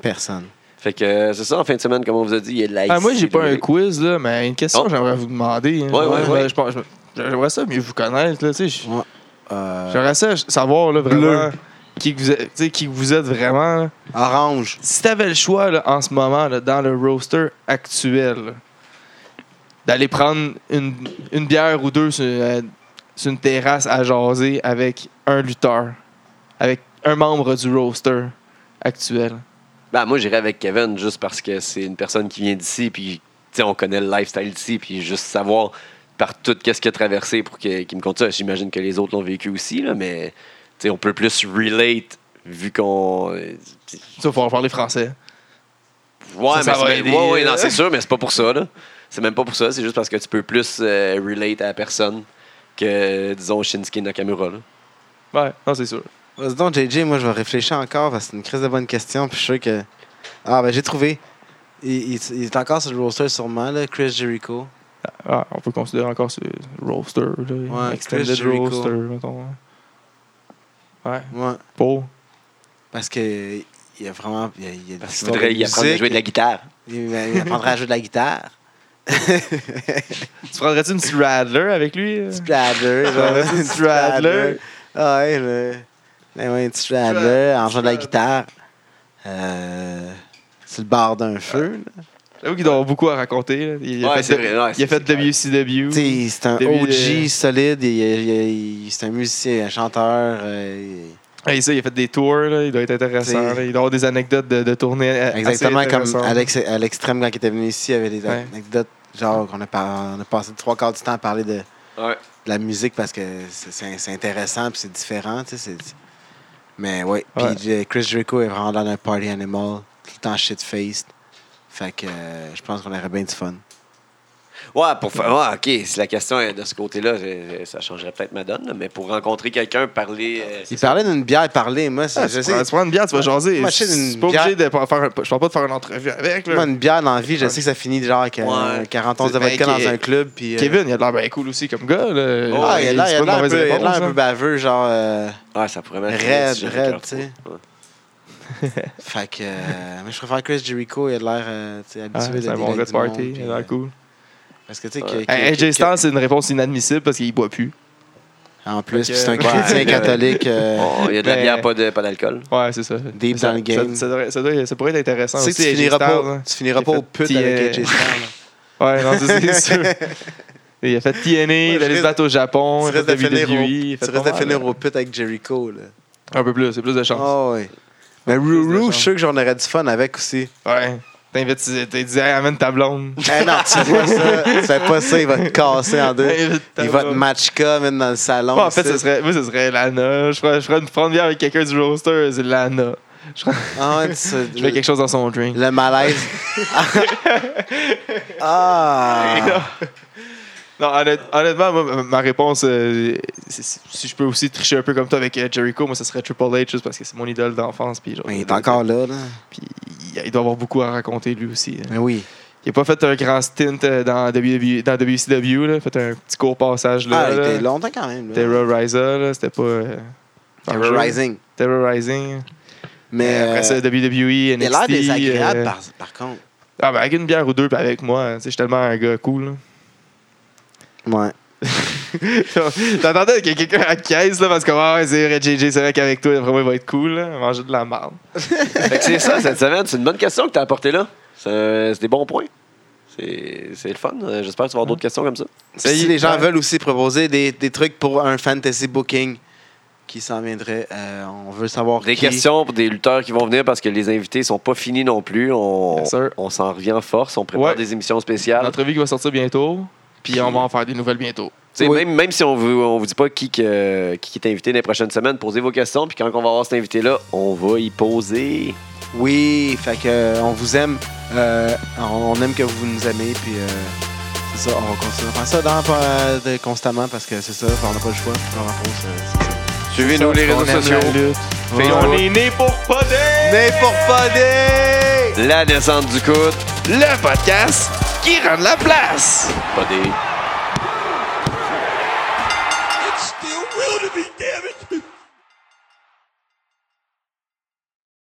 G: Personne.
B: Fait que euh, c'est ça, en fin de semaine, comme on vous a dit, il y a de la
A: Ah, moi, j'ai pas un
B: ICW.
A: quiz, là, mais une question
B: Oh.
A: que j'aimerais vous demander. hein.
B: Ouais, ouais,
A: Genre,
B: ouais.
A: euh, je pense- je- J'aimerais ça mieux vous connaître. Là, tu sais, je-
G: Euh,
A: J'aimerais ça savoir là, vraiment qui que vous êtes, tu sais, qui que vous êtes vraiment. là.
G: orange.
A: Si t'avais le choix là, en ce moment là, dans le roster actuel là, d'aller prendre une, une bière ou deux sur, euh, sur une terrasse à jaser avec un lutteur, avec un membre du roster actuel.
B: Ben, moi, j'irais avec Kevin juste parce que c'est une personne qui vient d'ici, puis tu sais, on connaît le lifestyle d'ici, puis juste savoir par tout qu'est-ce qu'il a traversé pour que- qu'il me compte ça. J'imagine que les autres l'ont vécu aussi, là, mais tu sais, on peut plus relate vu qu'on. euh, tu-
A: Ça, il faut parler français.
B: Ouais,
A: Ça, ça
B: mais
A: va
B: c'est-
A: aider,
B: ouais, ouais,
A: euh.
B: non, c'est sûr, mais c'est pas pour ça, là. C'est même pas pour ça, c'est juste parce que tu peux plus euh, relate à la personne. que, disons, Shinsuke Nakamura. là.
A: Ouais, non, c'est sûr.
C: Vas-y donc, JJ, moi, je vais réfléchir encore parce que c'est une crise de bonne question. Puis je suis sûr que. Ah, ben, j'ai trouvé. Il, il- il est encore sur le roster, sûrement, là, Chris Jericho.
A: Ah, on peut considérer encore ce roster, là,
C: Ouais,
A: extended
C: Chris Jericho.
A: roster, mettons. hein. Ouais,
C: Ouais.
A: pour.
C: Parce que. Il a vraiment. Il, a- il, a-
B: Parce
C: il
B: qu'il faudrait y apprendre à jouer de la guitare.
C: Il, il apprendra à jouer de la guitare.
A: Tu prendrais-tu une petite Radler avec lui? euh?
C: Straddler.
A: J'aurais dit Straddler.
C: Ah Ouais, Ben le. Mais oui, un petit Straddler en jouant de la guitare. Euh, c'est le bord d'un feu. là.
A: J'avoue qu'il doit avoir beaucoup à raconter. là. Il a
B: Ouais,
A: fait,
B: c'est
A: de,
B: vrai, ouais,
A: il a
B: c'est-
A: fait
B: c'est
A: WCW.
C: Tu sais, c'est un
A: Début
C: OG
A: de-
C: solide. il- il- il- il- c'est un musicien, un chanteur. euh,
A: Ouais, ça, il a fait des tours, là, il doit être intéressant.
C: C'est-
A: là. Il doit avoir des anecdotes de, de tournées. a-
C: Exactement
A: assez
C: comme
A: intéressantes.
C: Alex, à l'extrême quand il était venu ici, il y avait des
A: Ouais.
C: anecdotes. Genre, qu'on a, par- on a passé trois quarts du temps à parler de,
B: Ouais.
C: de la musique parce que c'est- c'est c'est intéressant puis c'est différent. tu sais, c'est- Mais ouais. Puis
A: Ouais.
C: j'ai- Chris Jericho est vraiment dans un party animal, tout le temps shit-faced. Fait que euh, je pense qu'on aurait bien du fun.
B: Ouais, pour faire. Ouais, OK. Si la question est de ce côté-là, je- je- ça changerait peut-être ma donne, là, mais pour rencontrer quelqu'un, parler. euh,
C: Il parlait d'une bière parler. Moi, c'est-
A: Ah,
C: je
A: tu,
C: sais.
A: prends, tu prends une bière, tu vas jaser.
C: Moi,
A: Je
C: je sais,
A: suis
C: une
A: pas obligé
C: bière-
A: de faire. un- Je parle pas de faire une entrevue avec. Là.
C: Moi, une bière dans la vie, je sais que ça finit genre avec euh,
B: Ouais.
C: 40 onces de
A: Ben,
C: vodka dans
A: Ke-
C: un club. Puis, euh,
A: Kevin, il a de l'air bien cool aussi comme gars. Là.
C: ah, il a l'air- il a
A: C'est
C: de l'air
A: pas
C: un
A: une
C: peu- il a
A: mauvaise
C: de l'air un peu
A: réponse,
C: baveux, genre. euh,
B: Ouais, Ah, ça pourrait mettre.
C: Raide,
B: si j'ai
C: raide,
B: un cœur
C: tu sais.
B: trop. Ouais.
C: Fait que. euh, mais je préfère Chris Jericho, il a de l'air euh, tu sais,
A: hein.
C: habitué
A: Ouais, C'est
C: de
A: un bon gars de party, il
C: puis,
A: a
C: euh,
A: l'air cool.
C: Parce que, tu sais, que- que-
A: Hey,
C: que-
A: AJ Styles, c'est une réponse inadmissible parce qu'il boit plus.
C: En plus,
A: Fait
C: puis c'est un
A: que-
C: chrétien
B: Ouais.
C: catholique. euh,
B: Bon, il y a de la
A: Mais-
B: bière, pas de- pas d'alcool.
A: Ouais, c'est ça.
C: Deep
A: Ça-
C: dans le game.
A: Ça, ça devrait- ça doit- ça pourrait être intéressant
C: tu sais que
A: aussi.
C: tu
A: AJ
C: finiras
A: Styles,
C: pas,
A: hein.
C: tu finiras
A: J'ai
C: pas au
A: fait
C: pute
A: petit, euh,
C: avec AJ Styles. là.
A: Ouais, non, ça, c'est sûr. Il a fait TNA,
C: Moi,
A: il
C: je
A: allait se battre au Japon,
C: Tu
A: il a
C: restes à
A: fait
C: finir
A: WWE. il
C: au-
A: a
C: tu
A: fait
C: restes
A: pas
C: à
A: mal,
C: finir
A: là.
C: au put avec Jericho. Là.
A: Un peu plus, c'est plus de chance.
C: Ah oui. Mais
A: Plus de
C: Ruru, je
A: chance.
C: suis sûr que j'en aurais du fun avec aussi.
A: Ouais. T'invites, t'es dit, hey, amène ta blonde.
C: Eh non, tu vois ça, tu fais pas ça, il va te casser en deux.
A: Invite ta
C: Il va te
A: blonde.
C: matchka même dans le salon.
A: Ouais, en fait,
C: tu sais.
A: ce serait, moi, ce serait Lana. Je ferais, je ferais une prendre bière avec quelqu'un du roster, c'est Lana. Je, ferais-
C: Ah ouais, tu sais,
A: je mets quelque chose dans son drink.
C: Le malaise. ah!
A: Non, honnête- honnêtement, moi, ma- ma réponse, euh, c'est- c'est- si je peux aussi tricher un peu comme toi avec euh, Jericho, moi, ce serait Triple H, juste parce que c'est mon idole d'enfance. puis genre-
C: Mais il est encore là, là.
A: Puis, il- il doit avoir beaucoup à raconter, lui aussi. hein.
C: Mais oui.
A: Il n'a pas fait un grand stint euh, dans, WWE, dans WCW. Là. fait un petit court passage là.
C: Ah, il
A: là.
C: était longtemps quand même. là.
A: Terrorizer, là, c'était pas. euh, un jeu.
C: Terrorizing.
A: Terrorizing.
C: Mais
A: Après ça, E,
C: euh,
A: WWE, NXT.
C: il a l'air désagréable,
A: euh,
C: par, par contre.
A: Ah, ben, avec une bière ou deux, puis avec moi, hein, tu sais, je suis tellement un gars cool. là.
C: Ouais.
A: T'entendais qu'il y a quelqu'un à la caisse, là, parce que, ah, ouais, c'est vrai, JJ, c'est vrai qu'avec toi, vraiment, il va être cool, là, manger de la marde.
B: Fait que c'est ça, cette semaine. C'est une bonne question que tu as apportée là. C'est un- c'est des bons points. C'est c'est le fun. Euh, J'espère que tu vas avoir d'autres questions comme ça.
A: Ça y
C: Si
A: est,
C: les gens
A: ouais.
C: veulent aussi proposer des, des trucs pour un fantasy booking qui s'en viendrait, euh, on veut savoir
B: Des
C: qui.
B: questions pour des lutteurs qui vont venir parce que les invités sont pas finis non plus.
C: Oh.
B: On,
A: Yes, sir.
B: on s'en revient en force. On prépare
A: Ouais.
B: des émissions spéciales.
A: L'entrevue qui va sortir bientôt, puis on va en faire des nouvelles bientôt.
B: Tu sais,
C: Oui.
B: Même, même si on vous, on vous dit pas qui, que- qui est invité dans les prochaines semaines, posez vos questions. Puis quand on va avoir cet invité-là, on va y poser.
C: Oui, fait que euh, on vous aime, euh, on on aime que vous nous aimez, puis euh, c'est ça, on va continuer à faire ça dans, euh, de- constamment parce que c'est ça, on n'a pas le choix. On rencontre, euh, c'est ça.
B: Suivez-nous les réseaux
A: On aime
B: sociaux.
A: la lutte.
B: Facebook.
A: On est né pour poder!
C: Mais pour pas des-
B: La descente du coude.
A: Le podcast qui rend la place!
B: Pas des-
H: It's still real to me,